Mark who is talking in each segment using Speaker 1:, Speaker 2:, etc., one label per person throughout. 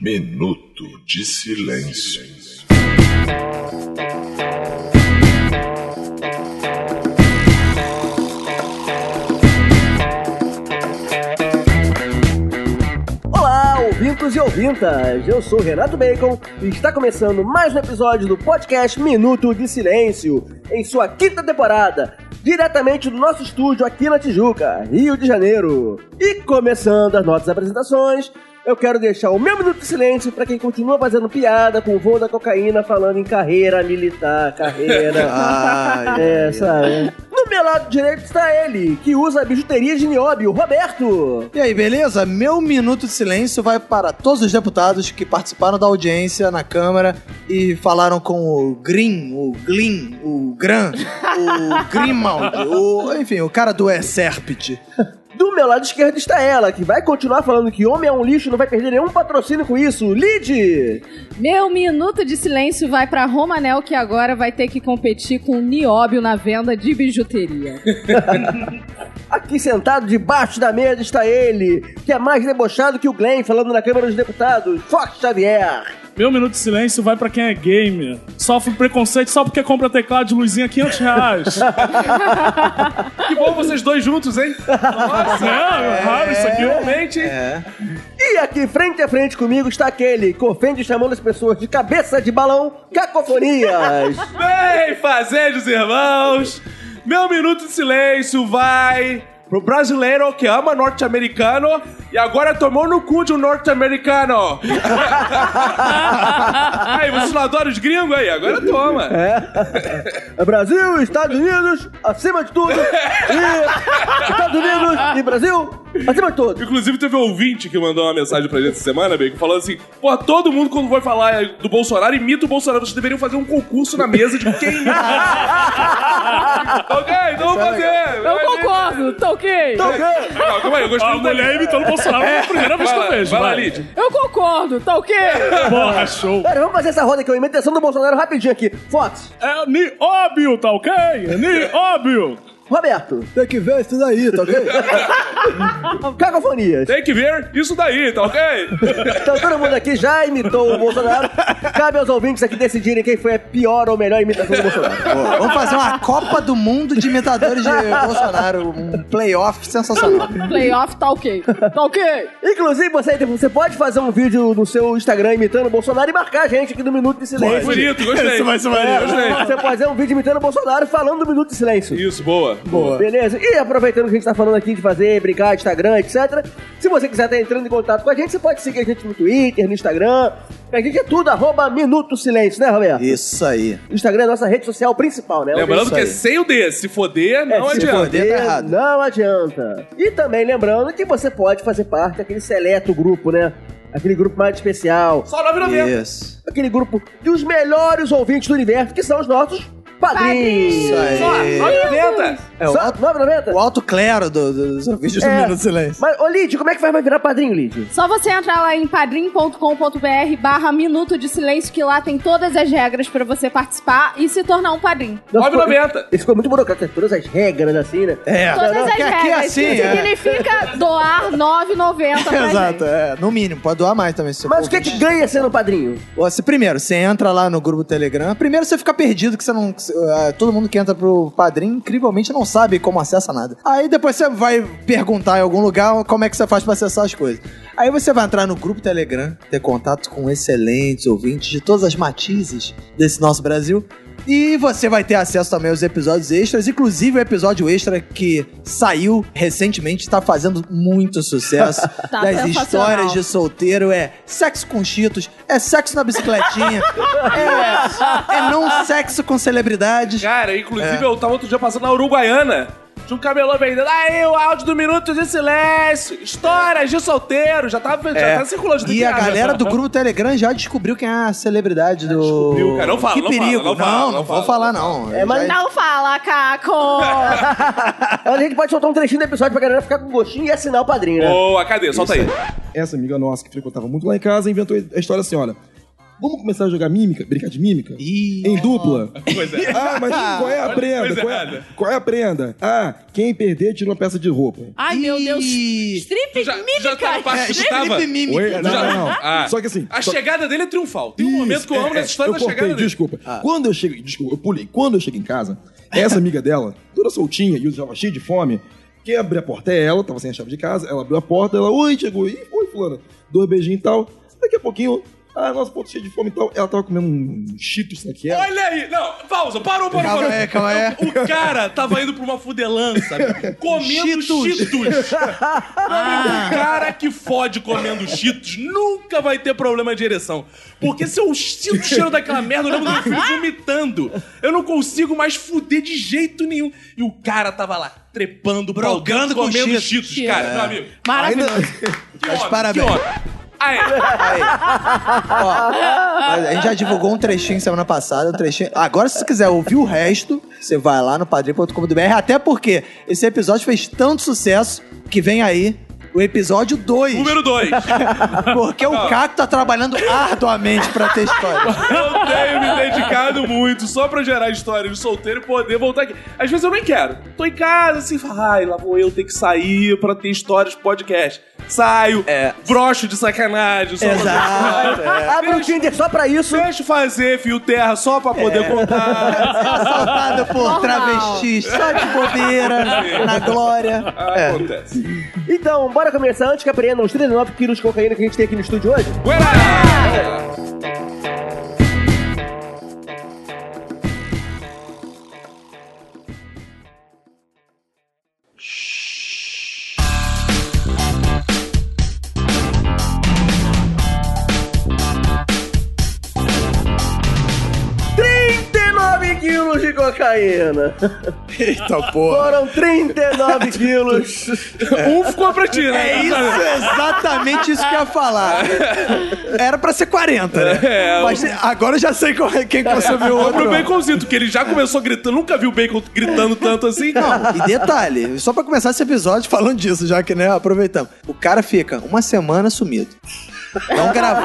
Speaker 1: Minuto de Silêncio.
Speaker 2: Olá, ouvintos e ouvintas! Eu sou Renato Bacon e está começando mais um episódio do podcast Minuto de Silêncio, em sua quinta temporada, diretamente do nosso estúdio aqui na Tijuca, Rio de Janeiro. E começando as nossas apresentações, eu quero deixar o meu minuto de silêncio para quem continua fazendo piada com o voo da cocaína falando em carreira militar, carreira.
Speaker 3: Ah,
Speaker 2: é, sabe? No meu lado direito está ele, que usa a bijuteria de nióbio, Roberto.
Speaker 3: E aí, beleza? Meu minuto de silêncio vai para todos os deputados que participaram da audiência na Câmara e falaram com o Green, o Glyn, o Gran, o Grimald, o, enfim, o cara do Exerpit.
Speaker 2: Do meu lado esquerdo está ela, que vai continuar falando que homem é um lixo, não vai perder nenhum patrocínio com isso. Lid!
Speaker 4: Meu minuto de silêncio vai pra Romanel, que agora vai ter que competir com o Nióbio na venda de bijuteria.
Speaker 2: Aqui sentado debaixo da mesa está ele, que é mais debochado que o Glenn falando na Câmara dos Deputados, Fox Xavier.
Speaker 5: Meu minuto de silêncio vai pra quem é gamer. Sofre preconceito só porque compra teclado de luzinha a 500 reais. que bom vocês dois juntos, hein? Nossa, é, é raro isso aqui, realmente. hein?
Speaker 2: E aqui frente a frente comigo está aquele que ofende chamando as pessoas de cabeça de balão, cacofonias.
Speaker 5: Bem, fazejos, irmãos. Meu minuto de silêncio vai pro brasileiro que ama norte-americano e agora tomou no cu de um norte-americano. aí, vocês não adoram os gringos aí? Agora toma.
Speaker 2: É Brasil, Estados Unidos, acima de tudo. E Estados Unidos e Brasil, acima de tudo.
Speaker 5: Inclusive, teve um ouvinte que mandou uma mensagem pra gente essa semana, bem, falando assim: pô, todo mundo quando vai falar do Bolsonaro, imita o Bolsonaro. Vocês deveriam fazer um concurso na mesa de quem imita. ok, então vamos
Speaker 3: é
Speaker 5: fazer.
Speaker 4: Eu concordo, tá ok?
Speaker 2: Então, ok.
Speaker 5: Não, calma aí, eu gostei
Speaker 6: A
Speaker 5: do Danilo.
Speaker 6: mulher imitando o Bolsonaro é a primeira vez que eu
Speaker 5: Vai lá,
Speaker 6: vejo.
Speaker 5: vai lá, Lid.
Speaker 4: Eu concordo, tá ok?
Speaker 6: Porra, show.
Speaker 2: Pera, vamos fazer essa roda aqui, uma imitação do Bolsonaro rapidinho aqui. Fox,
Speaker 6: É ni óbvio, tá ok?
Speaker 5: É
Speaker 6: Ni óbvio.
Speaker 2: Roberto,
Speaker 3: Tem que ver isso daí, tá ok?
Speaker 2: cacofonias.
Speaker 5: Tem que ver isso daí, tá ok?
Speaker 2: Então todo mundo aqui já imitou o Bolsonaro. Cabe aos ouvintes aqui decidirem quem foi a pior ou melhor imitação do Bolsonaro.
Speaker 3: Pô, vamos fazer uma Copa do Mundo de imitadores de Bolsonaro, um playoff sensacional.
Speaker 4: Playoff, tá ok? Tá ok?
Speaker 2: Inclusive, você, você pode fazer um vídeo no seu Instagram imitando o Bolsonaro e marcar a gente aqui do Minuto de Silêncio.
Speaker 5: Bonito, gostei. É,
Speaker 6: Isso vai ser maneiro.
Speaker 5: Gostei.
Speaker 2: Você pode fazer um vídeo imitando o Bolsonaro falando do Minuto de Silêncio.
Speaker 5: Isso, boa.
Speaker 3: Boa.
Speaker 2: Beleza? E aproveitando que a gente tá falando aqui de fazer, brincar, Instagram, etc. Se você quiser estar entrando em contato com a gente, você pode seguir a gente no Twitter, no Instagram. A gente é tudo, arroba Minuto Silêncio, né, Roberto?
Speaker 3: Isso aí.
Speaker 2: O Instagram é a nossa rede social principal, né?
Speaker 5: Lembrando
Speaker 3: isso
Speaker 5: que é
Speaker 3: aí.
Speaker 5: sem o D. Se foder, não
Speaker 2: se
Speaker 5: adianta.
Speaker 3: foder. tá errado.
Speaker 2: Não adianta. E também lembrando que você pode fazer parte daquele seleto grupo, né? Aquele grupo mais especial.
Speaker 5: Só 9,90.
Speaker 3: Isso.
Speaker 2: Aquele grupo dos melhores ouvintes do universo, que são os nossos padrinhos.
Speaker 3: Isso aí.
Speaker 5: Só 9,90.
Speaker 3: É o
Speaker 2: Só
Speaker 3: alto,
Speaker 2: 9,90?
Speaker 3: o alto clero do, do, dos vídeos do
Speaker 2: É.
Speaker 3: Minuto de Silêncio.
Speaker 2: Mas, ô Lid, como é que faz pra virar padrinho, Lid?
Speaker 4: Só você entrar lá em padrim.com.br barra minuto de silêncio, que lá tem todas as regras pra você participar e se tornar um padrinho.
Speaker 2: Não,
Speaker 5: 9,90.
Speaker 2: Ele ficou muito burocrático, todas as regras assim, né?
Speaker 3: É.
Speaker 4: Todas as
Speaker 3: Porque
Speaker 4: regras.
Speaker 3: aqui é assim,
Speaker 4: Isso
Speaker 3: é.
Speaker 4: significa doar 9,90 pra
Speaker 3: Exato,
Speaker 4: gente.
Speaker 3: é. No mínimo, pode doar mais também. Se
Speaker 2: Mas o
Speaker 3: for
Speaker 2: que é que ganha sendo padrinho?
Speaker 3: Você, primeiro, você entra lá no grupo do Telegram. Primeiro, você fica perdido, que você não. que você- ah, todo mundo que entra pro padrinho, incrivelmente, não sabe como acessa nada. Aí depois você vai perguntar em algum lugar como é que você faz pra acessar as coisas. Aí você vai entrar no grupo Telegram, ter contato com excelentes ouvintes de todas as matizes desse nosso Brasil. E você vai ter acesso também aos episódios extras, inclusive o episódio extra que saiu recentemente, tá fazendo muito sucesso.
Speaker 4: Tá
Speaker 3: das
Speaker 4: sensacional.
Speaker 3: histórias de solteiro é sexo com cheetos, é sexo na bicicletinha, é, é não sexo com celebridades.
Speaker 5: Cara,
Speaker 3: É.
Speaker 5: inclusive eu tava outro dia passando na Uruguaiana. Tinha um camelô vendendo. Aí o áudio do Minuto de Silêncio. Histórias de solteiro. Já tava, já tava circulando. já tem
Speaker 3: E a
Speaker 5: piada.
Speaker 3: galera do grupo Telegram já descobriu quem é a celebridade do.
Speaker 5: descobriu, cara. Não fala,
Speaker 3: que
Speaker 5: não fala,
Speaker 3: perigo.
Speaker 5: não fala,
Speaker 3: não,
Speaker 5: não
Speaker 3: não
Speaker 5: fala,
Speaker 3: vou falar, não.
Speaker 2: É, mas-
Speaker 4: Não fala, Caco!
Speaker 2: A gente pode soltar um trechinho do episódio pra galera ficar com gostinho e assinar o padrinho, né?
Speaker 5: tá. Boa, cadê? Solta aí.
Speaker 7: essa amiga nossa que frequentava muito lá em casa inventou a história assim, olha.
Speaker 1: Vamos começar a jogar mímica? Brincar de mímica? em dupla?
Speaker 5: Pois é.
Speaker 1: Ah, mas qual é a prenda?
Speaker 5: coisa
Speaker 1: Qual é,
Speaker 5: errada.
Speaker 1: qual é a prenda? Ah, quem perder tira uma peça de roupa.
Speaker 7: Ai, meu Deus. Strip
Speaker 5: Já,
Speaker 7: mímica.
Speaker 5: já tá na parte que estava?
Speaker 3: É, Felipe Mímica.
Speaker 1: Oi? Não, não, não.
Speaker 5: Ah.
Speaker 1: Só que assim.
Speaker 5: A
Speaker 1: só-
Speaker 5: chegada dele é triunfal. Tem um momento que eu amo
Speaker 1: É, é,
Speaker 5: nessa história
Speaker 1: eu
Speaker 5: da
Speaker 1: cortei,
Speaker 5: chegada dele.
Speaker 1: Desculpa. Quando eu cheguei, desculpa, eu pulei. Quando eu cheguei em casa, essa amiga dela, toda soltinha e já cheia de fome, quem abriu a porta é ela, tava sem a chave de casa, ela abriu a porta, ela, oi, chegou, e oi, fulana, dois beijinhos e tal. Daqui a pouquinho, ah, nossa, pô, tô cheia de fome e tal. Ela tava comendo um cheetos naquela.
Speaker 5: Olha aí! Não, pausa, parou, parou,
Speaker 3: Calma
Speaker 5: parou.
Speaker 3: aí, calma aí.
Speaker 5: O cara tava indo pra uma fudelança, amigo, comendo
Speaker 3: Cheetos. Ah.
Speaker 5: cheetos. O cara que fode comendo cheetos nunca vai ter problema de ereção. Porque se eu sinto o cheiro daquela merda, eu lembro do filho vomitando. Eu não consigo mais fuder de jeito nenhum. E o cara tava lá, trepando,
Speaker 8: Brogando
Speaker 5: brogando,
Speaker 8: com
Speaker 5: comendo cheetos.
Speaker 8: Cheetos.
Speaker 5: cara, meu amigo.
Speaker 7: Maravilhoso.
Speaker 5: Que
Speaker 3: Mas
Speaker 5: homem,
Speaker 3: parabéns.
Speaker 5: que homem. Ah, é.
Speaker 7: Ah,
Speaker 3: Mas A gente já divulgou um trechinho semana passada, um trechinho. Agora, se você quiser ouvir o resto, você vai lá no padrim.com.br, até porque esse episódio fez tanto sucesso que vem aí o episódio 2.
Speaker 5: Número dois.
Speaker 3: Porque o Caco tá trabalhando arduamente pra ter história.
Speaker 5: Eu tenho me dedicado muito só pra gerar história de solteiro e poder voltar aqui. Às vezes eu nem quero. Tô em casa, assim, fala, ai, lá vou eu ter que sair pra ter histórias de podcast. Saio, broxo de sacanagem. Só
Speaker 3: Exato,
Speaker 2: Abre o Tinder só pra isso.
Speaker 5: Pra... Deixa eu fazer fio terra só pra poder
Speaker 3: É.
Speaker 5: contar.
Speaker 3: Assaltado por
Speaker 4: Normal.
Speaker 3: travestis, só de bobeira, na glória.
Speaker 5: Acontece.
Speaker 2: Então, bora começar antes que apreendam os 39 quilos de cocaína que a gente tem aqui no estúdio hoje.
Speaker 5: Guerá!
Speaker 2: quilos de cocaína.
Speaker 3: Eita porra.
Speaker 2: Foram 39 quilos.
Speaker 5: Um ficou pra ti, né?
Speaker 3: É isso, é exatamente isso que eu ia falar. Era pra ser 40, né?
Speaker 5: É,
Speaker 3: Mas agora eu já sei qual é- quem consumiu o outro.
Speaker 5: Pro baconzito, que ele já começou gritando. Nunca vi o bacon gritando tanto assim.
Speaker 3: Não, e detalhe, só pra começar esse episódio falando disso, já que, né, aproveitamos. O cara fica uma semana sumido. Não gravou.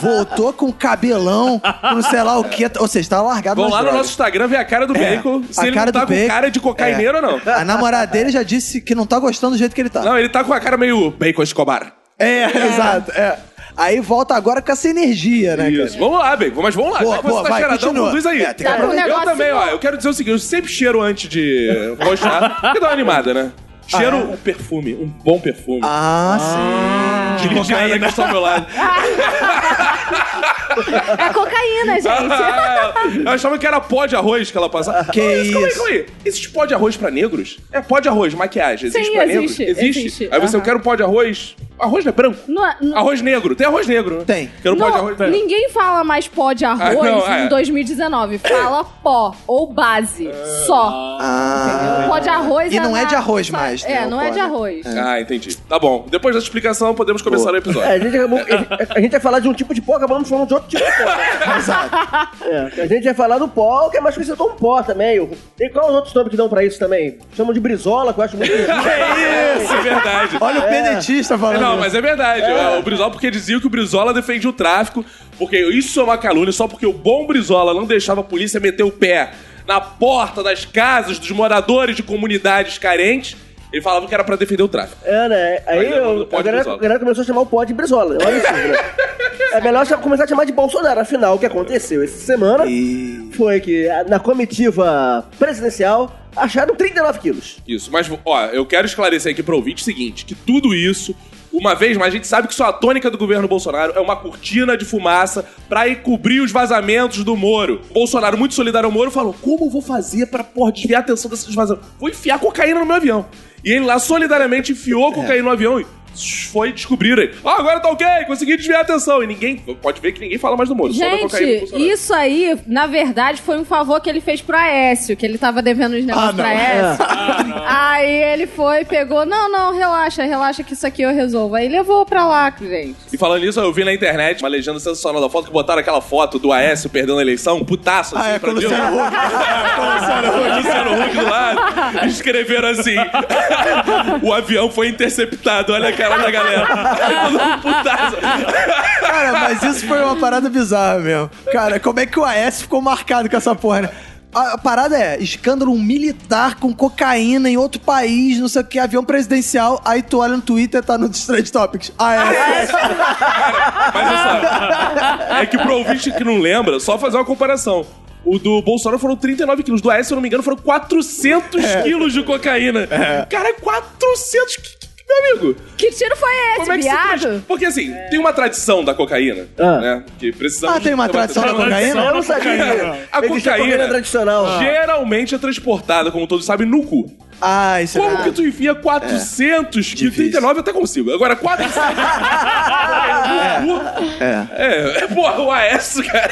Speaker 3: Voltou com cabelão, com sei lá o que. Ou seja, tá largado
Speaker 5: Vão
Speaker 3: nas
Speaker 5: lá no
Speaker 3: drogas.
Speaker 5: nosso Instagram ver a cara do
Speaker 3: É,
Speaker 5: bacon. É.
Speaker 3: a
Speaker 5: Se ele não
Speaker 3: cara
Speaker 5: tá
Speaker 3: do
Speaker 5: com
Speaker 3: bacon.
Speaker 5: cara de cocaíneiro ou não.
Speaker 3: É. A namorada dele já disse que não tá gostando do jeito que ele tá.
Speaker 5: Não, ele tá com a cara meio bacon Escobar.
Speaker 3: É, exato. é. Aí volta agora com essa energia, né,
Speaker 5: Isso. Vamos lá, Bacon. Mas vamos lá.
Speaker 3: Boa,
Speaker 5: Já que
Speaker 3: boa,
Speaker 5: você tá
Speaker 3: vai,
Speaker 5: cheiradão,
Speaker 3: continua.
Speaker 5: conduz aí.
Speaker 3: É, tem que
Speaker 4: Tá, aproveitar. um
Speaker 5: eu
Speaker 4: negócio
Speaker 5: também, ó.
Speaker 4: bom.
Speaker 5: Eu quero dizer o seguinte. Eu sempre cheiro antes de mostrar. Porque dá uma animada, né? Cheiro um perfume. Um bom perfume.
Speaker 3: Ah,
Speaker 5: de cocaína que está ao meu lado.
Speaker 4: É cocaína, gente.
Speaker 5: Ah, eu achava que era pó de arroz que ela passava.
Speaker 3: Ah, Que
Speaker 5: Mas Calma aí,
Speaker 3: isso.
Speaker 5: calma aí. Existe pó de arroz pra negros? É pó de arroz, maquiagem. Existe
Speaker 4: Sim,
Speaker 5: pra
Speaker 4: existe,
Speaker 5: negros?
Speaker 4: existe.
Speaker 5: Aí você, eu
Speaker 4: Aham.
Speaker 5: quero pó de arroz. Arroz não é branco?
Speaker 4: Não é- não-
Speaker 5: Arroz negro. Tem arroz negro, né?
Speaker 3: Tem.
Speaker 5: Quero pó de
Speaker 4: Não,
Speaker 5: arroz. Tem.
Speaker 4: ninguém fala mais pó de arroz
Speaker 5: Ah, não, é.
Speaker 4: em 2019. Fala pó ou base. Só.
Speaker 3: Ah.
Speaker 4: Pó de arroz
Speaker 3: E não é
Speaker 4: na-
Speaker 3: de arroz
Speaker 4: sa-
Speaker 3: mais, né,
Speaker 4: É,
Speaker 3: o
Speaker 4: não
Speaker 3: pó,
Speaker 4: é de
Speaker 3: né?
Speaker 4: arroz.
Speaker 5: Ah, entendi. Tá bom. Depois dessa explicação, podemos começar o episódio.
Speaker 2: É, a, gente acabou, a gente vai falar de um tipo de pó, acabamos falando de outro tipo de pó.
Speaker 3: Exato.
Speaker 2: É, a gente vai falar do pó, que é mais conhecido como pó também. E qual os outros nomes que dão pra isso também? Chamam de brisola, que eu acho muito...
Speaker 5: É isso, é verdade.
Speaker 3: Olha o pedetista falando.
Speaker 5: Não, mas é verdade. O Brizola, porque diziam que o Brizola defende o tráfico, porque isso é uma calúnia, só porque o bom Brizola não deixava a polícia meter o pé na porta das casas dos moradores de comunidades carentes, ele falava que era pra defender o tráfico.
Speaker 2: É, né? Aí
Speaker 5: Ainda não,
Speaker 2: eu,
Speaker 5: do pó
Speaker 2: a,
Speaker 5: de
Speaker 2: galera,
Speaker 5: Brizola.
Speaker 2: a galera começou a chamar o pó de Brizola. Olha isso, né? É melhor cha- começar a chamar de Bolsonaro. Afinal, o que aconteceu essa semana foi que a- na comitiva presidencial acharam 39 quilos.
Speaker 5: Isso. Mas, ó, eu quero esclarecer aqui pro ouvinte o seguinte, que tudo isso... Uma vez mais, a gente sabe que só a tônica do governo Bolsolaro é uma cortina de fumaça pra encobrir os vazamentos do Moro. Bolsonaro, muito solidário ao Moro, falou: Como eu vou fazer pra porra, desviar a atenção desses vazamentos? Vou enfiar cocaína no meu avião. E ele lá solidariamente enfiou cocaína no avião e foi descobrir aí. Ah, agora tá ok, consegui desviar a atenção. E ninguém. Pode ver que ninguém fala mais do Moro. só da cocaína do
Speaker 4: Gente,
Speaker 5: Bolsonaro.
Speaker 4: isso aí, na verdade, foi um favor que ele fez pro Aécio, que ele tava devendo os negócios
Speaker 3: Ah, não.
Speaker 4: pra Aécio.
Speaker 5: Ah,
Speaker 4: Aí ele foi, pegou, não, não, relaxa, relaxa que isso aqui eu resolvo. Aí levou pra lá, gente.
Speaker 5: E falando nisso, eu vi na internet uma legenda sensacional da foto que botaram aquela foto do Aécio perdendo a eleição, um putaço assim
Speaker 3: Ah, é com
Speaker 5: pra
Speaker 3: o Luciano Huck.
Speaker 5: O Luciano Huck do lado. Escreveram assim: O avião foi interceptado, olha a cara da galera. Aí todo mundo putaço.
Speaker 3: Cara, Mas isso foi uma parada bizarra mesmo. Cara, como é que o AS ficou marcado com essa porra, né? A a parada é, escândalo militar com cocaína em outro país, não sei o que, avião presidencial, aí tu olha no Twitter, tá no Trend Topics. AS.
Speaker 5: Mas olha só, é que pro ouvinte que não lembra, só fazer uma comparação. O do Bolsonaro foram 39 quilos, do Aécio, se eu não me engano, foram 400
Speaker 3: É.
Speaker 5: quilos de cocaína. Cara, 400 qui- qui- Meu amigo,
Speaker 4: Que tiro foi esse,
Speaker 5: como é que
Speaker 4: viado?
Speaker 5: se trans- Porque assim, tem uma tradição da cocaína,
Speaker 2: Ah.
Speaker 5: né? Que precisamos
Speaker 3: Ah, tem uma
Speaker 5: de-
Speaker 3: tradição da cocaína?
Speaker 2: Eu não sabia.
Speaker 5: A
Speaker 2: Existia
Speaker 5: cocaína
Speaker 2: cocaína tradicional.
Speaker 5: Geralmente é transportada, como todos sabem, no cu.
Speaker 3: Ah, isso é
Speaker 5: Como que tu enfia 400 quilos? 39 eu até consigo. Agora, 400 no cu?
Speaker 3: É,
Speaker 5: É, é, porra, o Aécio, cara.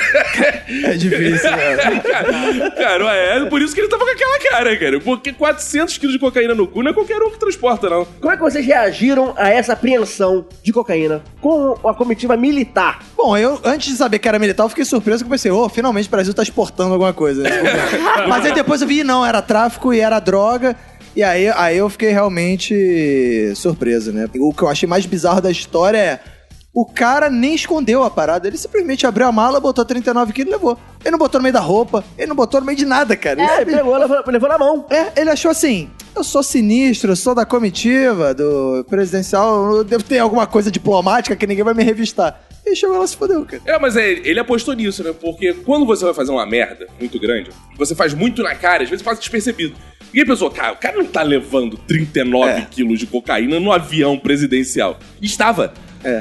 Speaker 3: é difícil. né?
Speaker 5: cara, cara, o Aécio, por isso que ele tava com aquela cara, cara. Porque 400 quilos de cocaína no cu não é qualquer um que transporta, não.
Speaker 2: Como é que vocês reagiram a essa apreensão de cocaína com a comitiva militar?
Speaker 3: Bom, eu, antes de saber que era militar, eu fiquei surpreso que eu pensei, ô, finalmente o Brasil tá exportando alguma coisa. né? Mas aí depois eu vi, não, era tráfico e era droga. E aí, aí eu fiquei realmente surpreso, né? O que eu achei mais bizarro da história é. O cara nem escondeu a parada, ele simplesmente abriu a mala, botou 39 quilos e levou. Ele não botou no meio da roupa, ele não botou no meio de nada, cara.
Speaker 2: É,
Speaker 3: Ele-
Speaker 2: pegou, levou, levou na mão.
Speaker 3: é, ele achou assim: eu sou sinistro, eu sou da comitiva, do presidencial, eu devo ter alguma coisa diplomática que ninguém vai me revistar. E chegou lá e se fodeu, cara.
Speaker 5: É, mas é, ele apostou nisso, né? Porque quando você vai fazer uma merda muito grande, você faz muito na cara, às vezes passa despercebido. E aí pensou, cara, o cara não tá levando 39
Speaker 3: É.
Speaker 5: quilos de cocaína no avião presidencial. E Estava.
Speaker 3: É.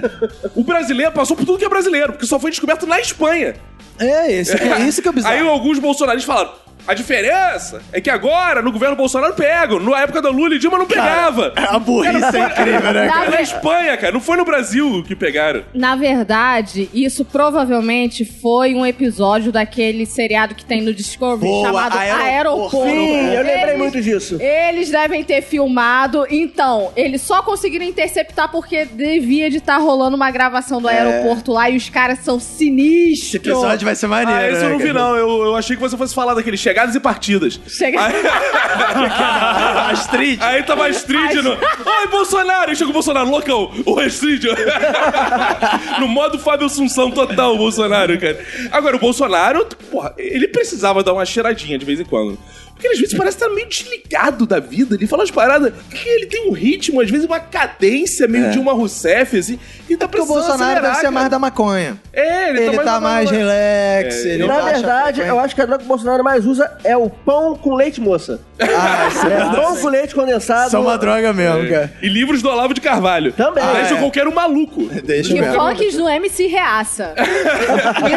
Speaker 5: O brasileiro passou por tudo que é brasileiro, porque só foi descoberto na Espanha.
Speaker 3: É, esse, é isso que é o bizarro.
Speaker 5: Aí alguns bolsonaristas falaram. A diferença é que agora, no governo Bolsonaro, pegam. Na época da Lula e Dilma não pegava.
Speaker 3: A burrice é incrível, né?
Speaker 4: Na
Speaker 5: Foi na
Speaker 4: ver-
Speaker 5: Espanha, cara. Não foi no Brasil que pegaram.
Speaker 4: Na verdade, isso provavelmente foi um episódio daquele seriado que tem no Discovery
Speaker 3: Boa,
Speaker 4: chamado
Speaker 3: Aeroporto.
Speaker 4: Aeroporto.
Speaker 2: Sim, eu lembrei
Speaker 4: Eles-
Speaker 2: muito disso.
Speaker 4: Eles devem ter filmado, então, eles só conseguiram interceptar porque devia de estar rolando uma gravação do
Speaker 2: É.
Speaker 4: aeroporto lá e os caras são
Speaker 3: Esse
Speaker 4: sinistros.
Speaker 3: episódio vai ser maneiro.
Speaker 5: Ah, esse eu não
Speaker 3: né,
Speaker 5: vi,
Speaker 3: cara?
Speaker 5: não. Eu, eu achei que você fosse falar daqueles chegadas e partidas.
Speaker 4: Chega-
Speaker 5: Aí,
Speaker 3: A Astrid.
Speaker 5: aí tava a Astrid no... Oi, Bolsonaro! Aí chega o Bolsonaro, loucão! O Astrid! no modo Fábio Assunção total, o Bolsonaro, cara. Agora, o Bolsonaro, porra, ele precisava dar uma cheiradinha de vez em quando. Porque ele, às vezes parece estar meio desligado da vida. Ele fala as paradas que ele tem um ritmo, às vezes uma cadência meio de uma Rousseff, assim. E tá
Speaker 3: É. Porque o
Speaker 5: precisando
Speaker 3: Bolsonaro
Speaker 5: acelerar,
Speaker 3: deve ser
Speaker 5: cara.
Speaker 3: mais da maconha.
Speaker 5: É, ele,
Speaker 3: Ele, tá mais relax, ele
Speaker 2: Na
Speaker 3: baixa a
Speaker 2: verdade, eu
Speaker 3: frequência.
Speaker 2: acho que a droga que o Bolsonaro mais usa é o pão com leite, moça.
Speaker 3: Ah, isso é
Speaker 2: É
Speaker 3: verdade.
Speaker 2: pão com leite condensado.
Speaker 3: Isso é uma droga mesmo, cara.
Speaker 5: E livros do Olavo de Carvalho.
Speaker 2: Também.
Speaker 5: Ah, Deixa
Speaker 3: é.
Speaker 5: qualquer um maluco.
Speaker 3: Deixa
Speaker 4: E
Speaker 3: eu ver.
Speaker 4: punks do MC reaça.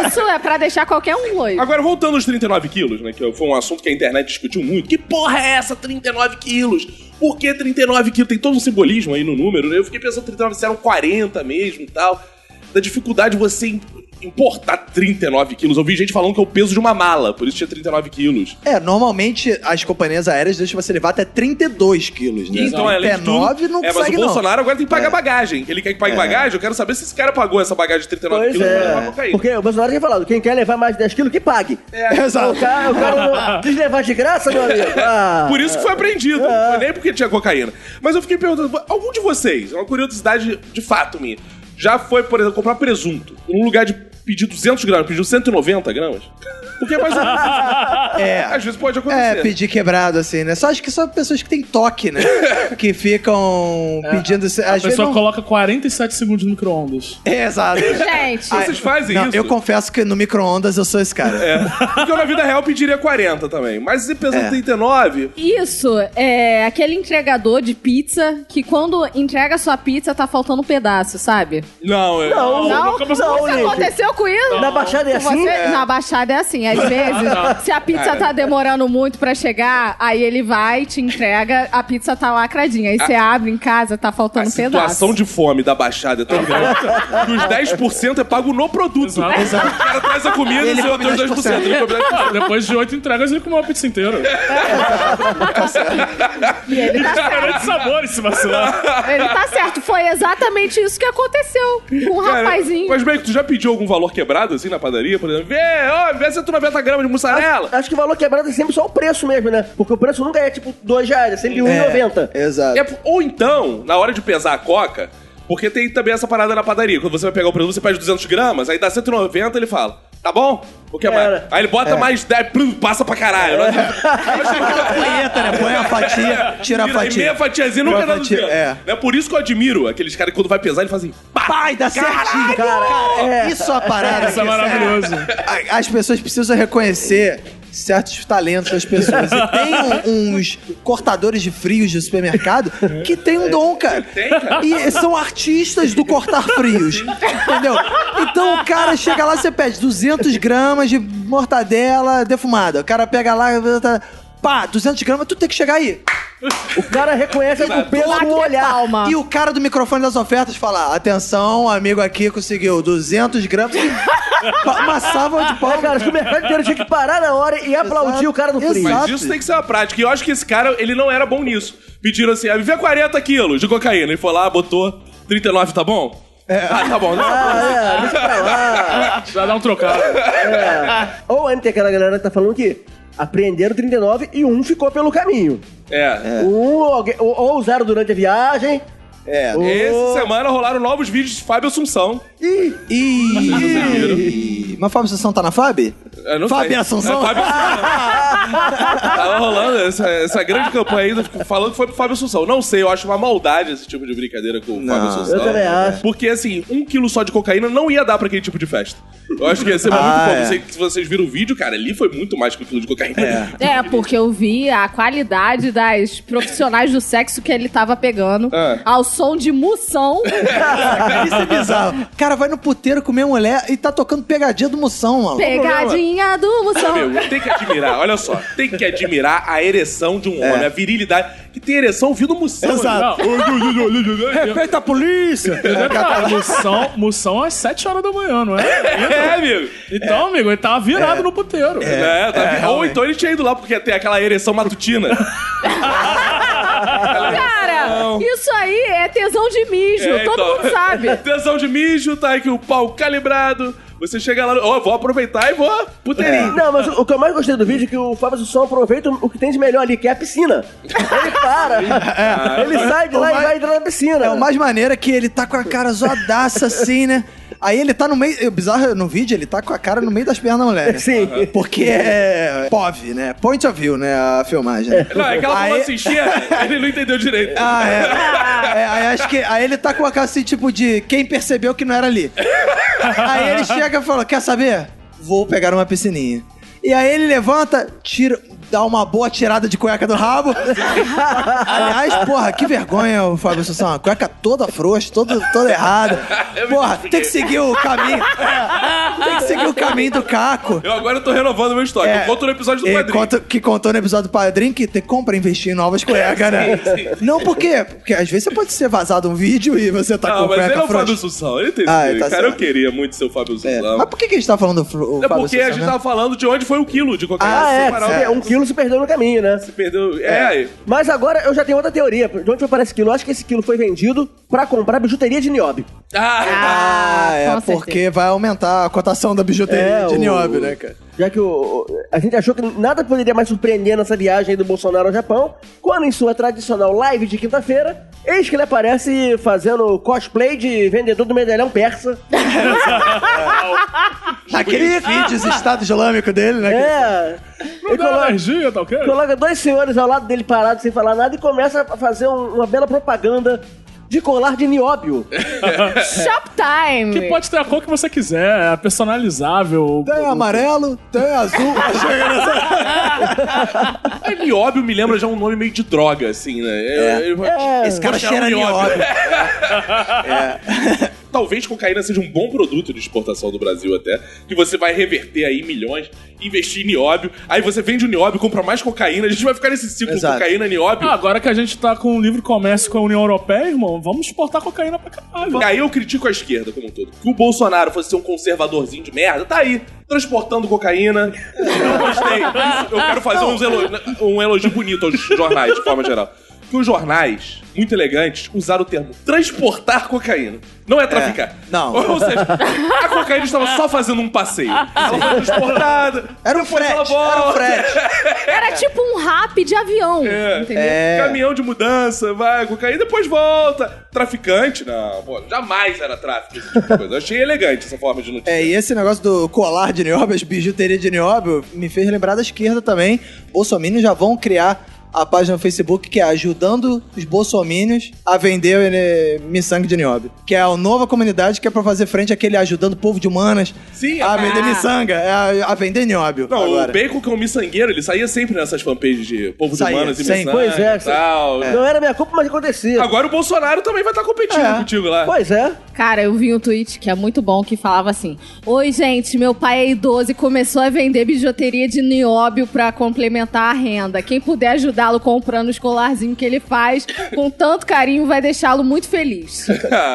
Speaker 4: Isso é pra deixar qualquer um loiro.
Speaker 5: Agora, voltando aos 39 quilos, né? Que foi um assunto que a internet discutiu muito. Que porra é essa, 39 quilos? Por que 39 quilos? Tem todo um simbolismo aí no número, né? Eu fiquei pensando 39, se eram 40 mesmo e tal. Da dificuldade de você im- importar 39 quilos. Eu vi gente falando que é o peso de uma mala, por isso tinha 39 quilos.
Speaker 3: É, normalmente as companhias aéreas deixam você levar até 32 quilos, né?
Speaker 5: Então, além de tudo,
Speaker 3: 39 não
Speaker 5: é, mas
Speaker 3: consegue,
Speaker 5: o
Speaker 3: não. É.
Speaker 5: Bolsonaro agora tem que pagar bagagem. Ele quer que pague bagagem, eu quero saber se esse cara pagou essa bagagem de 39
Speaker 2: Pois
Speaker 5: quilos pra levar
Speaker 2: é.
Speaker 5: cocaína.
Speaker 2: Porque o Bolsonaro tinha falado, quem quer levar mais de 10 quilos, que pague. Ah,
Speaker 3: Exato.
Speaker 2: é O cara, o cara não quis levar de graça, meu amigo. Ah.
Speaker 5: Por isso que foi apreendido.
Speaker 3: É.
Speaker 5: Não foi nem porque tinha cocaína. Mas eu fiquei perguntando, algum de vocês, é uma curiosidade de fato minha, já foi, por exemplo, comprar presunto no lugar de pedir 200 gramas, pediu 190 gramas? Porque é mais ou menos.
Speaker 3: É.
Speaker 5: Às vezes pode
Speaker 3: É,
Speaker 5: acontecer.
Speaker 3: pedir quebrado, assim, né? Só acho que só pessoas que têm toque, né? que ficam
Speaker 2: É.
Speaker 3: pedindo. Às
Speaker 6: A
Speaker 3: vezes
Speaker 6: pessoa
Speaker 3: não-
Speaker 6: coloca 47 segundos no micro-ondas.
Speaker 3: É, exato.
Speaker 4: Gente,
Speaker 5: Vocês fazem
Speaker 3: Ah, Não,
Speaker 5: isso?
Speaker 3: eu confesso que no micro-ondas eu sou esse cara.
Speaker 5: É. Porque eu na vida real pediria 40 também. Mas se pesa
Speaker 3: É.
Speaker 5: 39,
Speaker 4: isso é aquele entregador de pizza que quando entrega sua pizza tá faltando um pedaço, sabe?
Speaker 5: não, é.
Speaker 2: Não,
Speaker 4: Não,
Speaker 2: não,
Speaker 4: isso
Speaker 2: Nick.
Speaker 4: aconteceu com isso?
Speaker 2: Na Baixada é
Speaker 4: Com
Speaker 2: assim?
Speaker 4: você? Na Baixada é assim. Às vezes, se a pizza tá demorando muito pra chegar, aí ele vai, te entrega, a pizza tá lacradinha. Aí você abre em casa, tá
Speaker 5: A
Speaker 4: faltando um
Speaker 5: situação
Speaker 4: pedaço.
Speaker 5: de fome da Baixada é tão grande que os 10% é pago no produto.
Speaker 6: Exato.
Speaker 5: O cara traz a comida e
Speaker 3: Ele
Speaker 5: você
Speaker 3: come
Speaker 5: tem os 2%.
Speaker 3: 10%.
Speaker 5: Ele come 10%.
Speaker 6: Ah, Depois de oito entregas, ele comeu a pizza inteira.
Speaker 4: E ele tá certo.
Speaker 6: Diferente sabor esse vacilar.
Speaker 4: Ele tá certo. Foi exatamente isso que aconteceu com o
Speaker 5: Cara,
Speaker 4: rapazinho.
Speaker 5: Mas bem, que tu já pediu algum valor quebrado assim na padaria, por exemplo? Vê, ó, vê se tu 90 gramas de mussarela.
Speaker 2: Acho que o valor quebrado é sempre só o preço mesmo, né? Porque o preço nunca é tipo 2 reais, é sempre
Speaker 3: É,
Speaker 2: 1,90.
Speaker 3: Exato.
Speaker 5: É, ou então, na hora de pesar a coca, Porque tem também essa parada na padaria. Quando você vai pegar o produto, você pede 200 gramas, aí dá 190, ele fala, tá bom? O que mais?
Speaker 2: Era.
Speaker 5: Aí ele bota
Speaker 3: É.
Speaker 5: mais 10, plum, passa pra caralho.
Speaker 3: Punheta, né? Põe a fatia, É. tira a
Speaker 5: Vira aí Meia
Speaker 3: fatia.
Speaker 5: fatiazinha
Speaker 3: Meia
Speaker 5: nunca dá
Speaker 3: fatia,
Speaker 5: 200.
Speaker 3: é.
Speaker 5: É por isso que eu admiro aqueles caras que quando vai pesar, ele faz assim, pá,
Speaker 3: Pai, dá certinho, cara. Isso é uma parada.
Speaker 6: Isso é
Speaker 3: que,
Speaker 6: maravilhoso.
Speaker 3: sério, a- As pessoas precisam reconhecer certos talentos das pessoas. E tem um- uns cortadores de frios de supermercado que tem um dom, cara.
Speaker 5: Tem, cara.
Speaker 3: E são artistas do cortar frios. Entendeu? Então o cara chega lá, você pede 200 gramas de mortadela defumada. O cara pega lá, "Tá, pá, 200 gramas, tu tem que chegar aí.
Speaker 2: O cara reconhece com pelo
Speaker 4: Bater
Speaker 2: no olhar.
Speaker 4: palma.
Speaker 3: E o cara do microfone das ofertas fala: atenção, amigo aqui conseguiu 200 gramas. Pa- Amassava de
Speaker 2: Mas,
Speaker 3: pau.
Speaker 2: Ah, cara, acho que o mercado inteiro tinha que parar na hora e aplaudir o cara do frio.
Speaker 3: Exato.
Speaker 5: Mas isso tem que ser uma prática. E eu acho que esse cara, ele não era bom nisso. Pediram assim, ah, me vê 40 quilos de cocaína. Ele foi lá, botou 39, tá bom?
Speaker 3: É.
Speaker 5: Ah, tá bom.
Speaker 2: Ah, é, deixa pra lá.
Speaker 6: Já dá um trocado.
Speaker 2: Ou ainda tem aquela galera que tá falando que apreenderam 39 e um ficou pelo caminho.
Speaker 5: É.
Speaker 2: Um alguém- ou, ou usaram durante a viagem.
Speaker 3: É.
Speaker 2: ou-
Speaker 5: Essa semana rolaram novos vídeos de Fábio Assunção.
Speaker 2: Ih,
Speaker 3: E... Mas Fábio Assunção tá na FAB?
Speaker 5: Eu não
Speaker 3: Fábio
Speaker 5: sei.
Speaker 3: Assunção?
Speaker 5: É, Fábio Assunção. Tava rolando essa, essa grande campanha ainda falando que foi pro Fábio Assunção. Não sei, eu acho uma maldade esse tipo de brincadeira com o Fábio Assunção. É.
Speaker 2: eu também acho.
Speaker 5: Porque, assim, um quilo só de cocaína não ia dar pra aquele tipo de festa. Eu acho que ia ser muito
Speaker 3: Ah,
Speaker 5: bom.
Speaker 3: é.
Speaker 5: Você- Se vocês viram o vídeo, cara, ali foi muito mais que um quilo de cocaína.
Speaker 4: É, porque eu vi a qualidade das profissionais do sexo que ele tava pegando
Speaker 5: É.
Speaker 4: ao som de moção.
Speaker 3: Isso é bizarro. Cara, vai no puteiro comer mulher e tá tocando pegadinha do moção, mano.
Speaker 4: Pegadinha do moção.
Speaker 5: Meu, tem que admirar, olha só, tem que admirar a ereção de um homem, a virilidade, que tem ereção ouvindo né? moção.
Speaker 3: É. Exato.
Speaker 6: Respeita a polícia!
Speaker 5: É.
Speaker 6: Moção, moção às 7 horas da manhã, não é?
Speaker 5: É, amigo.
Speaker 6: Então, amigo, ele tava virado no puteiro.
Speaker 5: É, tá- ou então ele tinha ido lá porque tem aquela ereção matutina.
Speaker 4: Cara, isso aí é tesão de mijo.
Speaker 5: É,
Speaker 4: Todo
Speaker 5: então.
Speaker 4: mundo sabe.
Speaker 5: Tensão de mijo, tá aqui o pau calibrado. Você chega lá, ó, vou aproveitar e vou
Speaker 3: é.
Speaker 5: puteirinho.
Speaker 2: Não, mas o, o que eu mais gostei do vídeo é que o Fábio Assunção aproveita o que tem de melhor ali, que é a piscina. Ele para. Ele sai de lá e vai entrar na piscina.
Speaker 3: É, o mais maneiro é que ele tá com a cara zoadaça assim, né? Aí ele tá no meio. O bizarro é, no vídeo, ele tá com a cara no meio das pernas da mulher. né?
Speaker 2: Sim.
Speaker 3: Porque é. POV, né? Point of view, né? A filmagem. né?
Speaker 5: Não, é que ela falou
Speaker 3: Aí-
Speaker 5: assim, "Xia", ele tá não entendeu direito.
Speaker 3: Ah, é. É, aí acho que. Aí ele tá com a cara assim, tipo, de quem percebeu que não era ali. Aí ele chega e fala: quer saber? Vou pegar uma piscininha. E aí ele levanta, tira. Dá uma boa tirada de cueca do rabo. Aliás, porra, que vergonha, o Fábio Assunção. A cueca toda frouxa, toda, toda errada. Porra, tem que seguir o caminho. É, tem que seguir o caminho do caco.
Speaker 5: Eu agora tô renovando meu estoque.
Speaker 3: É.
Speaker 5: Eu conto no episódio do
Speaker 3: Ele
Speaker 5: quadrinho.
Speaker 3: conta- que contou no episódio do Padrinho que tem compra investir em novas cuecas, né? Não, por quê? Porque às vezes você pode ser vazado um vídeo e você tá
Speaker 5: Não,
Speaker 3: com
Speaker 5: mas ele é
Speaker 3: cueca
Speaker 5: o Fábio
Speaker 3: frouxa.
Speaker 5: Assunção, ele entendeu.
Speaker 3: Ah, tá
Speaker 5: cara, eu
Speaker 3: certo.
Speaker 5: queria muito ser o Fábio
Speaker 3: É.
Speaker 5: Assunção.
Speaker 3: Mas por que, que a gente tá falando do Fr- o
Speaker 5: É
Speaker 3: Fábio
Speaker 5: porque a gente
Speaker 3: Assunção, né?
Speaker 5: tava falando de onde foi o quilo de cocaína.
Speaker 2: Ah, é.
Speaker 5: Separado.
Speaker 2: é, Um quilo se perdeu no caminho, né?
Speaker 5: Perdeu. É,
Speaker 2: Mas agora eu já tenho outra teoria. De onde foi parar esse quilo? Eu acho que esse quilo foi vendido pra comprar bijuteria de nióbio.
Speaker 5: Ah,
Speaker 3: Ah, é
Speaker 4: com certeza.
Speaker 3: porque vai aumentar a cotação da bijuteria
Speaker 2: É,
Speaker 3: de
Speaker 2: o-
Speaker 3: nióbio, né, cara?
Speaker 2: Já que o, o- a gente achou que nada poderia mais surpreender nessa viagem do Bolsonaro ao Japão, quando em sua tradicional live de quinta-feira, eis que ele aparece fazendo cosplay de vendedor do medalhão persa.
Speaker 5: Tipo,
Speaker 3: Naquele vídeos Estado Islâmico dele, né? cara?
Speaker 2: É. Ele
Speaker 6: Dá
Speaker 3: né?
Speaker 2: coloca,
Speaker 6: energia, tá ok?
Speaker 2: coloca dois senhores ao lado dele parados sem falar nada e começa a fazer um- uma bela propaganda de colar de nióbio.
Speaker 4: Shoptime.
Speaker 6: Que pode ter a cor que você quiser, é personalizável.
Speaker 3: Tem amarelo, tem azul. Chega nessa-
Speaker 5: é nióbio me lembra já um nome meio de droga, assim, né? É, eu-
Speaker 3: Esse cara
Speaker 5: Vou tirar
Speaker 3: cheira
Speaker 5: um nióbio. É.
Speaker 3: nióbio.
Speaker 5: Talvez cocaína seja um bom produto de exportação do Brasil até, que você vai reverter aí milhões, investir em nióbio, aí você vende o nióbio, compra mais cocaína, a gente vai ficar nesse ciclo
Speaker 3: Exato.
Speaker 5: cocaína, nióbio.
Speaker 6: Ah, agora que a gente tá com um livre comércio com a União Europeia, irmão, vamos exportar cocaína pra caralho.
Speaker 5: Aí eu critico a esquerda como um todo. Que o Bolsonaro fosse ser um conservadorzinho de merda, tá aí, transportando cocaína. Eu não gostei. Eu quero fazer uns elo- um elogio bonito aos jornais, de forma geral. que os jornais, muito elegantes, usaram o termo transportar cocaína. Não é traficar.
Speaker 3: Não.
Speaker 5: Ou seja, a cocaína estava só fazendo um passeio. Ela foi transportada.
Speaker 3: Era um
Speaker 5: depois ela
Speaker 3: frete, era um
Speaker 5: volta.
Speaker 3: frete.
Speaker 4: Era tipo um rap de avião, entendeu?
Speaker 3: É.
Speaker 5: Caminhão de mudança, vai, cocaína, depois volta. Traficante, não, pô, jamais era tráfico esse tipo de coisa. Eu achei elegante essa forma de notícia.
Speaker 3: É, e esse negócio do colar de nióbio, as bijuteria de nióbio, me fez lembrar da esquerda também. Bolsominions já vão criar a página no Facebook que é ajudando os bolsominions a vender eh, miçangue de nióbio. Que é a nova comunidade que é pra fazer frente àquele ajudando o povo de humanas
Speaker 5: Sim,
Speaker 3: a
Speaker 5: a-
Speaker 3: vender miçanga, é, a, a vender nióbio.
Speaker 5: Não,
Speaker 3: agora.
Speaker 5: o Bacon, que é um miçangueiro, ele saía sempre nessas fanpages de povos
Speaker 3: Saía,
Speaker 5: humanos e
Speaker 3: sempre.
Speaker 5: miçangue
Speaker 2: Pois é,
Speaker 5: e tal.
Speaker 2: Não era minha culpa, mas acontecia.
Speaker 5: Agora o Bolsonaro também vai estar competindo
Speaker 3: É.
Speaker 5: contigo lá.
Speaker 2: Pois é.
Speaker 4: Cara, eu vi um tweet que é muito bom que falava assim: Oi, gente, meu pai é idoso e começou a vender bijuteria de nióbio pra complementar a renda. Quem puder ajudá-lo comprando os colarzinhos que ele faz com tanto carinho vai deixá-lo muito feliz.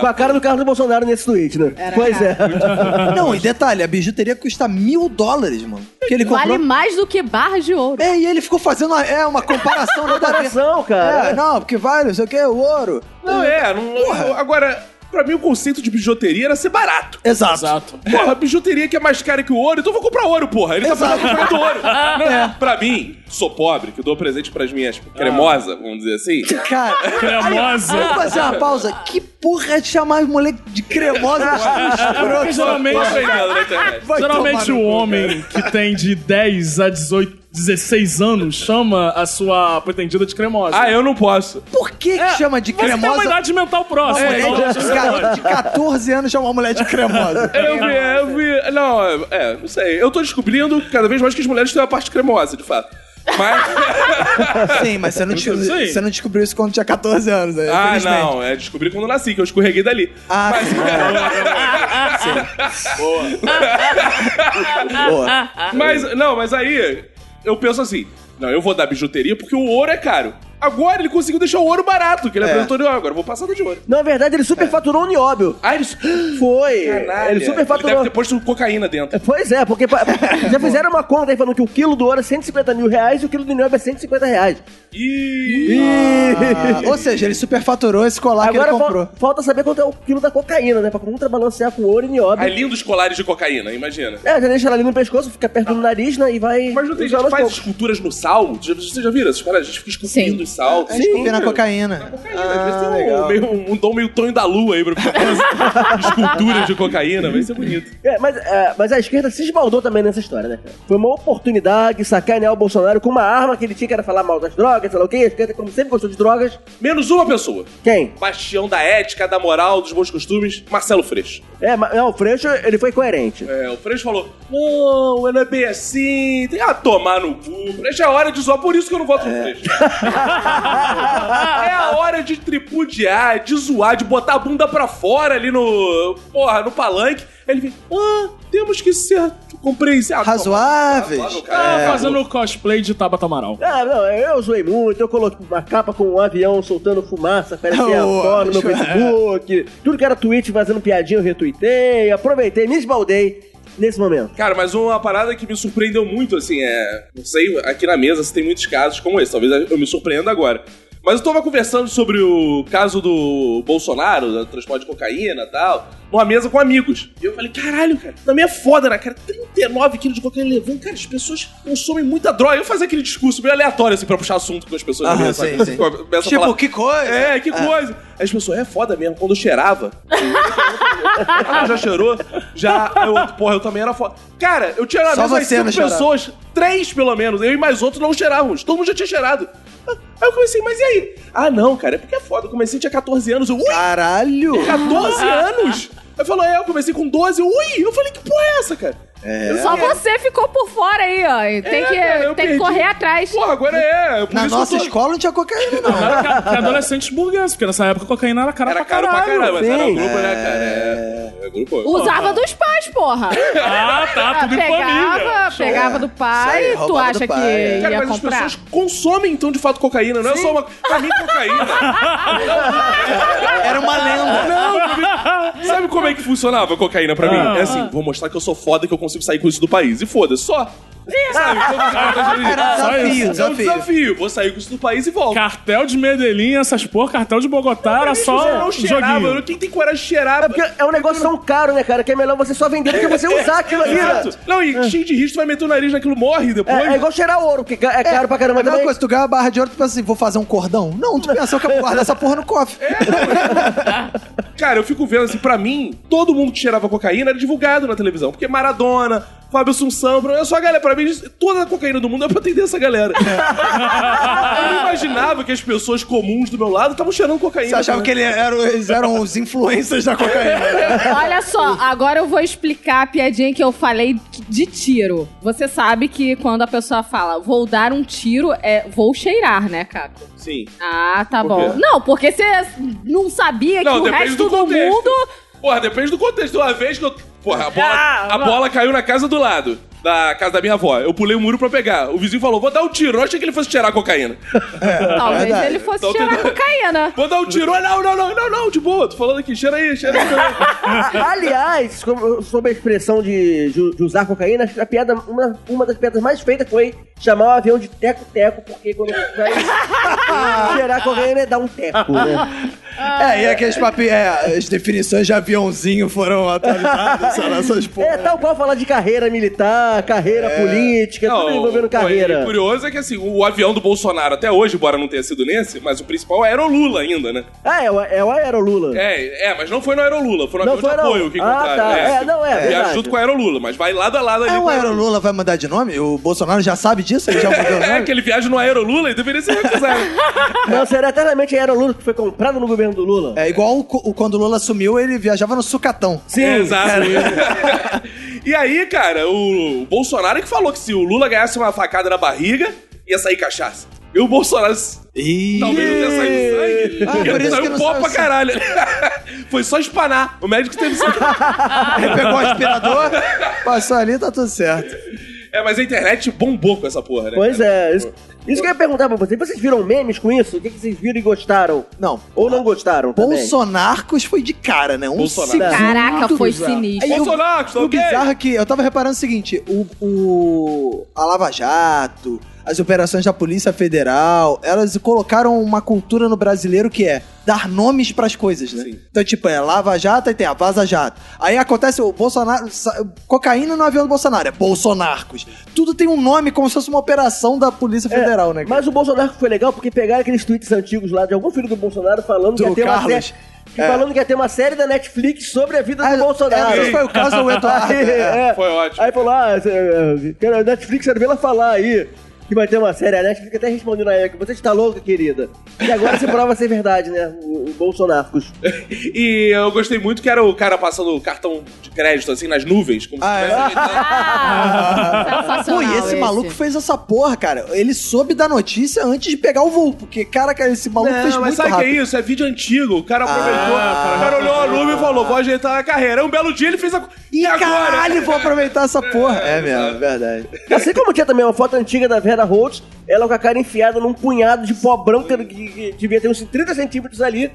Speaker 2: Com a cara do Carlos Bolsonaro nesse tweet, né?
Speaker 4: Era
Speaker 2: pois
Speaker 4: cara.
Speaker 2: é.
Speaker 3: Não, e detalhe, a bijuteria custa mil dólares, mano. Que ele comprou.
Speaker 4: Vale mais do que barra de ouro.
Speaker 3: É, e ele ficou fazendo uma, é, uma comparação nada a ver.
Speaker 2: Comparação, cara.
Speaker 3: É, não, porque vale, não sei o que, o ouro.
Speaker 5: Não é, não, eu- agora, pra mim o conceito de bijuteria era ser barato.
Speaker 3: Exato.
Speaker 6: Exato.
Speaker 5: Porra, bijuteria que é mais cara que o ouro, então eu vou comprar ouro, porra. Ele
Speaker 3: Exato. É.
Speaker 5: tá comprando ouro. Não, Pra mim, sou pobre, que dou presente pras minhas
Speaker 2: Ah.
Speaker 5: cremosa, vamos dizer assim.
Speaker 3: Cara, vamos
Speaker 6: Cremosa.
Speaker 3: fazer uma pausa. Que porra é de chamar as moleque de cremosa?
Speaker 6: É Porque
Speaker 5: Tô
Speaker 6: geralmente,
Speaker 5: aprendendo na internet.
Speaker 3: Vai tomar
Speaker 6: geralmente
Speaker 3: no
Speaker 6: o
Speaker 3: cu,
Speaker 6: homem que tem de 10 a 18, 16 anos chama a sua pretendida de cremosa.
Speaker 5: Ah, eu não posso.
Speaker 3: Por que, que chama de
Speaker 6: É, Você tem uma
Speaker 3: cremosa?
Speaker 6: idade mental próxima.
Speaker 3: mulher
Speaker 6: então,
Speaker 3: de, cara, de 14 anos chama uma mulher de cremosa.
Speaker 5: Eu vi, eu vi. Não, é, é, não sei. Eu tô descobrindo cada vez mais que as mulheres têm uma parte cremosa, de fato. Mas. ah,
Speaker 3: Sim, mas você não, te-
Speaker 6: Isso aí.
Speaker 3: você não descobriu isso quando tinha 14 anos, né?
Speaker 5: ah,
Speaker 3: Infelizmente.
Speaker 5: não. É, descobri quando nasci, que eu escorreguei dali.
Speaker 3: Ah,
Speaker 5: Mas-
Speaker 3: Boa.
Speaker 5: Mas, não, mas aí eu penso assim: não, eu vou dar bijuteria porque o ouro é caro. Agora ele conseguiu deixar o ouro barato, que ele
Speaker 3: É.
Speaker 5: apresentou de ouro. Agora eu vou passar do de ouro.
Speaker 2: Na verdade, ele superfaturou o nióbio.
Speaker 5: Ah, ele. Caralho.
Speaker 2: Foi.
Speaker 5: Ele
Speaker 2: Ele
Speaker 5: deve
Speaker 2: superfaturou.
Speaker 5: ter posto cocaína dentro.
Speaker 2: Pois é, porque pa- já fizeram uma conta aí falando que o quilo do ouro é 150 mil reais e o quilo do nióbio é 150 reais.
Speaker 5: Ih.
Speaker 3: Ah, ou seja, ele superfaturou esse colar que
Speaker 2: Agora
Speaker 3: ele
Speaker 2: fal-
Speaker 3: comprou.
Speaker 2: falta saber quanto é o quilo da cocaína, né? Pra contrabalancear com ouro e nióbio.
Speaker 5: Aí lindos colares de cocaína, imagina.
Speaker 2: É, já deixa ela ali no pescoço, fica perto do nariz, né? E vai.
Speaker 5: Mas não tem gente
Speaker 2: usando
Speaker 5: que
Speaker 2: aos
Speaker 5: faz
Speaker 2: poucos.
Speaker 5: esculturas no sal? Já- Vocês já viram? Esses caras, a gente fica esculpindo
Speaker 4: Sim.
Speaker 5: os sal.
Speaker 3: A gente confia na cocaína.
Speaker 5: Cocaína, às vezes tem um, meio, um dom meio tonho da lua aí pra fazer esculturas de cocaína, vai ser bonito.
Speaker 2: É, mas, é, mas a esquerda se esbaldou também nessa história, né, cara? Foi uma oportunidade de sacanear o Bolsonaro com uma arma que ele tinha que era falar mal das drogas, sei lá o quê. A esquerda, como sempre gostou de drogas,
Speaker 5: Menos uma pessoa.
Speaker 2: quem?
Speaker 5: Bastião da ética, da moral, dos bons costumes, Marcelo Freixo.
Speaker 2: É, ma- não, o Freixo, ele foi coerente.
Speaker 5: É, o Freixo falou: Não, ele é bem assim, tem a tomar no cu. Freixo é hora de zoar, por isso que eu não voto no Freixo. é a hora de tripudiar, de zoar, de botar a bunda pra fora ali no. Porra, no palanque. Ele vem: Ah, temos que ser compreensíveis. Ah,
Speaker 3: Razoáveis.
Speaker 6: tá fazendo cosplay de Tabata Amaral.
Speaker 2: Ah, não, eu zoei muito, eu coloquei uma capa com um avião soltando fumaça, apareceu a
Speaker 3: Oh,
Speaker 2: foto no meu
Speaker 3: acho-
Speaker 2: Facebook, tudo que era tweet fazendo piadinha eu retuitei, aproveitei, me esbaldei nesse momento.
Speaker 5: Cara, mas uma parada que me surpreendeu muito, assim, é. Não sei, aqui na mesa se tem muitos casos como esse, talvez eu me surpreenda agora. Mas eu tava conversando sobre o caso do Bolsonaro, do transporte de cocaína e tal, numa mesa com amigos. E eu falei, caralho, cara, também é foda, né, cara? 39 quilos de cocaína levando, cara, as pessoas consomem muita droga. Eu fazia aquele discurso meio aleatório, assim, pra puxar assunto com as pessoas. na
Speaker 3: Ah,
Speaker 5: mesa,
Speaker 3: sim,
Speaker 5: sabe?
Speaker 3: sim.
Speaker 5: Começa a
Speaker 3: Tipo,
Speaker 5: falar,
Speaker 3: que coisa.
Speaker 5: é, que coisa. Aí As pessoas, é foda mesmo, quando eu cheirava. Ah, já cheirou? Já. Eu, porra, eu também era foda. Cara, eu tinha na
Speaker 3: Só
Speaker 5: mesa umas
Speaker 3: você
Speaker 5: cinco
Speaker 3: não cheirava.
Speaker 5: pessoas, três pelo menos, eu e mais outros não cheirávamos. Todo mundo já tinha cheirado. Aí eu comecei, mas e aí? Ah, não, cara, é porque é foda. Eu comecei, tinha 14 anos. Eu, ui,
Speaker 3: Caralho.
Speaker 5: 14 anos? Eu falou, é, eu comecei com 12, ui! Eu falei, que porra é essa, cara?
Speaker 4: Só você ficou por fora aí, ó. Tem
Speaker 5: É,
Speaker 4: que,
Speaker 5: cara, eu
Speaker 4: tem que
Speaker 5: perdi.
Speaker 4: correr atrás.
Speaker 5: Porra, agora é. Por
Speaker 3: Na
Speaker 5: isso que eu
Speaker 3: nossa
Speaker 5: tô-
Speaker 3: escola não tinha cocaína, não.
Speaker 6: Era ca- que adolescente burguês, porque nessa época a cocaína era cara pra
Speaker 5: Era caro pra
Speaker 6: caralho.
Speaker 5: caralho, mas era
Speaker 2: sim.
Speaker 5: grupo, né, cara? É, é grupo.
Speaker 4: Usava dos pais, porra.
Speaker 6: Ah, tá, tudo em família.
Speaker 4: pegava, pegava do pai,
Speaker 3: Isso aí,
Speaker 4: tu
Speaker 3: roubava
Speaker 4: acha
Speaker 3: do
Speaker 4: que
Speaker 3: pai.
Speaker 5: Cara,
Speaker 4: ia
Speaker 5: mas
Speaker 4: comprar?
Speaker 5: as pessoas consomem, então, de fato, cocaína. Não é só uma... Pra mim, cocaína...
Speaker 3: Era uma lenda.
Speaker 5: Sabe como é que funcionava a cocaína pra mim?
Speaker 6: Ah.
Speaker 5: É assim, vou mostrar que eu sou foda, que eu consigo sair com isso do país. E foda, só. Sabe? Então, você vai atrás dele.
Speaker 3: Era
Speaker 5: Só
Speaker 3: desafio,
Speaker 5: isso. É um
Speaker 3: desafio.
Speaker 5: desafio. Vou sair com isso do país e volto.
Speaker 6: Cartel de Medellín, essas porra, cartel de Bogotá era
Speaker 5: Bicho, você
Speaker 6: só um
Speaker 5: não cheirava.
Speaker 6: joguinho.
Speaker 5: Quem tem coragem de cheirar?
Speaker 2: É porque é um negócio tão caro, né, cara? Que é melhor você só vender do que você
Speaker 3: É,
Speaker 2: usar aquilo ali, né?
Speaker 5: Exato. Não, e cheio de risco, tu vai meter o nariz naquilo, morre
Speaker 2: É,
Speaker 5: depois.
Speaker 2: é igual cheirar ouro, que é caro pra
Speaker 3: É
Speaker 2: caramba
Speaker 3: a mesma
Speaker 2: também.
Speaker 3: coisa, tu ganha uma barra de ouro, tu pensa assim, vou fazer um cordão? Não, tu pensa, eu quero guardar essa porra no cofre.
Speaker 5: Cara, eu fico vendo assim, pra mim, todo mundo que cheirava cocaína era divulgado na televisão. Porque Maradona, Fábio Assunção, é só a galera. Pra mim, toda a cocaína do mundo é pra atender essa galera. eu não imaginava que as pessoas comuns do meu lado estavam cheirando cocaína.
Speaker 3: Você achava que ele era, eles eram os influencers da cocaína. né?
Speaker 4: Olha só, agora eu vou explicar a piadinha que eu falei de tiro. Você sabe que quando a pessoa fala vou dar um tiro, é vou cheirar, né, Caco?
Speaker 5: Sim.
Speaker 4: Ah, tá
Speaker 5: Por
Speaker 4: bom.
Speaker 5: quê?
Speaker 4: Não, porque você não sabia
Speaker 5: Não,
Speaker 4: É que o
Speaker 5: depende
Speaker 4: resto
Speaker 5: do
Speaker 4: do,
Speaker 5: contexto.
Speaker 4: mundo.
Speaker 5: Porra, depende do contexto. Uma vez que eu. Porra, a bola,
Speaker 7: Ah,
Speaker 5: a bola caiu na casa do lado. Da casa da minha avó. Eu pulei o muro pra pegar. O vizinho falou: vou dar um tiro. Eu achei que ele fosse cheirar cocaína. É
Speaker 4: Talvez
Speaker 3: verdade.
Speaker 4: ele fosse
Speaker 5: Então,
Speaker 4: cheirar
Speaker 5: tudo-
Speaker 4: cocaína.
Speaker 5: Vou dar um tiro. Ah, Não, não, não, não, não, de boa. Tô falando aqui, cheira aí, cheira aí. Cheira aí.
Speaker 2: Aliás, como- sobre a expressão de, de- de usar cocaína, acho que a piada, uma, uma das piadas mais feitas foi chamar o avião de teco-teco, porque quando vai cheirar cocaína é dar um teco, né?
Speaker 3: é, e aqueles papinhos, é, as definições de aviãozinho foram atualizadas, sei lá, essas porra.
Speaker 2: É tal qual falar de carreira militar, carreira política, tudo envolvendo
Speaker 5: O,
Speaker 2: carreira.
Speaker 5: o curioso é que assim, o avião do Bolsonaro até hoje, embora não tenha sido nesse, mas o principal era o Lula ainda, né?
Speaker 2: Ah, é, o- é o Aerolula.
Speaker 5: É, é, mas não foi no Aerolula, foi no
Speaker 2: Não
Speaker 5: avião de
Speaker 2: foi, não.
Speaker 5: apoio que
Speaker 2: Ah,
Speaker 5: encontraram.
Speaker 2: tá. É, não, é,
Speaker 5: Viaja
Speaker 2: verdade.
Speaker 5: junto com o Aerolula, mas vai lado a lado ali.
Speaker 3: É,
Speaker 5: com
Speaker 3: o
Speaker 5: o
Speaker 3: Aero Lula vai mudar de nome? O Bolsonaro já sabe disso? Ele já mudou o
Speaker 5: É,
Speaker 3: nome?
Speaker 5: que ele viaja no Aerolula e deveria ser recusado.
Speaker 2: Não, será eternamente Aerolula é que foi comprado no governo do Lula.
Speaker 3: É igual o, cu- o- quando o Lula sumiu, ele viajava no sucatão.
Speaker 5: Sim, Exato. e aí, cara, o Bolsonaro que falou que se o Lula ganhasse uma facada na barriga, ia sair cachaça. E o Bolsonaro
Speaker 3: Ih.
Speaker 5: Talvez não tenha saído sangue.
Speaker 3: Ah, por
Speaker 5: porque
Speaker 3: isso que
Speaker 5: saiu
Speaker 3: não
Speaker 5: pó
Speaker 3: saiu
Speaker 5: pra
Speaker 3: sangue.
Speaker 5: caralho. Foi só espanar. O médico teve sangue.
Speaker 3: Ele pegou o aspirador, passou ali, tá tudo certo.
Speaker 5: É, mas a internet bombou com essa porra, né?
Speaker 2: Pois é. Isso, isso que eu ia perguntar pra vocês. Vocês viram memes com isso? O que, que vocês viram e gostaram?
Speaker 3: Não.
Speaker 2: Ou não gostaram
Speaker 3: Tá
Speaker 2: também?
Speaker 3: Bolsonarcos foi de cara, né? Um
Speaker 5: Bolsonaro.
Speaker 3: segundo
Speaker 4: Caraca, foi
Speaker 3: bizarro.
Speaker 4: sinistro.
Speaker 3: Aí o-
Speaker 5: Bolsonaro, tá
Speaker 3: o,
Speaker 5: ok?
Speaker 3: bizarro é que eu tava reparando o seguinte: o, o- a Lava Jato, as operações da Polícia Federal, elas colocaram uma cultura no brasileiro que é dar nomes pras coisas, né? Então, tipo, é Lava Jato e tem a Vaza Jato. Aí acontece o Bolsonaro. sa- Cocaína no avião do Bolsonaro, é Bolsonarcos. Tudo tem um nome como se fosse uma operação da
Speaker 5: É,
Speaker 3: Polícia Federal, né? cara?
Speaker 2: Mas o Bolsonaro foi legal porque pegaram aqueles tweets antigos lá de algum filho do Bolsonaro falando que
Speaker 3: Do
Speaker 2: ia ter uma
Speaker 3: Carlos. É.
Speaker 2: série. que Falando que ia ter uma série da Netflix sobre a vida do
Speaker 3: Ah,
Speaker 2: Bolsonaro.
Speaker 3: é, esse foi o caso do Eduardo.
Speaker 2: Aí, é.
Speaker 5: Foi ótimo.
Speaker 2: Aí falou: ah, é, é, quero- a Netflix quero ver ela falar aí. Que vai ter uma série, a Netflix até respondeu na época, você está louca, querida. E agora se prova ser verdade, né? O, o Bolsonaro.
Speaker 5: E eu gostei muito que era o cara passando o cartão de crédito, assim, nas nuvens. Como
Speaker 3: Ah,
Speaker 5: se tivesse-
Speaker 4: Ah,
Speaker 3: Pô,
Speaker 4: sensacional.
Speaker 3: e esse maluco fez essa porra, cara. Ele soube da notícia antes de pegar o voo. Porque, cara, cara, esse maluco fez
Speaker 5: Não,
Speaker 3: muito
Speaker 5: mas sabe o que é
Speaker 3: rápido.
Speaker 5: isso? É vídeo antigo. O cara aproveitou, o cara olhou a nuvem e falou: vou ajeitar a carreira. Aí um belo dia ele fez a.
Speaker 3: Ih,
Speaker 5: E agora?
Speaker 3: caralho, vou aproveitar essa porra. É, mesmo, verdade.
Speaker 2: Assim como tinha também uma foto antiga da Vera Holtz, ela com a cara enfiada num punhado de pó branco que, que devia ter uns 30 centímetros ali.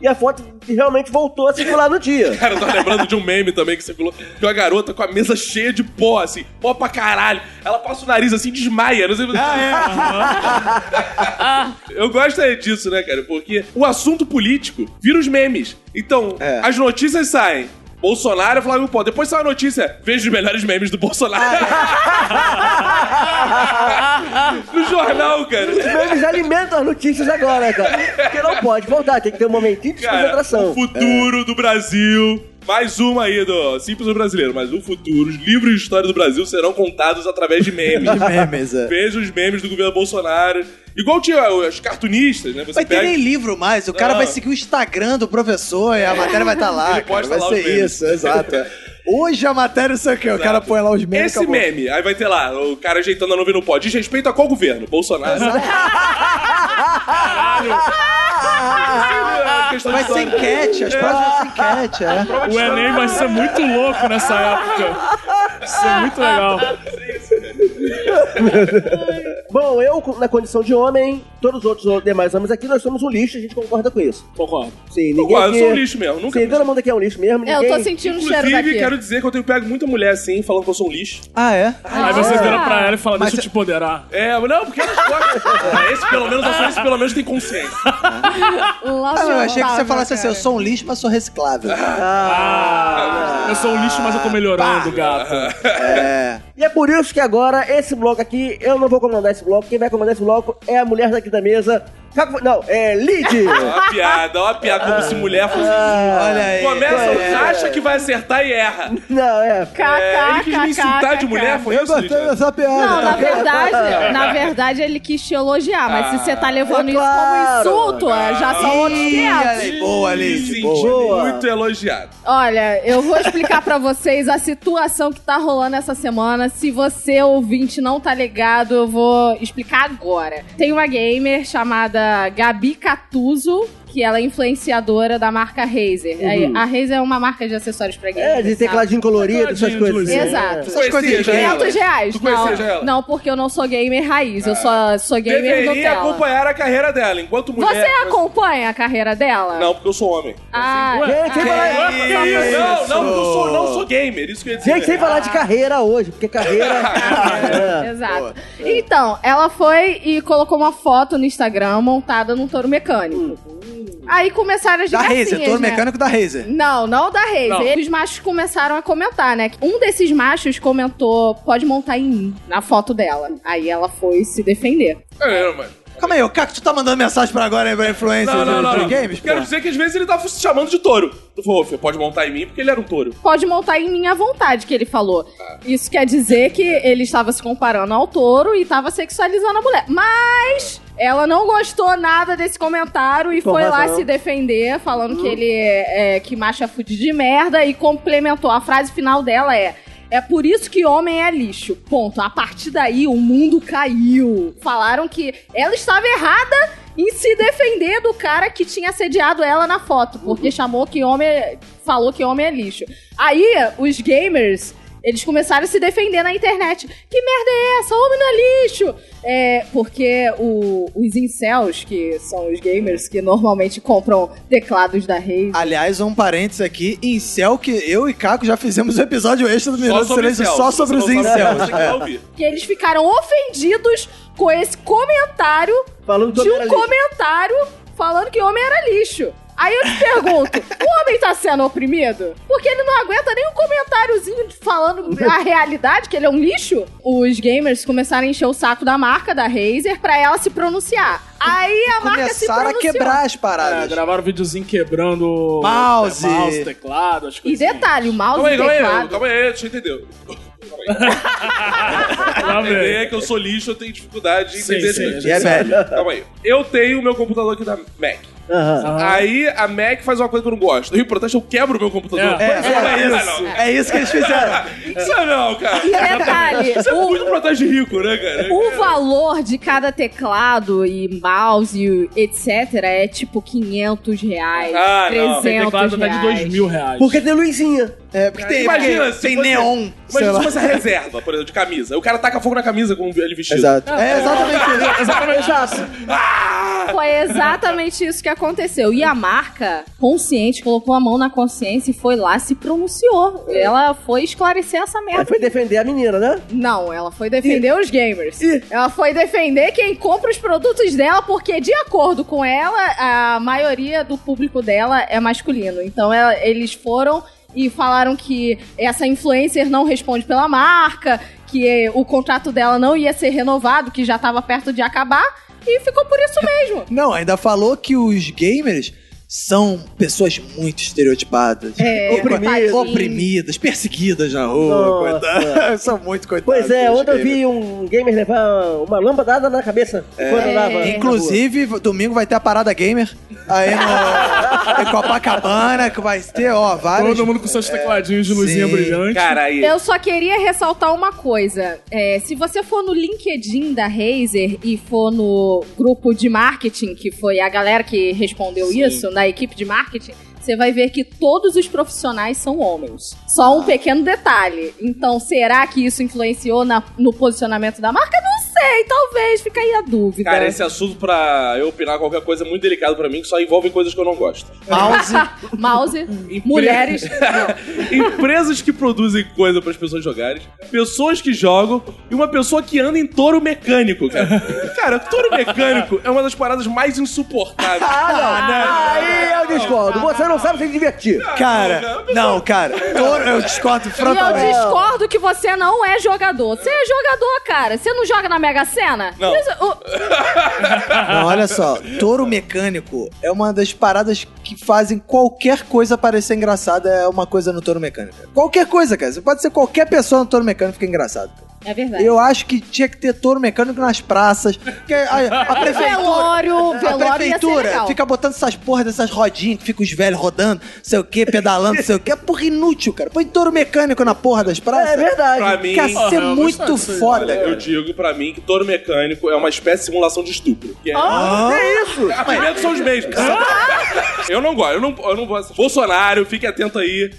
Speaker 2: E a foto realmente voltou a circular no dia.
Speaker 5: Cara, eu tô lembrando de um meme também que você falou de uma garota com a mesa cheia de pó, assim, pó pra caralho. Ela passa o nariz assim, desmaia. Não sei... Ah, é. eu gosto é disso, né, cara? Porque o assunto político vira os memes. Então,
Speaker 3: É.
Speaker 5: as notícias saem. Bolsonaro e Flávio Pó. Depois sai a notícia. Veja os melhores memes do Bolsonaro. no jornal,
Speaker 2: Os
Speaker 5: cara.
Speaker 2: memes alimentam as notícias agora, cara. Porque não pode voltar, tem que ter um momentinho de
Speaker 3: é
Speaker 5: Cara, o
Speaker 2: concentração.
Speaker 5: futuro do Brasil. Mais uma aí do Simples do Brasileiro, mas o futuro, os livros de história do Brasil serão contados através de memes.
Speaker 3: De memes, é.
Speaker 5: Veja os memes do governo Bolsonaro. Igual tinha os cartunistas, né? Você
Speaker 3: Vai ter
Speaker 5: pega.
Speaker 3: nem livro mais. O cara
Speaker 5: Não.
Speaker 3: vai seguir o Instagram do professor e a matéria vai estar lá.
Speaker 5: Ele
Speaker 3: cara.
Speaker 5: posta
Speaker 3: vai
Speaker 5: lá os
Speaker 3: ser
Speaker 5: memes.
Speaker 3: isso, exato. é. Hoje a matéria, sei o quê? O cara põe lá os memes.
Speaker 5: Esse
Speaker 3: né? acabou.
Speaker 5: meme, aí vai ter lá, o cara ajeitando a nuvem no pó. Diz respeito a qual governo? Bolsonaro. Caralho. É questão de
Speaker 3: Vai ser
Speaker 5: história.
Speaker 3: enquete, as provas vão ser enquete, é.
Speaker 6: O Enem vai ser muito louco nessa época. Isso é muito legal.
Speaker 2: Bom, eu, na condição de homem, todos os outros demais homens aqui, nós somos um lixo, a gente concorda com isso.
Speaker 6: Concordo.
Speaker 2: Sim, ninguém
Speaker 5: Concordo,
Speaker 2: aqui...
Speaker 5: eu sou um lixo mesmo. Nunca
Speaker 2: Sim, todo mundo aqui é um lixo mesmo.
Speaker 4: É,
Speaker 2: Ninguém...
Speaker 4: eu tô sentindo o cheiro
Speaker 5: Inclusive,
Speaker 4: daqui.
Speaker 5: quero dizer que eu tenho pego muita mulher assim, falando que eu sou um lixo.
Speaker 3: Ah, é?
Speaker 6: Aí você vira pra ela e fala, deixa eu te empoderar.
Speaker 5: É, não, porque elas gostam.
Speaker 6: É,
Speaker 5: Ah, esse pelo menos, eu sou esse pelo menos tem consciência.
Speaker 4: Lá
Speaker 3: Ah,
Speaker 4: de
Speaker 3: eu achei que você
Speaker 4: Otávio,
Speaker 3: falasse assim,
Speaker 4: cara.
Speaker 3: eu sou um lixo, mas sou reciclável.
Speaker 6: Ah, eu sou um lixo, mas eu tô melhorando, gato.
Speaker 3: Ah,
Speaker 2: E é por isso que agora, esse bloco aqui, eu não vou comandar esse bloco. Quem vai comandar esse bloco é a mulher daqui da mesa. Caco- Não, é Lid.
Speaker 5: Ó a piada, ó a piada, como se mulher fosse.
Speaker 4: Ah,
Speaker 3: Olha aí.
Speaker 4: é,
Speaker 5: Começa, acha que vai acertar e erra.
Speaker 2: não, é...
Speaker 5: É, ele quis me insultar
Speaker 4: KKKKK.
Speaker 5: de mulher, foi
Speaker 3: Eu
Speaker 5: isso?
Speaker 3: gostei
Speaker 5: Lídia?
Speaker 3: dessa piada.
Speaker 4: Não, na verdade, na verdade ele quis te elogiar, mas se você tá levando
Speaker 2: é
Speaker 4: isso
Speaker 2: claro.
Speaker 4: como insulto, é, já são outros
Speaker 3: Ih,
Speaker 4: tempos.
Speaker 3: olha aí, boa,
Speaker 5: Me
Speaker 3: Lid.
Speaker 5: senti
Speaker 3: boa.
Speaker 5: muito elogiado.
Speaker 4: Olha, eu vou explicar pra vocês a situação que tá rolando essa semana. Se você, ouvinte, não tá ligado, eu vou explicar agora. Tem uma gamer chamada Gabi Catuso, que ela é influenciadora da marca Razer. Aí, A Razer é uma marca de acessórios pra gamer.
Speaker 2: É, de
Speaker 4: sabe?
Speaker 2: tecladinho colorido, essas
Speaker 6: Tecladinho de
Speaker 2: coisas.
Speaker 6: luzinha.
Speaker 4: Exato.
Speaker 5: Essas coisinhas,
Speaker 4: 500 reais.
Speaker 5: Tu conhecia já
Speaker 4: Não,
Speaker 5: ela?
Speaker 4: não, porque eu não sou gamer raiz, eu só sou gamer
Speaker 5: Deveria
Speaker 4: Nutella.
Speaker 5: acompanhar a carreira dela, enquanto
Speaker 4: Você é
Speaker 5: mulher.
Speaker 4: acompanha a carreira dela?
Speaker 5: É, Não, porque eu sou homem.
Speaker 4: Ah,
Speaker 2: Gente, sem falar,
Speaker 5: é Não, não, não sou, não sou gamer, isso que eu ia dizer. Ah,
Speaker 2: gente, sem falar de carreira hoje, porque carreira... É.
Speaker 4: Exato. Então, ela foi e colocou uma foto no Instagram montada num touro mecânico. Aí começaram as
Speaker 3: Da
Speaker 4: gracinhas,
Speaker 3: Razer, todo
Speaker 4: né?
Speaker 3: mecânico da Razer.
Speaker 4: Não, não da Razer.
Speaker 6: Não.
Speaker 4: Eles machos começaram a comentar, né? Um desses machos comentou, pode montar em mim, na foto dela. Aí ela foi se defender.
Speaker 5: É, mano.
Speaker 3: Calma aí, o Caco, tu tá mandando mensagem pra agora aí pra influencer
Speaker 5: Não, não,
Speaker 3: do-
Speaker 5: não.
Speaker 3: do
Speaker 5: não.
Speaker 3: games, pô?
Speaker 5: Quero dizer que às vezes ele tava se chamando de touro. Tu falou, "Fê, pode montar em mim porque ele era um touro.
Speaker 4: Pode montar em mim à vontade, que ele falou. Isso quer dizer que ele estava se comparando ao touro e estava sexualizando a mulher. Mas ela não gostou nada desse comentário e
Speaker 2: Com
Speaker 4: foi lá
Speaker 2: razão.
Speaker 4: se defender, falando que ele é, é, que macho é fude de merda e complementou. A frase final dela é. É por isso que homem é lixo. Ponto. A partir daí, o mundo caiu. Falaram que ela estava errada em se defender do cara que tinha assediado ela na foto, porque chamou que homem. é- falou que homem é lixo. Aí, os gamers. Eles começaram a se defender na internet. Que merda é essa? Homem não é lixo! É, porque o- os incels, que são os gamers que normalmente compram teclados da Razer.
Speaker 3: Aliás, um parênteses aqui, incel, que eu e Caco já fizemos um episódio extra do Minuto do Silêncio
Speaker 5: incel.
Speaker 3: só sobre os
Speaker 5: Você não sabe,
Speaker 3: incels. É.
Speaker 5: você que vai ouvir.
Speaker 4: que eles ficaram ofendidos com esse comentário
Speaker 2: Falando
Speaker 4: de
Speaker 2: todo
Speaker 4: um comentário falando que homem era lixo. Aí eu te pergunto, o homem tá sendo oprimido? Porque ele não aguenta nem um comentáriozinho de- falando a realidade, que ele é um lixo? Os gamers começaram a encher o saco da marca, da Razer, pra ela se pronunciar. Aí a marca se
Speaker 3: Começaram a
Speaker 4: pronunciou.
Speaker 3: quebrar as
Speaker 6: É,
Speaker 3: paradas.
Speaker 6: gravaram um videozinho quebrando
Speaker 3: Mouse.
Speaker 6: é, mouse teclado, as
Speaker 4: E
Speaker 6: coisas.
Speaker 4: detalhe, o mouse
Speaker 5: Calma aí,
Speaker 4: e
Speaker 5: calma aí,
Speaker 4: teclado...
Speaker 5: calma aí, deixa eu entender.
Speaker 6: Lá
Speaker 5: A
Speaker 6: vem.
Speaker 5: ideia é que eu sou lixo, eu tenho dificuldade de
Speaker 6: Sim,
Speaker 5: entender
Speaker 6: sim,
Speaker 5: esse
Speaker 3: E é velho.
Speaker 5: Calma aí. Eu tenho meu computador aqui da Mac.
Speaker 2: Aham.
Speaker 6: Ah.
Speaker 5: Aí a Mac faz uma coisa que eu não gosto. E protesto, eu quebro meu computador.
Speaker 6: É,
Speaker 5: Mas não é isso.
Speaker 3: É isso que eles fizeram.
Speaker 5: não. Isso é não, cara.
Speaker 4: E detalhe,
Speaker 5: Isso é
Speaker 4: o-
Speaker 5: muito protesto de rico, né, cara?
Speaker 4: O valor de cada teclado e mouse, e etc., é tipo 500 reais,
Speaker 5: Ah, não.
Speaker 4: 300
Speaker 6: Tem teclado até
Speaker 4: reais.
Speaker 6: de dois mil reais.
Speaker 2: Porque tem luzinha.
Speaker 3: É, porque tem,
Speaker 5: Imagina
Speaker 3: porque
Speaker 5: se
Speaker 3: tem
Speaker 5: você-
Speaker 3: neon, sei
Speaker 5: Mas
Speaker 3: lá.
Speaker 5: se fosse a reserva, por exemplo, de camisa. O cara taca fogo na camisa com um ele vestido.
Speaker 3: Exato. É exatamente isso.
Speaker 6: Exatamente.
Speaker 4: Foi exatamente isso que aconteceu. E a marca, consciente, colocou a mão na consciência e foi lá, se pronunciou. Ela foi esclarecer essa
Speaker 2: Aí
Speaker 4: merda.
Speaker 2: foi defender a menina, né?
Speaker 4: Não, ela foi defender os gamers.
Speaker 2: Ih.
Speaker 4: Ela foi defender quem compra os produtos dela, porque, de acordo com ela, a maioria do público dela é masculino. Então, ela- eles foram e falaram que essa influencer não responde pela marca, que eh, o contrato dela não ia ser renovado, que já estava perto de acabar, e ficou por isso mesmo.
Speaker 3: Não, ainda falou que os gamers são pessoas muito estereotipadas.
Speaker 4: É,
Speaker 3: oprimidas,
Speaker 4: coitadinho.
Speaker 3: oprimidas, perseguidas na rua,
Speaker 2: Nossa.
Speaker 3: coitadas. São muito coitadas.
Speaker 2: Pois é,
Speaker 3: os
Speaker 2: ontem eu
Speaker 3: gamers.
Speaker 2: vi um gamer levar uma lambadada na cabeça. Quando andava.
Speaker 4: É,
Speaker 2: na
Speaker 3: Inclusive, domingo vai ter a Parada Gamer aí no em Copacabana, que vai ter, ó, vários...
Speaker 6: Todo mundo com seus tecladinhos de luzinha
Speaker 3: É, Sim.
Speaker 6: brilhante.
Speaker 5: Cara, aí.
Speaker 4: Eu só queria ressaltar uma coisa. É, se você for no LinkedIn da Razer e for no grupo de marketing, que foi a galera que respondeu isso, na equipe de marketing, você vai ver que todos os profissionais são homens. Só
Speaker 5: Ah.
Speaker 4: um pequeno detalhe. Então, será que isso influenciou na- no posicionamento da marca? Não sei, talvez, fica aí a dúvida.
Speaker 5: Cara, é esse assunto pra eu opinar qualquer coisa é muito delicado pra mim, que só envolve coisas que eu não gosto.
Speaker 3: Mouse.
Speaker 4: Mouse, mulheres. Não.
Speaker 5: Empresas que produzem coisa pras pessoas jogarem, pessoas que jogam e uma pessoa que anda em touro mecânico, cara. cara, touro mecânico é uma das paradas mais insuportáveis.
Speaker 2: Ah, não. Aí eu discordo. Você não sabe se divertir.
Speaker 3: Cara, não, cara. Touro, eu discordo
Speaker 4: E eu
Speaker 3: frontalmente.
Speaker 4: discordo que você não é jogador. Você é jogador, cara. Você não joga na Mega Sena?
Speaker 5: Não.
Speaker 4: Isso- o-
Speaker 3: Não, olha só, touro mecânico é uma das paradas que fazem qualquer coisa parecer engraçada, é uma coisa no touro mecânico. Qualquer coisa, cara. Você pode ser qualquer pessoa no touro mecânico que é engraçado. cara.
Speaker 4: É verdade.
Speaker 3: Eu acho que tinha que ter touro mecânico nas praças. Porque
Speaker 2: É
Speaker 3: a, a prefeitura. A
Speaker 4: Velório, velório ia ser
Speaker 3: prefeitura
Speaker 4: legal.
Speaker 3: fica botando essas porras dessas rodinhas que fica os velhos rodando, sei o que, pedalando, sei o que. É porra inútil, cara. Põe touro mecânico na porra das praças.
Speaker 2: É verdade.
Speaker 5: Pra mim, é
Speaker 3: Quer ser
Speaker 6: eu
Speaker 3: muito
Speaker 6: gosto disso aí.
Speaker 3: foda,
Speaker 5: assim, Olha, eu
Speaker 3: cara.
Speaker 5: digo pra mim que touro mecânico é uma espécie de simulação de estupro. Que é...
Speaker 2: É isso.
Speaker 5: Os argumentos são os mesmos. Eu não gosto, eu não, eu não gosto. Bolsonaro, fique atento aí.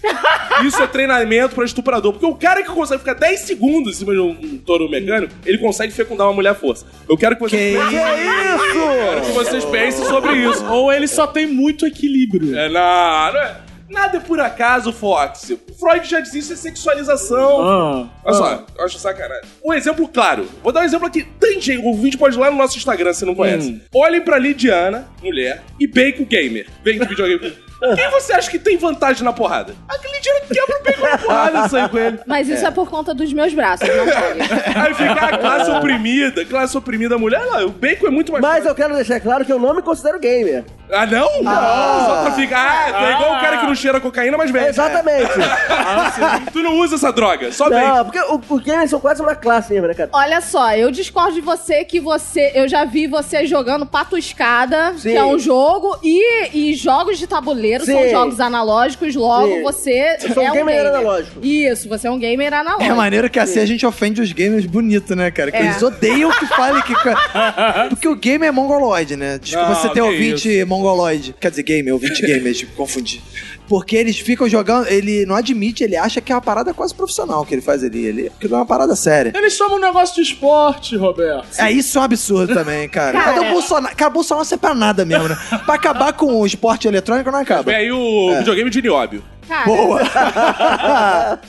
Speaker 5: Isso é treinamento pra estuprador. Porque o cara que consegue ficar 10 segundos em cima de um, um touro mecânico, ele consegue fecundar uma mulher à força. Eu quero que vocês,
Speaker 3: Que
Speaker 2: É isso.
Speaker 5: que vocês pensem sobre isso.
Speaker 6: Ou ele só tem muito equilíbrio.
Speaker 5: É, não, não é- Nada é por acaso, Fox. Freud já disse isso é sexualização.
Speaker 6: Ah.
Speaker 5: Olha só, eu acho sacanagem. Um exemplo claro. Vou dar um exemplo aqui. Tem gente, o vídeo pode ir lá no nosso Instagram, se não conhece. Olhem pra Lidiana, mulher, e Bacon Gamer. Vende videogame. Quem você acha que tem vantagem na porrada? A Lidiana quebra o Bacon na porrada, sai com ele.
Speaker 4: Mas isso é. por conta dos meus braços, não foi.
Speaker 5: Aí fica a classe oprimida, classe oprimida, a mulher, lá, o Bacon é muito mais...
Speaker 2: Mas eu quero deixar claro que eu não me considero gamer.
Speaker 5: Ah, não? Não, só pra ficar... Ah, tu é igual o cara que não cheira cocaína, mas
Speaker 3: É.
Speaker 5: vende.
Speaker 2: Exatamente.
Speaker 5: Assim, Tu não usa essa droga, só vende.
Speaker 2: Não, porque o- os gamers são quase uma classe mesmo, né, cara?
Speaker 4: Olha só, eu discordo de você que você. Eu já vi você jogando Patuscada,
Speaker 2: Sim.
Speaker 4: que é um jogo, e, e jogos de tabuleiro
Speaker 2: Sim.
Speaker 4: são jogos analógicos, logo
Speaker 2: Sim.
Speaker 4: você.
Speaker 2: Eu sou
Speaker 4: é
Speaker 2: um gamer analógico.
Speaker 4: Isso, você é um gamer analógico.
Speaker 3: É maneiro que assim a gente ofende os gamers bonito, né, cara? Que
Speaker 4: É.
Speaker 3: eles odeiam que fale que. Porque o game é mongoloide, né? Desculpa
Speaker 5: Não,
Speaker 3: você ter
Speaker 5: que
Speaker 3: ouvinte mongoloide. Quer dizer, game, ouvinte gamer, tipo, confundi. Porque eles ficam jogando, ele não admite, ele acha que é uma parada quase profissional que ele faz ali. Ele, que não é uma parada séria.
Speaker 6: Eles chamam um negócio de esporte, Roberto.
Speaker 3: É isso é um absurdo também, cara.
Speaker 4: Cara,
Speaker 3: Cadê o
Speaker 4: é.
Speaker 3: Bolsonaro? Cara, o Bolsonaro serve pra nada mesmo, né? Pra acabar com o esporte eletrônico não acaba.
Speaker 5: Vem aí o videogame de nióbio.
Speaker 4: Cara,
Speaker 3: Boa!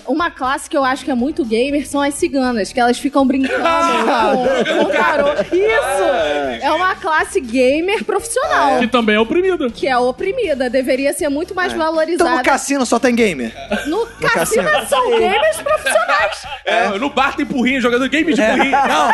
Speaker 4: uma classe que eu acho que é muito gamer são as ciganas, que elas ficam brincando com, com tarô. Isso! É uma classe gamer profissional.
Speaker 6: Que também é oprimido.
Speaker 4: Que é oprimida, deveria ser muito mais
Speaker 3: Então no
Speaker 4: valorizada.
Speaker 3: cassino só tem gamer.
Speaker 4: No, cassino
Speaker 3: cassino.
Speaker 4: são gamers profissionais.
Speaker 5: É, no bar tem porrinha, jogador game de porrinha.
Speaker 3: Não,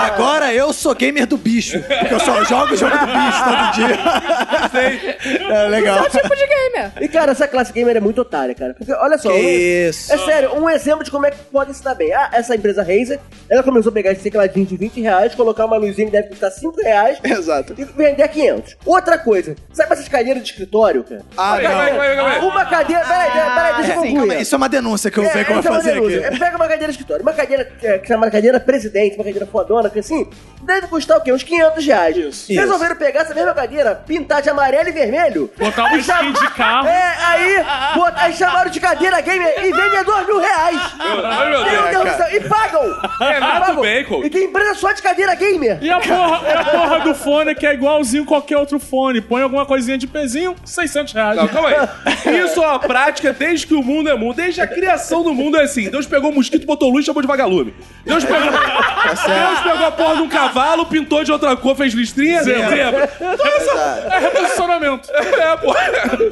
Speaker 3: agora eu sou gamer do bicho. Porque eu só jogo o jogo do bicho todo dia. É legal.
Speaker 4: Esse é o tipo de gamer.
Speaker 2: E, cara, essa classe gamer é muito otária, cara. Porque, olha só.
Speaker 3: Que
Speaker 2: um-
Speaker 3: isso.
Speaker 2: É sério, um exemplo de como é que pode se dar bem. Ah, essa empresa Razer, ela começou a pegar esse tecladinho de 20 reais, colocar uma luzinha que deve custar 5 reais
Speaker 3: Exato.
Speaker 2: e vender a 500. Outra coisa, sabe essas cadeiras de escritório, cara?
Speaker 3: Ah,
Speaker 5: Vai, vai, vai, vai, vai.
Speaker 2: Uma cadeira... Peraí, peraí, peraí,
Speaker 5: assim,
Speaker 2: deixa eu
Speaker 3: Sim,
Speaker 2: concluir.
Speaker 3: calma aí, Isso é uma denúncia que eu sei como
Speaker 2: essa uma
Speaker 3: fazer
Speaker 2: denúncia.
Speaker 3: aqui.
Speaker 2: É, Pega uma cadeira de escritório, uma cadeira é, que chama cadeira presidente, uma cadeira fodona, que assim, deve custar o quê? Uns 500 reais.
Speaker 3: Isso.
Speaker 2: Resolveram pegar essa mesma cadeira, pintar de amarelo e vermelho.
Speaker 6: Botar um
Speaker 2: E cham-
Speaker 6: skin de carro.
Speaker 2: É, aí, bota- aí chamaram de cadeira gamer e vendem dois mil reais.
Speaker 5: Ai, meu Deus.
Speaker 2: Meu Deus do céu, e pagam!
Speaker 3: É,
Speaker 5: Renato
Speaker 2: Pagam.
Speaker 5: Bacon.
Speaker 2: E tem empresa só de cadeira gamer.
Speaker 6: E a porra, e a porra do fone que é igualzinho qualquer outro fone. Põe alguma coisinha de pezinho, 600 reais.
Speaker 5: Não, calma aí. Isso é uma prática desde que o mundo é mundo. Desde a criação do mundo é assim. Deus pegou um mosquito, botou luz e chamou de vagalume. Deus pegou, Deus pegou a porra de um cavalo, pintou de outra cor, fez listrinha, zebra. Então essa...
Speaker 6: É reposicionamento.
Speaker 5: É, porra.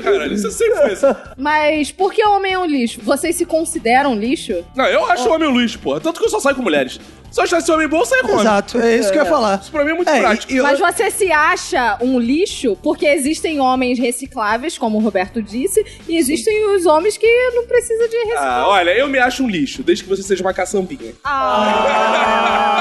Speaker 5: Caralho, isso sempre foi assim.
Speaker 4: Mas por que homem é um lixo? Vocês se consideram um lixo?
Speaker 5: Não, eu acho
Speaker 3: É.
Speaker 5: o homem um lixo, porra. Tanto que eu só saio com mulheres. Se eu achasse homem bom, eu saio com homem.
Speaker 3: Exato, é isso que eu ia falar.
Speaker 5: Isso pra mim é muito
Speaker 3: É, e-
Speaker 5: prático.
Speaker 3: e eu-
Speaker 4: Mas você se acha um lixo porque existem homens recicláveis, como o Roberto disse, e existem os homens que não precisam de reciclar.
Speaker 5: Ah, olha, eu me acho um lixo, desde que você seja uma caçambinha.
Speaker 3: Ah.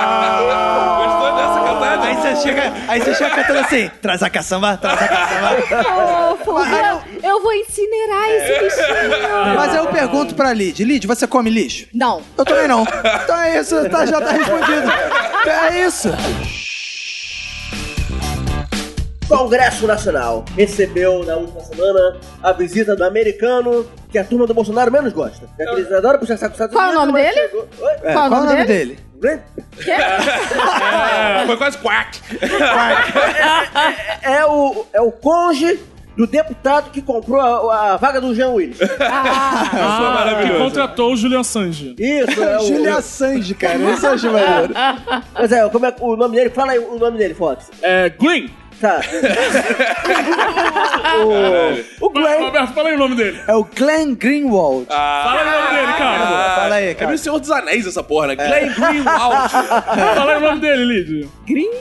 Speaker 5: Gostou dessa cantada?
Speaker 3: Aí você chega, aí você chega cantando assim, traz a caçamba, traz a caçamba.
Speaker 4: Ah, Fofo, eu, eu vou incinerar
Speaker 3: É.
Speaker 4: esse bichinho.
Speaker 3: Mas eu pergunto pra Lid, Lid, você come lixo?
Speaker 4: Não.
Speaker 3: Eu também não. Então é isso, tá- já tá respondido. É isso.
Speaker 2: Congresso Nacional recebeu na última semana a visita do americano que a turma do Bolsonaro menos gosta. É que Eles adoram puxar saco Estados
Speaker 4: Qual é o
Speaker 2: Unidos,
Speaker 4: nome
Speaker 2: mas
Speaker 4: dele?
Speaker 2: chegou- Oi?
Speaker 3: É,
Speaker 4: Qual o nome
Speaker 3: dele?
Speaker 2: Brent-
Speaker 5: É, foi quase quack.
Speaker 2: É o, é o conge do deputado que comprou a, a vaga do Jean Willis.
Speaker 5: é
Speaker 6: Ah, que
Speaker 5: maravilhoso.
Speaker 6: contratou o Julian Sanji.
Speaker 2: Isso, é o...
Speaker 3: Julia Sanji, cara. é Isso eu acho maneiro.
Speaker 2: Mas é, como é o nome dele? Fala aí o nome dele, Fox.
Speaker 6: É, Green.
Speaker 2: Tá. o, o Glenn.
Speaker 6: Roberto, fala aí o nome dele.
Speaker 3: É o Glenn Greenwald.
Speaker 6: Fala aí o nome dele, cara.
Speaker 3: Fala aí,
Speaker 5: Ah, É
Speaker 3: cara.
Speaker 5: meio Senhor dos Anéis essa porra,
Speaker 3: É.
Speaker 5: né? Glenn Greenwald.
Speaker 6: Fala aí o nome dele, Lid.
Speaker 4: Green?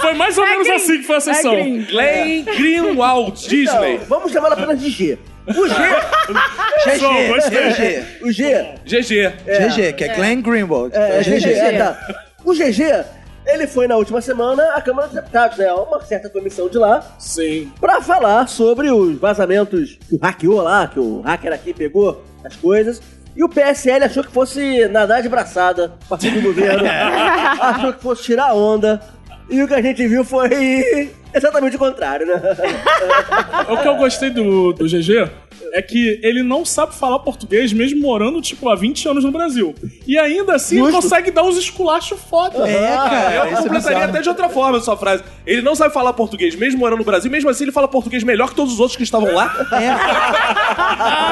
Speaker 6: Foi mais ou menos assim que foi a sessão.
Speaker 4: green.
Speaker 5: Glenn
Speaker 3: É.
Speaker 5: Greenwald,
Speaker 2: Então,
Speaker 5: Disney.
Speaker 2: vamos chamá-lo apenas de G. O G,
Speaker 6: Show, gostei.
Speaker 3: GG.
Speaker 2: o G,
Speaker 5: GG.
Speaker 3: GG, que é Glenn Greenwald.
Speaker 2: é,
Speaker 3: É
Speaker 2: GG,
Speaker 3: GG.
Speaker 2: é, tá. O GG, ele foi na última semana à Câmara dos Deputados, né? Uma certa comissão de lá,
Speaker 6: Sim.
Speaker 2: pra falar sobre os vazamentos que o hackeou lá, que o hacker aqui pegou as coisas. E o PSL achou que fosse nadar de braçada, partido do governo. achou que fosse tirar onda. E o que a gente viu foi exatamente o contrário, né?
Speaker 6: O que eu gostei do, do GG é que ele não sabe falar português, mesmo morando, tipo, há 20 anos no Brasil. E ainda assim ele consegue dar uns esculachos foda.
Speaker 3: É, cara. Isso
Speaker 5: Eu
Speaker 3: é
Speaker 5: completaria
Speaker 3: bizarro.
Speaker 5: até de outra forma a sua frase. Ele não sabe falar português, mesmo morando no Brasil, mesmo assim ele fala português melhor que todos os outros que estavam lá.
Speaker 3: É.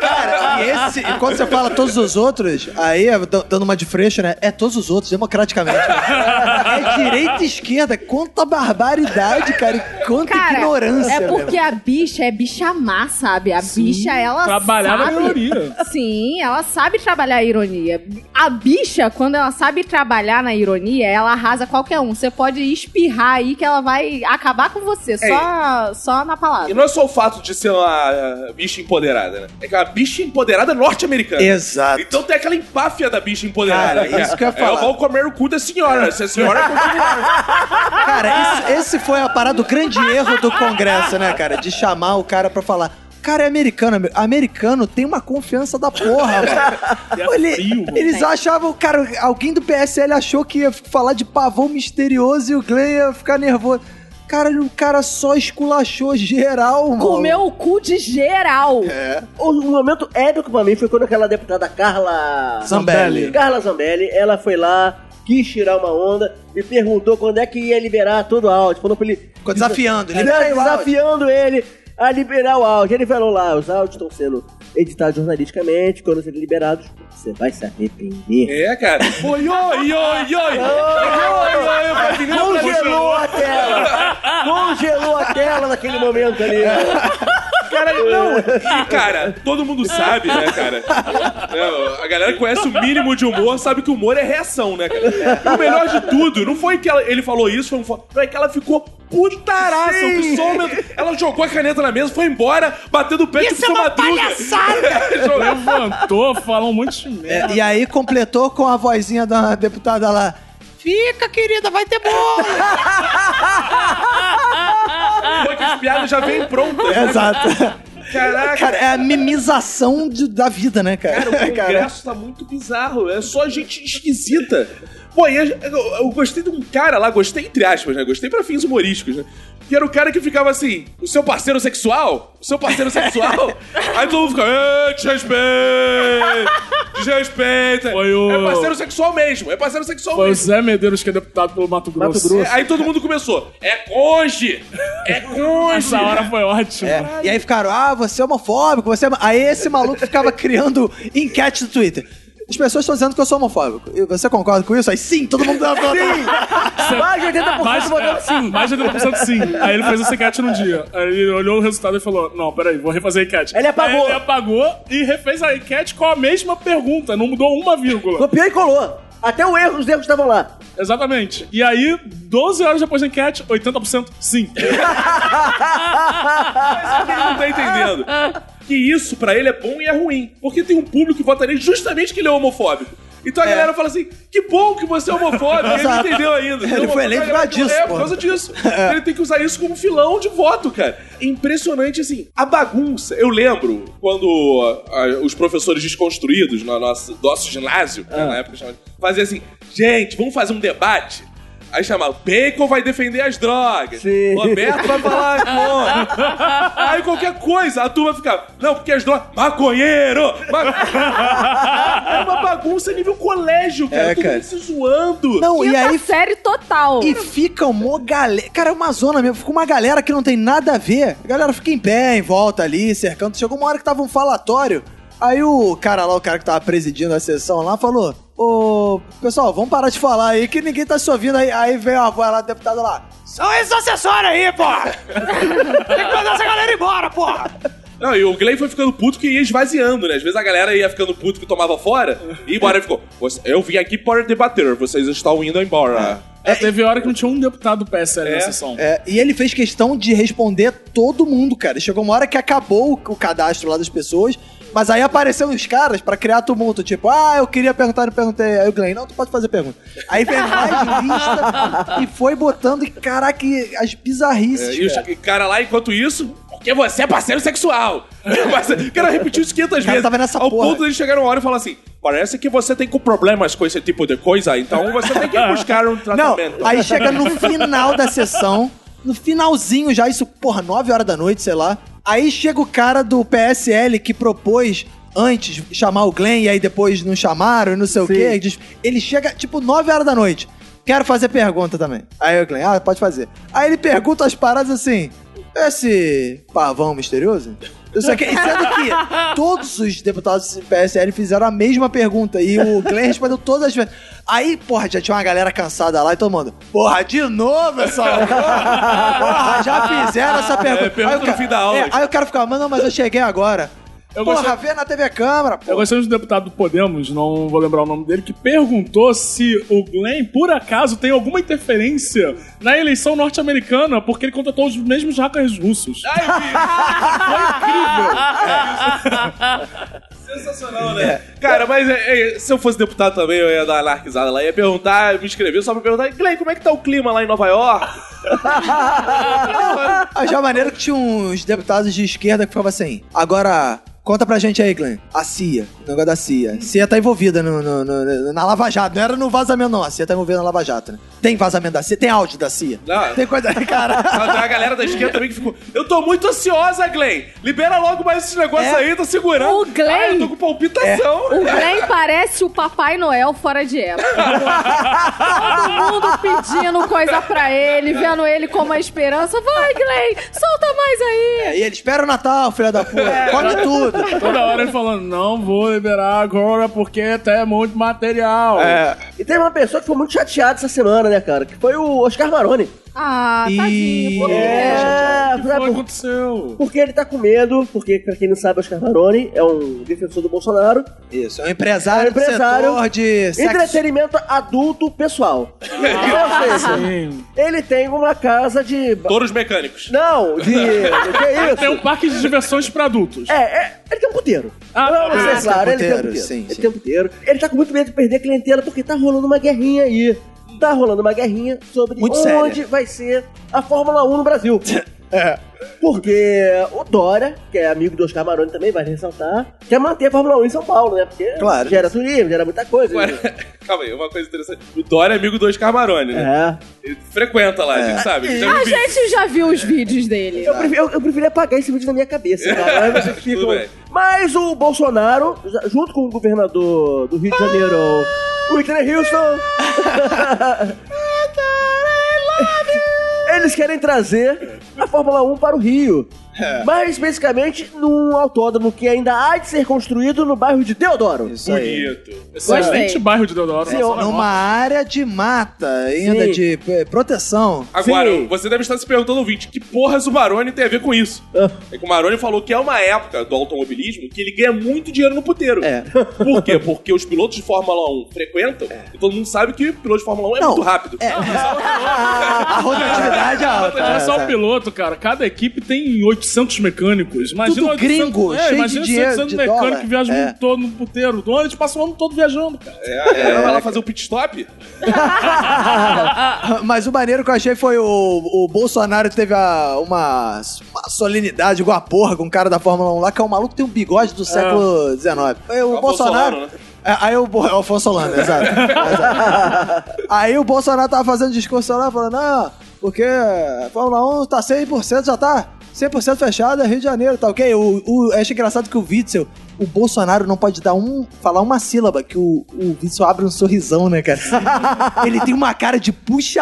Speaker 3: Cara, e esse, e quando você fala todos os outros, aí, d- dando uma de freixo, né? É todos os outros, democraticamente. É direita e esquerda. Quanta barbaridade, cara. E quanta
Speaker 4: Cara,
Speaker 3: ignorância.
Speaker 4: é porque
Speaker 3: velho.
Speaker 4: a bicha é bichamar, sabe? A bicha, ela
Speaker 6: Trabalhava
Speaker 4: sabe...
Speaker 6: a ironia.
Speaker 4: Sim, Assim, ela sabe trabalhar a ironia. A bicha, quando ela sabe trabalhar na ironia, ela arrasa qualquer um. Você pode espirrar aí que ela vai acabar com você, só, só na
Speaker 5: E
Speaker 4: palavra.
Speaker 5: não é só o fato de ser uma bicha empoderada, né? É que a bicha empoderada é norte-americana.
Speaker 3: Exato.
Speaker 5: Então tem aquela empáfia da bicha empoderada.
Speaker 3: Cara, isso que eu ia falar.
Speaker 5: É, vou comer o cu da senhora. Se a senhora continuar.
Speaker 3: Cara, esse, esse foi a parada do grande erro do Congresso, né, cara? De chamar o cara pra falar. Cara, é americano. am- Americano tem uma confiança da porra, mano. Pô, ele-
Speaker 6: frio, mano.
Speaker 3: eles achavam, cara, alguém do PSL achou que ia falar de pavão misterioso e o Glenn ia ficar nervoso. Cara, o cara só esculachou geral, mano.
Speaker 4: Comeu o cu de geral.
Speaker 2: O o momento épico pra mim foi quando aquela deputada Carla...
Speaker 3: Zambelli.
Speaker 2: Carla Zambelli, ela foi lá, quis tirar uma onda, me perguntou quando é que ia liberar todo o áudio. Falou pra ele...
Speaker 3: Ficou desafiando. né?
Speaker 2: Ele
Speaker 3: Libera aí o áudio.
Speaker 2: desafiando ele a liberar o áudio. Ele falou lá, os áudios estão sendo editados jornalisticamente, quando serem liberados, você vai se arrepender.
Speaker 5: É, cara. Oi, oi, oi, oi. Oi, oi, oi. Brasileiro, brasileiro.
Speaker 2: Congelou a tela! Congelou a tela naquele momento ali.
Speaker 5: Caralho, não! E, cara, todo mundo sabe, né, cara? É, a galera que conhece o mínimo de humor sabe que humor é reação, né, cara? E o melhor de tudo, não foi que ela- ele falou isso, foi um fo- não, é que ela ficou putaraça. o pessoal mesmo- Ela jogou a caneta na mesa, foi embora, batendo o pé tipo
Speaker 4: Isso é
Speaker 5: sua
Speaker 4: uma
Speaker 5: madruga.
Speaker 4: palhaçada!
Speaker 5: Jogou-
Speaker 6: Levantou, falou um monte de merda.
Speaker 3: É, e aí completou com a vozinha da deputada lá. Fica, querida, vai ter bolo.
Speaker 5: Foi que as piadas já vêm prontas. né?
Speaker 3: Exato.
Speaker 5: Caraca,
Speaker 3: Cara, é a mimização de- da vida, né, cara?
Speaker 5: Cara, o Congresso tá muito bizarro. É só gente esquisita. Pô, e eu, eu- eu gostei de um cara lá, gostei entre aspas, né? Gostei pra fins humorísticos, né? Que era o cara que ficava assim, o seu parceiro sexual? O seu parceiro sexual? Aí todo mundo "É, fica, "Ê, desrespeita! Desrespeita!
Speaker 6: Foi o-
Speaker 5: É parceiro sexual mesmo, é parceiro sexual
Speaker 6: Foi o
Speaker 5: mesmo.
Speaker 6: Zé Medeiros que é deputado pelo Mato Grosso.
Speaker 5: É, Aí todo mundo começou, é conge! É conge!
Speaker 6: Essa hora foi ótima.
Speaker 3: É. E aí ficaram, ah, você é homofóbico, você é... Aí esse maluco ficava criando enquete no Twitter. As pessoas estão dizendo que eu sou homofóbico. E Você concorda com isso? Aí sim, todo mundo dá
Speaker 2: Mais de 80%
Speaker 6: Mais,
Speaker 2: votando sim.
Speaker 6: mais de 80% sim. Aí ele fez essa enquete num dia. Aí ele olhou o resultado e falou: Não, peraí, vou refazer a enquete.
Speaker 2: Ele apagou.
Speaker 6: Aí ele apagou e refez a enquete com a mesma pergunta, não mudou uma vírgula.
Speaker 2: Copiou e colou. Até o erro, os erros estavam lá.
Speaker 6: Exatamente. E aí, 12 horas depois da enquete, 80% sim. é
Speaker 5: Ele não tá entendendo. Que isso pra ele é bom e é ruim. Porque tem um público que votaria justamente que ele é homofóbico. Então a galera fala assim: que bom que você é homofóbico. ele não
Speaker 3: É. Exato.
Speaker 5: entendeu ainda.
Speaker 3: Ele foi eleito por causa
Speaker 6: Então,
Speaker 5: pra
Speaker 3: disso,
Speaker 5: É,
Speaker 3: pô.
Speaker 5: por causa disso. Ele tem que usar isso como filão de voto, cara. É impressionante, assim. A bagunça. Eu lembro quando ah, ah, os professores
Speaker 3: Ah.
Speaker 5: desconstruídos no nosso, nosso ginásio, né, na época chamava, faziam assim: gente, vamos fazer um debate. Aí chamava, Bacon vai defender as drogas.
Speaker 2: Sim.
Speaker 5: Roberto vai falar contra. Aí qualquer coisa, a turma ficava, não, porque as drogas. Maconheiro! ma- Era uma bagunça nível colégio, cara.
Speaker 3: É,
Speaker 5: Todo
Speaker 3: cara.
Speaker 5: mundo se zoando.
Speaker 3: Não, e aí
Speaker 4: série total.
Speaker 3: E fica uma galera. Cara, é uma zona mesmo. Fica uma galera que não tem nada a ver. A galera fica em pé, em volta ali, cercando. Chegou uma hora que tava um falatório. Aí o cara lá, o cara que tava presidindo a sessão lá, falou: Ô, pessoal, vamos parar de falar aí que ninguém tá se ouvindo. Aí, aí veio a voz lá, do deputado lá. São esses acessórios aí, porra! Tem que mandar essa galera embora, porra!
Speaker 5: Não, e o Glenn foi ficando puto que ia esvaziando, né? Às vezes a galera ia ficando puto que tomava fora e ia embora e ficou. "Você- Eu vim aqui para debater, vocês estão indo embora.
Speaker 6: É, teve hora que não tinha um deputado do PSL
Speaker 5: É.
Speaker 6: na sessão.
Speaker 3: É, e ele fez questão de responder todo mundo, cara. Chegou uma hora que acabou o cadastro lá das pessoas, mas aí apareceram os caras pra criar tumulto. Tipo, ah, eu queria perguntar, não perguntei. Aí o Glenn, não, tu pode fazer pergunta. Aí veio mais lista e foi botando, e caraca, e as
Speaker 5: É,
Speaker 3: bizarrices.
Speaker 5: e
Speaker 3: cara.
Speaker 5: o cara lá, enquanto isso, porque você é parceiro sexual. É, O cara repetiu isso 500
Speaker 3: cara
Speaker 5: vezes.
Speaker 3: tava nessa
Speaker 5: ao
Speaker 3: porra.
Speaker 5: ponto de chegar uma hora e falar assim: parece que você tem com problemas com esse tipo de coisa, então você tem que buscar um
Speaker 3: Não,
Speaker 5: tratamento.
Speaker 3: aí chega no final da sessão, no finalzinho já, isso, porra, 9 horas da noite, sei lá. Aí chega o cara do PSL que propôs antes chamar o Glenn e aí depois não chamaram e não sei o quê. Ele diz- Ele chega, tipo, 9 horas da noite. Quero fazer pergunta também. Aí o Glenn, ah, pode fazer. Aí ele pergunta as paradas assim: esse pavão misterioso? Eu sei que, e sendo que todos os deputados do PSL fizeram a mesma pergunta e o Glenn respondeu todas as vezes. Aí, porra, já tinha uma galera cansada lá e todo mundo, porra, de novo essa Porra, já fizeram essa pergunta.
Speaker 5: É, pergunta
Speaker 3: aí, o
Speaker 5: no fim da aula.
Speaker 3: é, aí o cara ficava, mas não, mas eu cheguei agora.
Speaker 6: Eu
Speaker 3: porra,
Speaker 6: gostei-
Speaker 3: vê na TV câmera,
Speaker 6: Eu
Speaker 3: porra.
Speaker 6: gostei de um deputado do Podemos, não vou lembrar o nome dele, que perguntou se o Glenn, por acaso, tem alguma interferência na eleição norte-americana, porque ele contratou os mesmos hackers russos.
Speaker 5: Ai, filho. Foi incrível. Sensacional, né? Cara, mas é, é, se eu fosse deputado também, eu ia dar uma anarquizada lá. Ia perguntar, me inscrever só pra perguntar, Glenn, como é que tá o clima lá em Nova York?
Speaker 3: Aí Ah, já é maneiro que tinha uns deputados de esquerda que ficavam assim, agora... Conta pra gente aí, Glenn. A CIA. O negócio da CIA. CIA tá envolvida no- no- no- na Lava Jato. Não era no vazamento, não. A CIA tá envolvida na Lava Jato, né? Tem vazamento da CIA? Tem áudio da CIA?
Speaker 5: Não.
Speaker 3: Tem coisa... Cara...
Speaker 5: Mas a galera da esquerda também que ficou. Eu tô muito ansiosa, Glenn. Libera logo mais esse negócio
Speaker 3: É.
Speaker 5: aí, tô segurando.
Speaker 4: O Glenn- É.
Speaker 5: Ai, eu tô com palpitação.
Speaker 4: O Glenn parece o Papai Noel fora de época. Todo mundo pedindo coisa pra ele, vendo ele como a esperança. Vai, Glenn, solta mais aí.
Speaker 3: E ele espera o Natal, filha da
Speaker 2: É,
Speaker 3: puta. Come tudo.
Speaker 6: Toda hora ele falando, não vou liberar agora porque até é muito material.
Speaker 3: É.
Speaker 2: E teve uma pessoa que foi muito chateada essa semana, né, cara? Que foi o Oscar Maroni.
Speaker 4: Ah, tadinho. Por quê?
Speaker 2: É,
Speaker 6: O que
Speaker 2: por-
Speaker 6: aconteceu?
Speaker 2: porque ele tá com medo, porque, pra quem não sabe, Oscar Maroni é um defensor do Bolsonaro.
Speaker 3: Isso, é um
Speaker 2: É
Speaker 3: empresário,
Speaker 2: um empresário.
Speaker 3: do setor
Speaker 6: É
Speaker 3: de sexo.
Speaker 2: Entretenimento adulto pessoal. Ou seja,
Speaker 6: Ah, Sim.
Speaker 2: ele tem uma casa de. ba-
Speaker 5: Touros mecânicos.
Speaker 2: Não, de. que
Speaker 6: Tem um
Speaker 2: isso?
Speaker 6: parque de diversões pra adultos.
Speaker 2: É, é, ele tem um puteiro.
Speaker 6: Ah, tá,
Speaker 2: Vamos ser
Speaker 6: beleza.
Speaker 2: claro, ele tem um
Speaker 3: Puteiro,
Speaker 2: puteiro.
Speaker 3: sim,
Speaker 2: ele
Speaker 3: sim.
Speaker 2: tem um puteiro. Ele tá com muito medo de perder a clientela porque tá rolando uma guerrinha aí. Tá rolando uma guerrinha sobre
Speaker 3: Muito
Speaker 2: onde
Speaker 3: séria. É.
Speaker 2: vai ser a Fórmula 1 no Brasil. Porque o Dória, que é amigo do Oscar Maroni também, vai ressaltar, quer manter a Fórmula 1 em São Paulo, né? Porque
Speaker 3: Claro.
Speaker 2: gera turismo, gera muita coisa.
Speaker 5: Agora, calma aí, uma coisa interessante. O Dória é amigo do Oscar Maroni, né?
Speaker 2: É.
Speaker 5: Ele frequenta lá, a gente sabe. Já
Speaker 4: A
Speaker 5: Tá vi.
Speaker 4: Ah, gente já viu os vídeos dele.
Speaker 2: Eu prefiro, eu, eu prefiro apagar esse vídeo na minha cabeça, cara. Aí vocês ficam-
Speaker 5: Tá. Tudo bem.
Speaker 2: Mas o Bolsonaro, junto com o governador do Rio de Janeiro,
Speaker 5: Ah!
Speaker 2: o Whitney Houston. Eles querem trazer a Fórmula 1 para o Rio.
Speaker 5: É.
Speaker 2: Mais especificamente num autódromo que ainda há de ser construído no bairro de Deodoro.
Speaker 3: Isso aí.
Speaker 5: Bonito.
Speaker 6: Excelente bairro de Deodoro.
Speaker 2: Sim,
Speaker 6: Nossa,
Speaker 2: eu-
Speaker 3: Numa área de mata, ainda
Speaker 2: Sim.
Speaker 3: de eh, proteção.
Speaker 5: Agora,
Speaker 2: Sim.
Speaker 5: você deve estar se perguntando, ouvinte, que porras o Maroni tem a ver com isso?
Speaker 2: Ah.
Speaker 5: É que o Maroni falou que é uma época do automobilismo que ele ganha muito dinheiro no puteiro.
Speaker 3: É.
Speaker 5: Por quê? Porque os pilotos de Fórmula 1 frequentam e todo mundo sabe que o piloto de Fórmula 1 é
Speaker 3: Não,
Speaker 5: muito rápido.
Speaker 3: É.
Speaker 2: Ah.
Speaker 3: a rotatividade é alta.
Speaker 6: Não é
Speaker 2: um
Speaker 6: só o
Speaker 3: Essa-
Speaker 6: piloto, cara. Cada equipe tem 800 mecânicos. Imagina
Speaker 3: Tudo gringo,
Speaker 6: é,
Speaker 3: cheio de
Speaker 6: imagina
Speaker 3: dinheiro, de
Speaker 6: mecânicos
Speaker 3: dólar.
Speaker 6: que viajam
Speaker 3: É.
Speaker 6: o ano todo no puteiro. Do ano, eles passam o ano todo viajando, cara.
Speaker 5: É, a galera vai lá fazer o pit stop?
Speaker 3: Mas o maneiro que eu achei foi o, o Bolsonaro teve a- uma, uma solenidade igual a porra com um cara da Fórmula 1 lá, que é um maluco que tem um bigode do século XIX. Aí O
Speaker 5: É o
Speaker 3: Bolsonaro,
Speaker 5: Bolsonaro, né?
Speaker 3: É, Aí o Bo- Alfonso Holanda, exato. Exato. Aí o Bolsonaro tava fazendo discurso lá, falando, não, porque a Fórmula 1 tá 100%, já tá 100% fechada, Rio de Janeiro, tá ok? O, o, eu achei engraçado que o Witzel, o Bolsonaro não pode dar um, falar uma sílaba, que o, o Witzel abre um sorrisão, né, cara? Ele tem uma cara de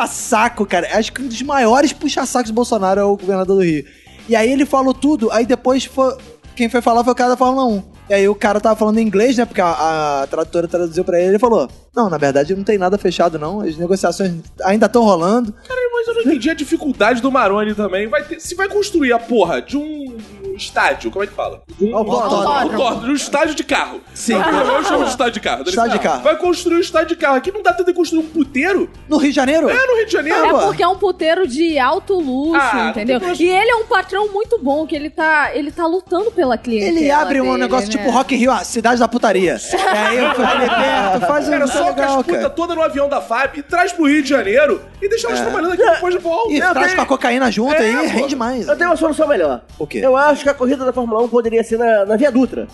Speaker 3: puxa-saco, cara. Acho que um dos maiores puxa-sacos do Bolsonaro é o governador do Rio. E aí ele falou tudo, aí depois foi, quem foi falar foi o cara da Fórmula 1. E aí o cara tava falando em inglês, né? Porque a, a tradutora traduziu pra ele e falou: Não, na verdade não tem nada fechado, não. As negociações ainda estão rolando.
Speaker 5: Mas eu não entendi a dificuldade do Maroni também. Vai ter- se vai construir a porra de um estádio, como é que fala? De um
Speaker 3: Autódromo.
Speaker 5: autódromo, de um estádio de carro.
Speaker 3: Sim.
Speaker 5: Eu, eu chamo de estádio de carro. Daniel.
Speaker 3: Estádio de carro.
Speaker 5: Vai construir um estádio de carro. Aqui não dá tempo de construir um puteiro?
Speaker 3: No Rio de Janeiro?
Speaker 5: É no Rio de Janeiro.
Speaker 4: É
Speaker 3: Pô.
Speaker 4: porque é um puteiro de alto luxo,
Speaker 5: Ah, não
Speaker 4: entendeu?
Speaker 5: tem como-
Speaker 4: E ele é um patrão muito bom, que ele tá, ele tá lutando pela clientela
Speaker 3: Ele abre um
Speaker 4: dele,
Speaker 3: negócio
Speaker 4: né?
Speaker 3: tipo Rock in Rio, ah, cidade da putaria. e aí eu falei, Beto, faz um
Speaker 5: Cara,
Speaker 3: negócio
Speaker 5: soca as
Speaker 3: legal,
Speaker 5: putas
Speaker 3: cara.
Speaker 5: toda no avião da FAB e traz pro Rio de Janeiro e deixa elas trabalhando aqui depois de volta.
Speaker 3: E
Speaker 5: É,
Speaker 3: traz
Speaker 5: tem-
Speaker 3: com a cocaína junto
Speaker 5: É,
Speaker 3: aí,
Speaker 5: pô.
Speaker 3: rende mais.
Speaker 2: Eu tenho uma solução melhor.
Speaker 3: O quê?
Speaker 2: Eu acho que a corrida da Fórmula 1 poderia ser na, na Via Dutra.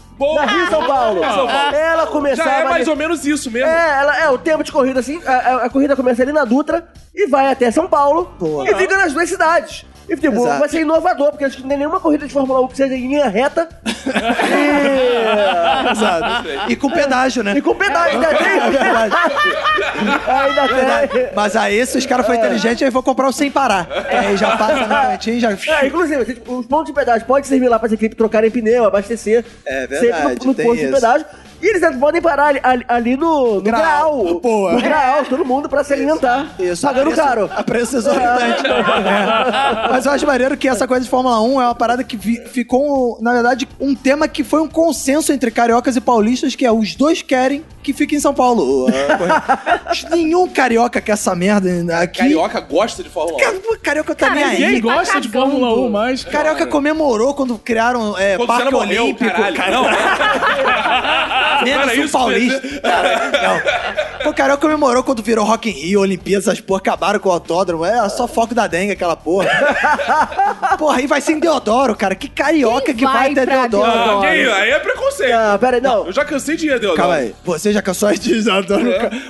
Speaker 2: Na
Speaker 5: Boa!
Speaker 2: Rio São Paulo.
Speaker 5: São Paulo.
Speaker 2: Ela começava...
Speaker 5: Já é mais ou menos isso mesmo.
Speaker 2: É, ela, é, o tempo de corrida, assim, a, a- a corrida começa ali na Dutra e vai até São Paulo
Speaker 3: Boa.
Speaker 2: e fica nas duas cidades. E, tipo,
Speaker 3: Exato.
Speaker 2: vai ser inovador, porque acho que não tem nenhuma corrida de Fórmula 1 que seja em linha reta. e...
Speaker 3: Exato. E com pedágio, né?
Speaker 2: E com pedágio, ainda
Speaker 3: Verdade.
Speaker 2: tem. ainda tem.
Speaker 3: Mas aí, se os caras foram inteligentes, eu vou comprar o sem parar. Aí já passa na cantinha e já.
Speaker 2: É, inclusive, assim, tipo, os pontos de pedágio podem servir lá para as equipes trocarem pneu, abastecer.
Speaker 3: É verdade,
Speaker 2: Sempre no, no
Speaker 3: tem
Speaker 2: posto de
Speaker 3: isso.
Speaker 2: pedágio. E eles ainda podem parar ali, ali- ali no, no
Speaker 3: Graal.
Speaker 2: graal.
Speaker 3: Boa.
Speaker 2: No graal, todo mundo para se alimentar.
Speaker 3: Isso,
Speaker 2: pagando
Speaker 3: a preço-
Speaker 2: tá caro.
Speaker 3: A preço exorbitante. É. Mas eu acho maneiro que essa coisa de Fórmula 1 é uma parada que vi- ficou, na verdade, um tema que foi um consenso entre cariocas e paulistas, que é os dois querem que fique em São Paulo. Nenhum carioca quer essa merda aqui.
Speaker 5: Carioca gosta de Fórmula 1.
Speaker 3: Cara, pô, Carioca tá
Speaker 4: Cara,
Speaker 3: nem aí.
Speaker 6: Ninguém
Speaker 4: Ele tá
Speaker 6: gosta de
Speaker 4: cagando.
Speaker 6: Fórmula 1 mais. cara.
Speaker 3: Carioca comemorou quando criaram é,
Speaker 5: Quando o
Speaker 3: Parque
Speaker 5: Senna morreu,
Speaker 3: Olímpico.
Speaker 5: caralho.
Speaker 3: cara.
Speaker 5: Não,
Speaker 3: Menos
Speaker 5: Era
Speaker 3: um
Speaker 5: isso,
Speaker 3: paulista. é Não. O Carioca comemorou quando virou Rock in Rio, Olimpíadas, essas porra, acabaram com o autódromo. Era só foco da dengue aquela porra. porra, aí vai ser em Deodoro, cara. Que carioca
Speaker 4: Quem
Speaker 3: que vai,
Speaker 4: vai
Speaker 3: até
Speaker 4: pra
Speaker 3: Deodoro?
Speaker 5: Ah,
Speaker 4: Adoro.
Speaker 5: que isso? aí é preconceito.
Speaker 2: Ah, pera aí, não.
Speaker 5: Eu já cansei de ir, Deodoro.
Speaker 3: Calma aí. Você já cansou de Deodoro?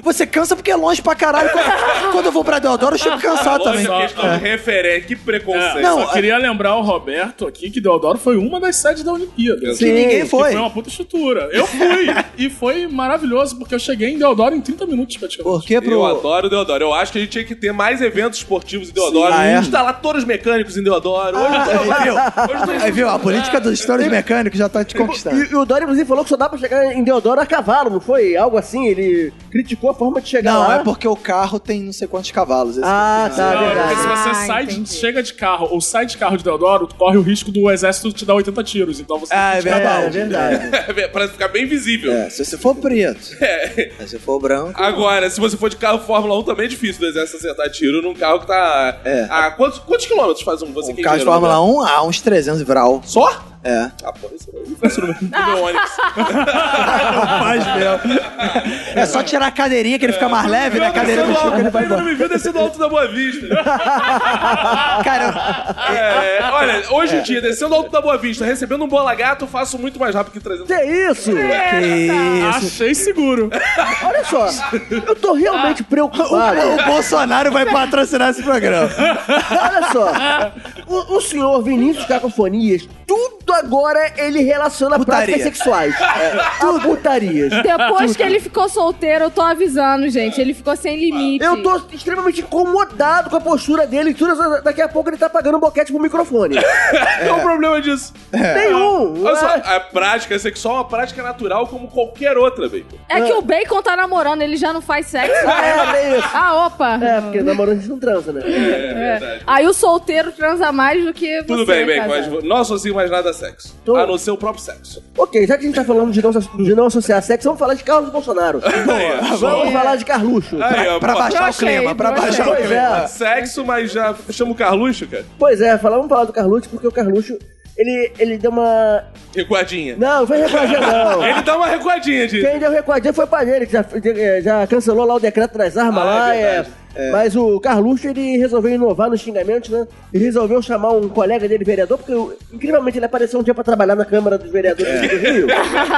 Speaker 3: Você cansa porque é longe pra caralho. Quando, quando eu vou pra Deodoro, eu chego cansado também. É.
Speaker 5: Lógico, é questão de referência, que preconceito.
Speaker 3: Não, é.
Speaker 6: Só
Speaker 3: a-
Speaker 6: queria lembrar o Roberto aqui que Deodoro foi uma das sedes da Olimpíada.
Speaker 3: Que ninguém
Speaker 6: Que foi.
Speaker 3: foi.
Speaker 6: uma puta estrutura. Eu fui e foi maravilhoso porque eu cheguei em Deodoro em 30 minutos praticamente.
Speaker 3: Por que
Speaker 5: Eu
Speaker 3: pro...
Speaker 5: adoro o Deodoro. Eu acho que a gente tinha que ter mais eventos esportivos em Deodoro.
Speaker 3: Sim. Ah, é?
Speaker 5: Instalar todos os mecânicos em Deodoro. Hoje
Speaker 3: Ah,
Speaker 5: eu tô-
Speaker 3: aí, viu?
Speaker 5: hoje eu tô-
Speaker 3: Aí, viu? A política dos histórias mecânicos já tá te conquistando.
Speaker 2: E, e o Dória, inclusive, falou que só dá pra chegar em Deodoro a cavalo, não foi? Algo assim, ele criticou a forma de chegar
Speaker 3: Não,
Speaker 2: lá.
Speaker 3: é porque o carro tem não sei quantos cavalos. esse
Speaker 2: Ah,
Speaker 3: que eu
Speaker 2: tá,
Speaker 6: Não, é porque
Speaker 2: verdade.
Speaker 6: se você
Speaker 4: Ah,
Speaker 6: sai de-
Speaker 4: entendi.
Speaker 6: chega de carro ou sai de carro de Deodoro, tu corre o risco do exército te dar 80 tiros. Então você
Speaker 3: Ah, é
Speaker 6: tem que
Speaker 3: verdade.
Speaker 6: acabar.
Speaker 2: É, é verdade.
Speaker 5: Pra ficar bem visível.
Speaker 3: É, se você for preto. Mas Se for branco.
Speaker 5: Agora, se você for de carro Fórmula 1, também é difícil do exército acertar tiro num carro que tá.
Speaker 3: É.
Speaker 5: A quantos, quantos quilômetros faz um você
Speaker 3: O carro de Fórmula 1 há uns 300 e vral.
Speaker 5: Só?
Speaker 3: É.
Speaker 5: Ah, pô, isso não faz no meu, no meu ônibus.
Speaker 3: Faz mesmo. É só tirar a cadeirinha que ele fica mais leve, né? A cadeira do
Speaker 5: Descendo
Speaker 3: Chico ele
Speaker 5: é alto,
Speaker 3: vai
Speaker 5: ainda não
Speaker 3: embora.
Speaker 5: me viu descendo alto da Boa Vista.
Speaker 3: Cara,
Speaker 5: É, olha, hoje em dia, descendo alto da Boa Vista, recebendo um bola gato, eu faço muito mais rápido que 300
Speaker 3: é.
Speaker 2: Que É isso?
Speaker 3: que isso.
Speaker 6: Achei tá seguro.
Speaker 2: Olha só, eu tô realmente
Speaker 3: Ah,
Speaker 2: preocupado.
Speaker 3: O, o Bolsonaro vai patrocinar esse programa.
Speaker 2: Olha só, o, o senhor Vinícius Cacofonias, tudo agora ele relaciona a
Speaker 3: Putaria. É.
Speaker 2: práticas sexuais. a putarias.
Speaker 4: Depois que ele ficou solteiro, eu tô avisando, gente. Ele ficou sem limite.
Speaker 2: Eu tô extremamente incomodado com a postura dele. e tudo, Daqui a pouco ele tá pagando um boquete pro microfone.
Speaker 3: É.
Speaker 5: Qual o um problema disso?
Speaker 2: Nenhum.
Speaker 5: Olha só, a prática sexual é uma prática natural como qualquer outra, Bacon.
Speaker 4: É que o Bacon tá namorando, ele já não faz sexo. né?
Speaker 2: É, tem isso.
Speaker 4: Ah, opa!
Speaker 2: É, porque namorando a gente não transa, né?
Speaker 5: É, verdade.
Speaker 4: Aí o solteiro transa mais do que
Speaker 5: Tudo
Speaker 4: você,
Speaker 3: é
Speaker 5: bem, Bacon,
Speaker 4: casado.
Speaker 5: mas não associo mais nada a sexo.
Speaker 2: Tô.
Speaker 5: A não ser o próprio sexo.
Speaker 2: Ok, já que a gente tá falando de não, de não associar sexo, vamos falar de Carlos Bolsonaro. vamos falar de Carluxo.
Speaker 5: Aí, ó, Tá
Speaker 3: Pra
Speaker 5: pô,
Speaker 3: baixar o
Speaker 4: Brochei,
Speaker 3: clima, pra baixar o
Speaker 2: Pois
Speaker 3: clima.
Speaker 2: é,
Speaker 5: Sexo, mas já chama o Carluxo, cara?
Speaker 2: pois é, fala- vamos falar do Carluxo, porque o Carluxo ele, ele deu uma.
Speaker 5: Recuadinha.
Speaker 2: Não, não foi recuadinha, não.
Speaker 5: Ele dá uma recuadinha de.
Speaker 2: Quem deu recuadinha foi o Palheiro, que já, de- já cancelou lá o decreto das armas
Speaker 5: Ah,
Speaker 2: lá.
Speaker 5: é verdade.
Speaker 2: é. Mas o Carluxo, ele resolveu inovar nos xingamentos, né? E resolveu chamar um colega dele, vereador, porque, incrivelmente, ele apareceu um dia pra trabalhar na Câmara dos Vereadores
Speaker 5: É.
Speaker 2: do Rio.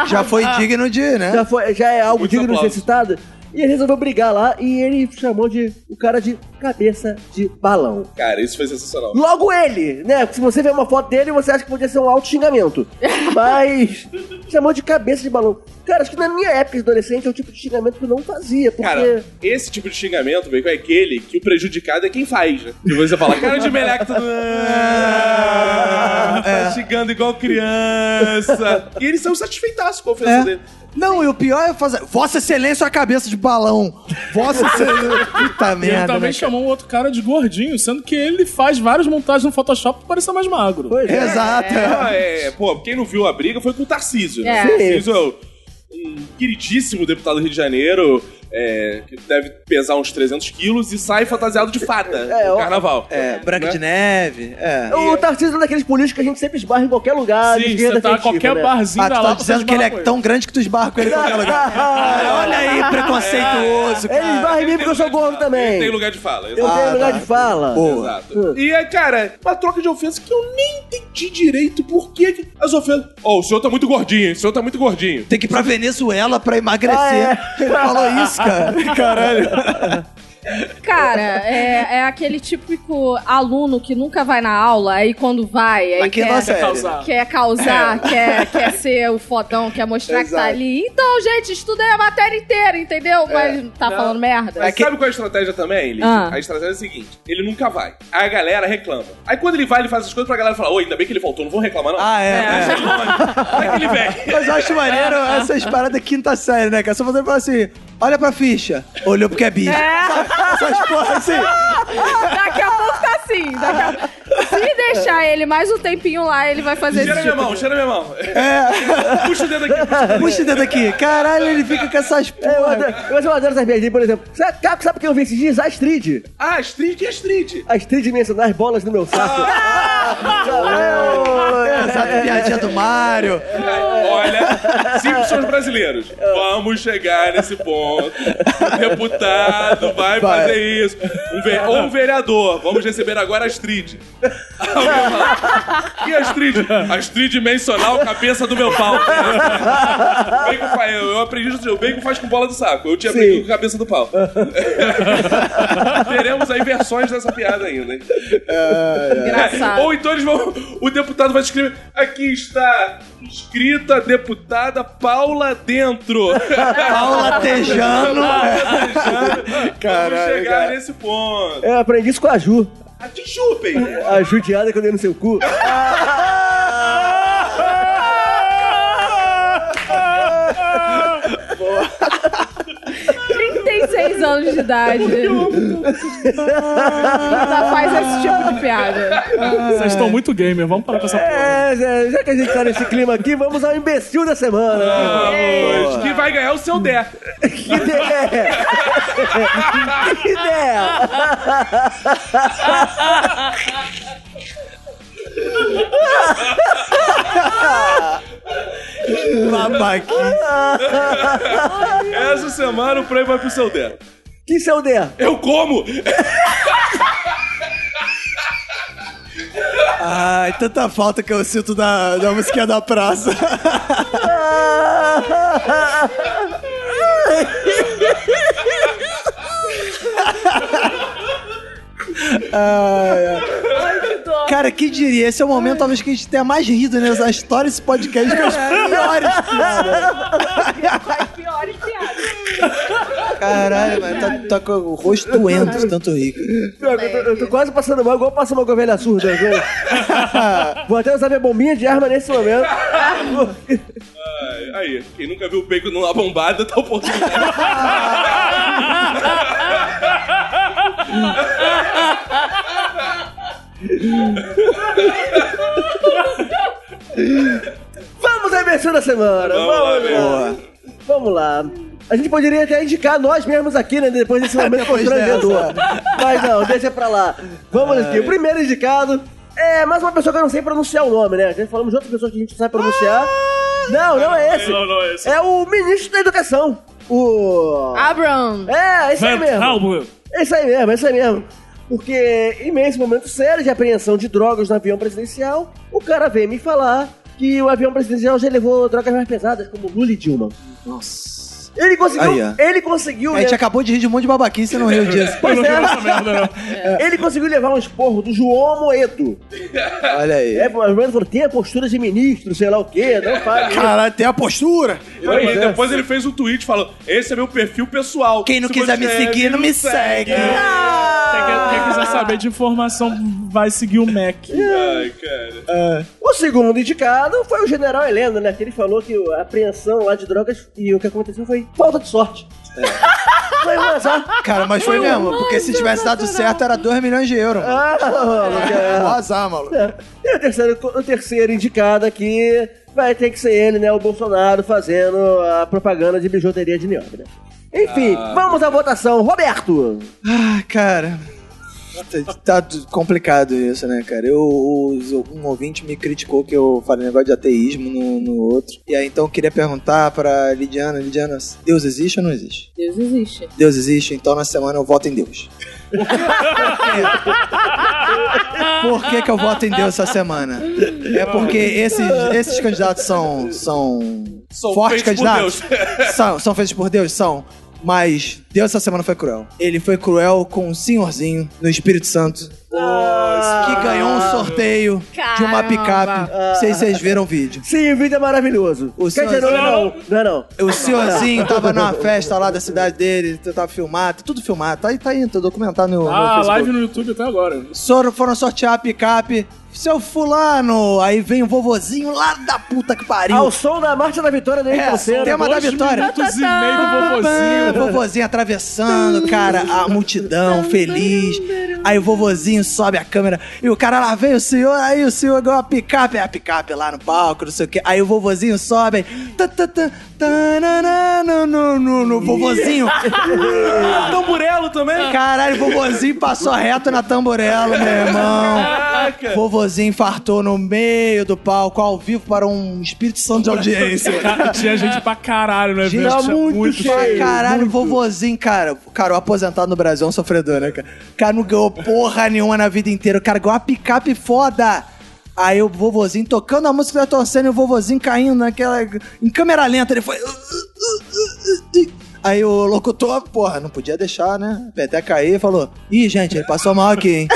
Speaker 3: Já foi digno de, né?
Speaker 2: já, foi, já é algo
Speaker 5: Muitos
Speaker 2: digno de ser
Speaker 5: aplausos.
Speaker 2: citado. E ele resolveu brigar lá e ele chamou de o cara de cabeça de balão.
Speaker 5: Cara, isso foi sensacional.
Speaker 2: Logo ele, né? Se você vê uma foto dele, você acha que podia ser um alto xingamento. Mas chamou de cabeça de balão. Cara, acho que na minha época de adolescente é o tipo de xingamento que eu não fazia, porque.
Speaker 5: Cara, esse tipo de xingamento, Bacon, é aquele que o prejudicado é quem faz, né? E você fala, cara de meleca, tudo... Ah, Tá xingando igual criança. E eles são satisfeitaços com a ofensa
Speaker 3: É.
Speaker 5: dele.
Speaker 3: Não, e o pior é fazer. Vossa Excelência, a cabeça de balão. Vossa Excelência. Puta
Speaker 6: E
Speaker 3: merda.
Speaker 6: ele também
Speaker 3: né, cara?
Speaker 6: chamou um outro cara de gordinho, sendo que ele faz várias montagens no Photoshop pra parecer mais magro.
Speaker 2: Pois é.
Speaker 3: Exato. é.
Speaker 5: Ah, é, pô, quem não viu a briga foi com o Tarcísio. né?
Speaker 4: É.
Speaker 5: O Tarcísio é o- um queridíssimo deputado do Rio de Janeiro, é, que deve pesar uns 300 quilos e sai fantasiado de fada
Speaker 2: É,
Speaker 5: no
Speaker 2: ó.
Speaker 5: carnaval. Né?
Speaker 3: É, Branca de Neve. É.
Speaker 2: O Tarcísio é um daqueles políticos que a gente sempre esbarra em qualquer lugar. de
Speaker 6: Sim,
Speaker 2: esquerda
Speaker 6: você tá
Speaker 2: efetiva,
Speaker 6: a qualquer
Speaker 2: né?
Speaker 6: barzinho
Speaker 3: Ah,
Speaker 6: da
Speaker 3: tu
Speaker 6: lá,
Speaker 3: tá
Speaker 6: você
Speaker 3: dizendo que ele
Speaker 6: esbarra
Speaker 3: é
Speaker 6: com
Speaker 3: tão grande que tu esbarra com ele em qualquer lugar. Ah, olha aí, preconceituoso,
Speaker 2: Ah, Ele
Speaker 3: cara.
Speaker 2: esbarra em mim porque eu sou gordo também.
Speaker 5: Ele tem lugar de fala.
Speaker 2: Eu
Speaker 5: exato.
Speaker 2: tenho lugar
Speaker 3: tá.
Speaker 2: de fala.
Speaker 3: Boa.
Speaker 5: Ah, Exato. E é, cara, uma troca de ofensa que eu nem entendi direito por que que as ofensas. Ó, o senhor tá muito gordinho, hein? O senhor tá muito gordinho.
Speaker 3: Tem que ir pra Venezuela pra emagrecer.
Speaker 2: Ah,
Speaker 3: Ele falou isso, cara. é. Caralho.
Speaker 4: Cara, é, é aquele típico aluno que nunca vai na aula, aí quando vai, aí
Speaker 3: Aqui é
Speaker 4: quer,
Speaker 3: nossa
Speaker 6: causar.
Speaker 4: quer causar, quer, quer ser o fodão, quer mostrar que tá ali. Então, gente, estudei a matéria inteira, entendeu? Mas tá falando merda.
Speaker 5: Mas sabe qual é a estratégia também, Eli?
Speaker 4: Ah.
Speaker 5: A estratégia é a seguinte: ele nunca vai. Aí a galera reclama. Aí quando ele vai, ele faz as coisas pra galera falar: Ô, ainda bem que ele faltou, não vou reclamar, não.
Speaker 3: Ah, é.
Speaker 5: Ele vai. Vai que ele vem.
Speaker 3: Mas eu acho maneiro essas paradas quinta série, né, cara? Só fazer falar assim, olha pra ficha. Olhou porque é bicho. Essas porra assim.
Speaker 4: Daqui a pouco tá assim. Daqui a... Se deixar ele mais um tempinho lá, ele vai fazer
Speaker 5: Cheira
Speaker 4: esse
Speaker 5: minha
Speaker 4: tipo.
Speaker 5: mão, cheira minha mão.
Speaker 3: É.
Speaker 5: Puxa o dedo aqui. puxa o dedo.
Speaker 3: Puxa o dedo aqui. Caralho, ele fica com essas
Speaker 2: É, Eu
Speaker 3: porra.
Speaker 2: adoro, eu adoro essas merdas, por exemplo. Sabe, Caco, sabe o que eu vi esses dias? A Astrid.
Speaker 5: Ah, Astrid, que Astrid?
Speaker 2: As tridimensionais bolas no meu saco.
Speaker 3: Exato, piadinha do Mario.
Speaker 5: Olha, Simpsons brasileiros, vamos chegar nesse ponto. O deputado vai,
Speaker 3: Vai.
Speaker 5: fazer isso. Um ve- ou um vereador, vamos receber agora a Astrid. Alguém fala, E a Astrid? A Astrid mencional, cabeça do meu pau. Bacon faz, eu, eu aprendi isso, o bacon faz com bola do saco. Eu tinha
Speaker 2: Sim.
Speaker 5: aprendido com cabeça do pau. Teremos aí versões dessa piada ainda, hein?
Speaker 4: Engraçado.
Speaker 5: Ou então eles vão. O deputado vai escrever. Aqui está escrita a deputada Paula Dentro.
Speaker 3: Paula Tejano.
Speaker 5: Vamos chegar nesse ponto.
Speaker 2: Eu aprendi isso com a Ju.
Speaker 5: A te chupem.
Speaker 2: A judiada que eu dei no seu cu.
Speaker 4: de 36 anos de idade. Ainda faz esse tipo de piada.
Speaker 6: Vocês estão muito gamer, vamos parar com essa porra.
Speaker 2: É, já, já que a gente tá nesse clima aqui, vamos ao imbecil da
Speaker 5: Ah.
Speaker 2: semana.
Speaker 5: Vamos. Que vai ganhar é o seu Dé.
Speaker 2: Que ideia! que ideia!
Speaker 3: Babaquinha.
Speaker 5: Essa semana o prêmio vai pro seu Dé.
Speaker 2: Que seu D?
Speaker 5: Eu como!
Speaker 3: Ai, tanta falta que eu sinto da, da musiquinha da praça. Ai, ai. Cara, que diria? Esse é o momento, talvez, que a gente tenha mais rido nessa história desse podcast que os piores.
Speaker 4: Faz piores piadas.
Speaker 3: Caralho, mano, tá, tá com o rosto doendo de tanto rico.
Speaker 2: Eu, tô- eu tô quase passando mal, igual passa uma govelha surda. viu? Vou até usar minha bombinha de arma nesse momento.
Speaker 5: Ai, É, Aí, quem nunca viu o bacon numa bombada, tá oportunidade.
Speaker 2: Vamos ao imbecil da semana!
Speaker 5: Vamos lá, né?
Speaker 2: lá. Vamos lá. A gente poderia até indicar nós mesmos aqui, né? Depois desse momento
Speaker 3: Depois dessa.
Speaker 2: constrangedor. Mas não, deixa pra lá. Vamos aqui. O assim, primeiro indicado É, mais uma pessoa que eu não sei pronunciar o nome, né? Já falamos de outra pessoa que a gente não sabe pronunciar. não, não é esse.
Speaker 6: Não, não é esse.
Speaker 2: É o ministro da Educação. O.
Speaker 4: Abram!
Speaker 2: É, esse aí mesmo.
Speaker 6: Halber.
Speaker 2: É isso aí mesmo, é isso aí mesmo. Porque, em meio a esse momento sério de apreensão de drogas no avião presidencial, o cara veio me falar que o avião presidencial já levou drogas mais pesadas, como Lula e Dilma.
Speaker 3: Nossa.
Speaker 2: Ele conseguiu,
Speaker 3: Aí, ó.
Speaker 2: ele conseguiu,
Speaker 3: A gente
Speaker 2: né?
Speaker 3: acabou de rir de um monte de babaquice e não riu disso.
Speaker 2: Pois é.
Speaker 6: merda,
Speaker 2: Ele conseguiu levar um esporro do João Moedo.
Speaker 3: Olha aí.
Speaker 2: É, mas o Moedo falou, tem a postura de ministro, sei lá o quê, não faz isso."
Speaker 3: Caralho, tem a postura.
Speaker 5: E aí, depois ele fez um tweet falando: Esse é meu perfil pessoal.
Speaker 3: Quem não
Speaker 5: Se
Speaker 3: quiser me
Speaker 5: você é,
Speaker 3: seguir, não me segue. Ah.
Speaker 6: Quem, quer- quem quiser saber de informação vai seguir o Mac.
Speaker 5: Ai, cara.
Speaker 2: O segundo indicado foi o general Helena, né? Que ele falou que a apreensão lá de drogas e o que aconteceu foi falta de sorte.
Speaker 3: É.
Speaker 2: Foi um azar.
Speaker 3: Cara, mas foi mesmo, porque se tivesse dado certo era 2 milhões de euros. mano.
Speaker 2: Ah, maluco, é.
Speaker 3: Mó Azar, maluco.
Speaker 2: É. E o terceiro, o terceiro indicado aqui vai ter que ser ele, né? O Bolsonaro fazendo a propaganda de bijuteria de nióbio, né? Enfim, vamos à votação. Roberto!
Speaker 3: Ah, cara. Tá t- complicado isso, né, cara? Eu, os- um ouvinte me criticou que eu falei negócio de ateísmo no, no outro. E aí então eu queria perguntar pra Lidiana: Lidiana, Deus existe ou não existe?
Speaker 4: Deus existe.
Speaker 3: Deus existe, então na semana eu voto em Deus. Por que, que eu voto em Deus essa semana? É porque esses, esses candidatos são, são,
Speaker 5: São
Speaker 3: fortes
Speaker 5: feitos por
Speaker 3: candidatos. São, são feitos por Deus? São. Mas Deus essa semana foi cruel. Ele foi cruel com um senhorzinho no Espírito Santo que ganhou um sorteio de uma
Speaker 4: Caramba.
Speaker 3: picape. Não sei se vocês viram o vídeo.
Speaker 2: Sim, o vídeo é maravilhoso.
Speaker 3: O
Speaker 2: Quer dizer,
Speaker 3: senhor-
Speaker 2: não,
Speaker 3: um
Speaker 2: é não, não é não.
Speaker 3: O senhorzinho tava numa festa lá da cidade dele, tava filmado, tudo filmado. Tá aí, tá aí, tá documentado no, no
Speaker 6: Ah,
Speaker 3: Facebook.
Speaker 6: live no YouTube até agora.
Speaker 3: Soro- foram sortear a picape. Seu fulano, aí vem o vovozinho lá da puta que pariu.
Speaker 2: Ao som da marcha da vitória do
Speaker 3: É,
Speaker 2: Henrique Lucena.
Speaker 3: tema da
Speaker 6: Dois
Speaker 3: vitória. Tá,
Speaker 6: minutos e meio do
Speaker 3: Pã,
Speaker 6: vovozinho.
Speaker 3: Vovozinho atravessando, cara, a multidão feliz. Aí o vovozinho sobe a câmera e o cara lá vem, o senhor, aí o senhor ganhou a picape, é a picape lá no palco, não sei o quê. Aí o vovozinho sobe, aí, tã, tã, tã, tananã, no, no, no, no vovozinho.
Speaker 5: Tamburelo também?
Speaker 3: Caralho, vovozinho passou reto na tamborela, meu irmão.
Speaker 5: Caraca.
Speaker 3: Vovozinho infartou no meio do palco, ao vivo, para um Espírito Santo de audiência.
Speaker 6: Cara, tinha gente pra caralho no
Speaker 3: Gente,
Speaker 6: evento. tinha muito
Speaker 3: pra
Speaker 6: cheio.
Speaker 3: caralho, Um vovozinho, cara. Cara, o aposentado no Brasil é um sofredor, né, cara? O cara não ganhou porra nenhuma na vida inteira. O cara ganhou uma picape foda. Aí o vovozinho tocando a música da torcendo e o vovozinho caindo naquela. em câmera lenta. Ele foi. Aí o locutor, porra, não podia deixar, né? Até cair e falou: Ih, gente, ele passou mal aqui, hein?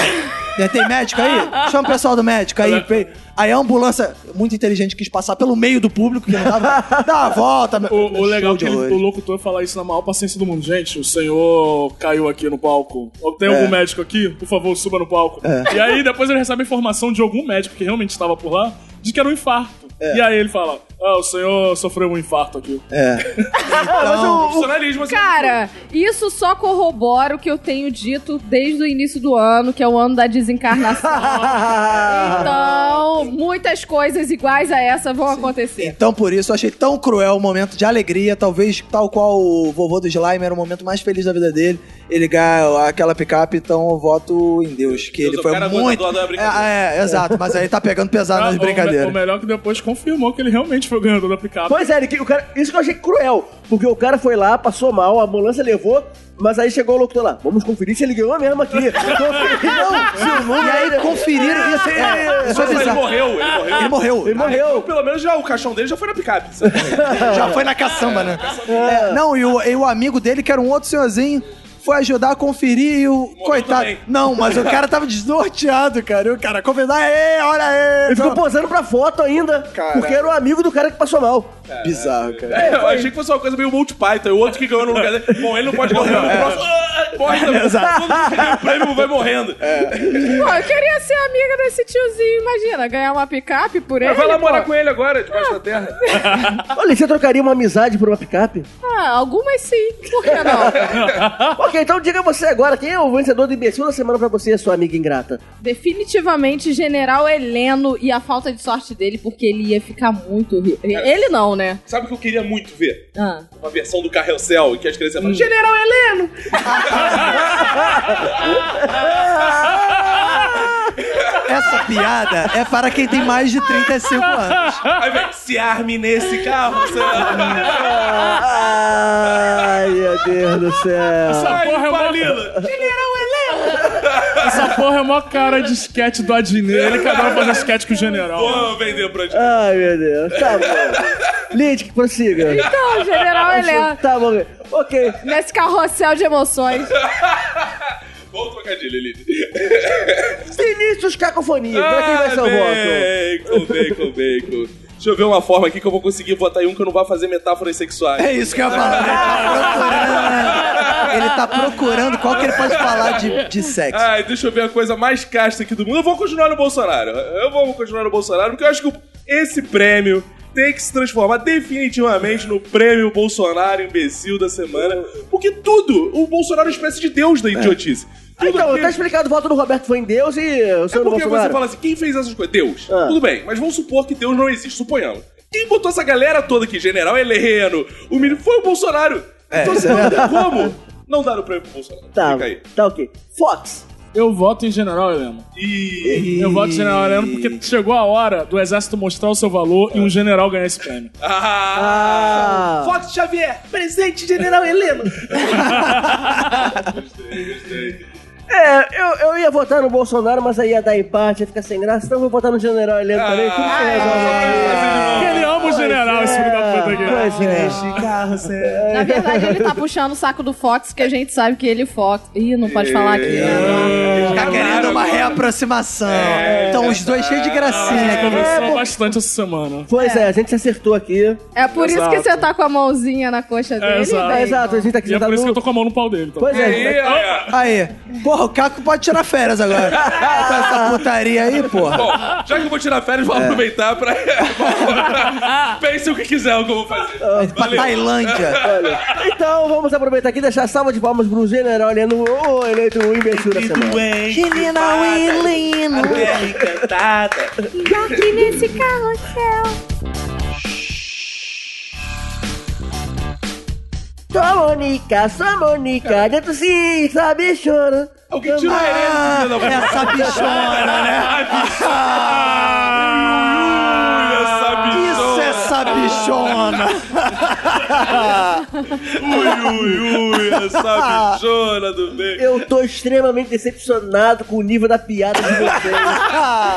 Speaker 3: Já tem médico aí? Chama o pessoal do médico aí. Pe- Aí a ambulância, muito inteligente, quis passar pelo meio do público, que não dava. Dá a volta. meu-
Speaker 6: O, o
Speaker 3: Show
Speaker 6: legal é
Speaker 3: de
Speaker 6: que ele-
Speaker 3: horrores.
Speaker 6: o locutor falar isso na maior paciência do mundo. Gente, o senhor caiu aqui no palco. Tem algum
Speaker 3: É.
Speaker 6: médico aqui? Por favor, suba no palco.
Speaker 3: É.
Speaker 6: E aí depois ele recebe a informação de algum médico que realmente estava por lá, de que era um infarto. E aí ele fala, ah, o senhor sofreu um infarto aqui.
Speaker 3: É.
Speaker 5: Profissionalismo assim.
Speaker 4: Cara, isso só corrobora o que eu tenho dito desde o início do ano, que é o ano da desencarnação. Ah! então, muitas coisas iguais a essa vão acontecer.
Speaker 3: Então, por isso, eu achei tão cruel o momento de alegria. Talvez, tal qual o vovô do Slime era o momento mais feliz da vida dele. Ele ganha aquela picape, então eu voto em Deus. Que
Speaker 5: Deus,
Speaker 3: ele
Speaker 5: o
Speaker 3: foi
Speaker 5: cara
Speaker 3: muito.
Speaker 5: aguentador da brincadeira.
Speaker 3: é, é, exato. Mas aí tá pegando pesado
Speaker 6: Ah,
Speaker 3: nas
Speaker 6: o me- O
Speaker 3: brincadeiras.
Speaker 6: melhor é que depois confirmou que ele realmente foi o ganhador da picape.
Speaker 2: Pois é, ele que- o cara, isso que eu achei cruel, porque o cara foi lá, passou mal, a ambulância levou, mas aí chegou o locutor lá, vamos conferir se ele ganhou mesmo aqui. Conferiram,
Speaker 3: E aí conferiram isso. É, isso é
Speaker 5: Mas ele
Speaker 3: bizarro.
Speaker 5: morreu, ele morreu.
Speaker 3: Ele morreu.
Speaker 2: ele morreu.
Speaker 5: Pelo menos já o caixão dele já foi na picape. sabe?
Speaker 3: Já foi na caçamba, né? É, não, e o, e o amigo dele, que era um outro senhorzinho, foi ajudar a conferir e o. coitado.
Speaker 5: também.
Speaker 3: Não, mas o cara tava desnorteado, cara. E o cara convidar, ei, olha aí.
Speaker 2: Ele ficou
Speaker 3: Então,
Speaker 2: posando pra foto ainda, porque era o amigo do cara que passou mal.
Speaker 3: Bizarro, cara.
Speaker 5: eu achei que fosse uma coisa meio multi Python. O outro que ganhou no lugar dele. Bom, ele não pode morrer. O próximo. Ah, Morre também.
Speaker 3: É. Exato. É.
Speaker 5: Todo mundo que ganha o prêmio vai morrendo.
Speaker 4: Pô, eu queria ser amiga desse tiozinho, imagina, ganhar uma picape por ele.
Speaker 5: Vai lá morar
Speaker 4: pô.
Speaker 5: com ele agora, debaixo
Speaker 6: Ah.
Speaker 5: da terra.
Speaker 2: Olha, você trocaria uma amizade por uma picape?
Speaker 4: Ah, algumas sim, por que não?
Speaker 2: ok, então diga você agora, quem é o vencedor do imbecil da semana pra você, sua amiga ingrata?
Speaker 4: Definitivamente, General Heleno e a falta de sorte dele, porque ele ia ficar muito... ri- Ele não, né?
Speaker 5: Sabe o que eu queria muito ver?
Speaker 4: Ah.
Speaker 5: Uma versão do Carrossel em que as crianças
Speaker 3: Hum.
Speaker 5: falam: General Heleno!
Speaker 3: Essa piada é para quem tem mais de 35 anos.
Speaker 5: Aí vem, se arme nesse carro, você...
Speaker 2: Ai, meu Deus do céu.
Speaker 6: Essa porra é uma... Essa porra é mó cara de sketch do Adnet. Ele que adora fazer sketch com o general.
Speaker 5: Vou vender pra ti.
Speaker 3: É.
Speaker 2: Ai, meu Deus. Tá bom. Lid, que prossiga.
Speaker 4: Então, General Helena,
Speaker 2: Tá bom. Ok.
Speaker 4: nesse carrossel de emoções.
Speaker 5: Bom trocadilho, Lili.
Speaker 2: Sinistros cacofonias. Pra quem vai ser o voto?
Speaker 5: Ah, bacon, bacon, bacon. Deixa eu ver uma forma aqui que eu vou conseguir votar em um que eu não vá fazer metáforas sexuais.
Speaker 3: É isso que eu ia falar. Ele tá procurando. Ele tá procurando qual que ele pode falar de, de sexo. Tá
Speaker 5: Ai, deixa eu ver a coisa mais casta aqui do mundo. Eu vou continuar no Bolsonaro. Eu vou continuar no Bolsonaro, porque eu acho que esse prêmio tem que se transformar definitivamente no prêmio Bolsonaro imbecil da
Speaker 2: É.
Speaker 5: semana. Porque tudo, o Bolsonaro é uma espécie de deus da idiotice.
Speaker 2: Ah,
Speaker 5: Tudo
Speaker 2: Então,
Speaker 5: aqui-
Speaker 2: tá explicado o voto do Roberto foi em Deus e o
Speaker 5: É
Speaker 2: seu no
Speaker 5: porque você
Speaker 2: Bolsonaro.
Speaker 5: fala assim, quem fez essas coisas? Deus.
Speaker 2: Ah.
Speaker 5: Tudo bem, mas vamos supor que Deus não existe, suponhamos. Quem botou essa galera toda aqui, general Heleno, o menino, foi o Bolsonaro. então você não tem como não dar o prêmio pro Bolsonaro.
Speaker 2: Tá,
Speaker 5: assim, Fica aí.
Speaker 2: tá ok. Fox.
Speaker 6: Eu voto em general Helena.
Speaker 5: E...
Speaker 6: Eu voto em general Helena porque chegou a hora do exército mostrar o seu valor e um general ganhar esse prêmio.
Speaker 5: Ah!
Speaker 2: Ah.
Speaker 5: Fox Xavier, presente, general Heleno. gostei, gostei.
Speaker 2: É, eu, eu ia votar no Bolsonaro, mas aí ia dar empate, ia ficar sem graça, então eu vou votar no General Heleno também. Tudo
Speaker 4: é.
Speaker 2: se resolve.
Speaker 5: Ah.
Speaker 6: Porque ele ama o general, esse filho da puta aqui.
Speaker 2: Pois é.
Speaker 4: Na verdade, ele tá puxando o saco do Fox, que a gente sabe que ele Fox. Ih, não pode falar aqui. né?
Speaker 3: Tá querendo uma reaproximação. Então os dois cheios de
Speaker 6: Ele
Speaker 3: gracinha.
Speaker 6: conversou bastante essa semana.
Speaker 2: Pois é, a gente se acertou aqui.
Speaker 4: É por isso que você tá com a mãozinha na coxa dele. né?
Speaker 6: exato.
Speaker 4: velho.
Speaker 2: É, exato, a gente tá aqui
Speaker 6: E é por
Speaker 2: sentado
Speaker 6: isso que
Speaker 2: no...
Speaker 6: eu tô com a mão no pau dele. Então.
Speaker 2: Pois
Speaker 5: E aí,
Speaker 2: é,
Speaker 5: olha.
Speaker 3: Aí, porra, o Caco pode tirar férias agora. Tá essa putaria aí, porra.
Speaker 5: Bom, já que eu vou tirar férias, vou aproveitar pra... Pense o que quiser o que eu vou fazer.
Speaker 3: Pra Tailândia.
Speaker 2: olha. Então vamos aproveitar aqui e deixar a salva de palmas pro General Heleno, o eleito o imbecil da semana.
Speaker 3: Menina Wilhelmina.
Speaker 4: Jogue nesse carrossel.
Speaker 2: Só Mônica, só
Speaker 3: É.
Speaker 2: Mônica, dentro sim, sabe chorando.
Speaker 5: Alguém tira a
Speaker 3: Ah,
Speaker 5: herência, filha da
Speaker 3: essa bichona, né?
Speaker 5: Ai, bichona. Ui, essa
Speaker 3: Isso,
Speaker 5: bichona.
Speaker 3: essa bichona.
Speaker 5: Ui, ui, ui, essa bichona do bem.
Speaker 2: Eu tô extremamente decepcionado com o nível da piada de vocês.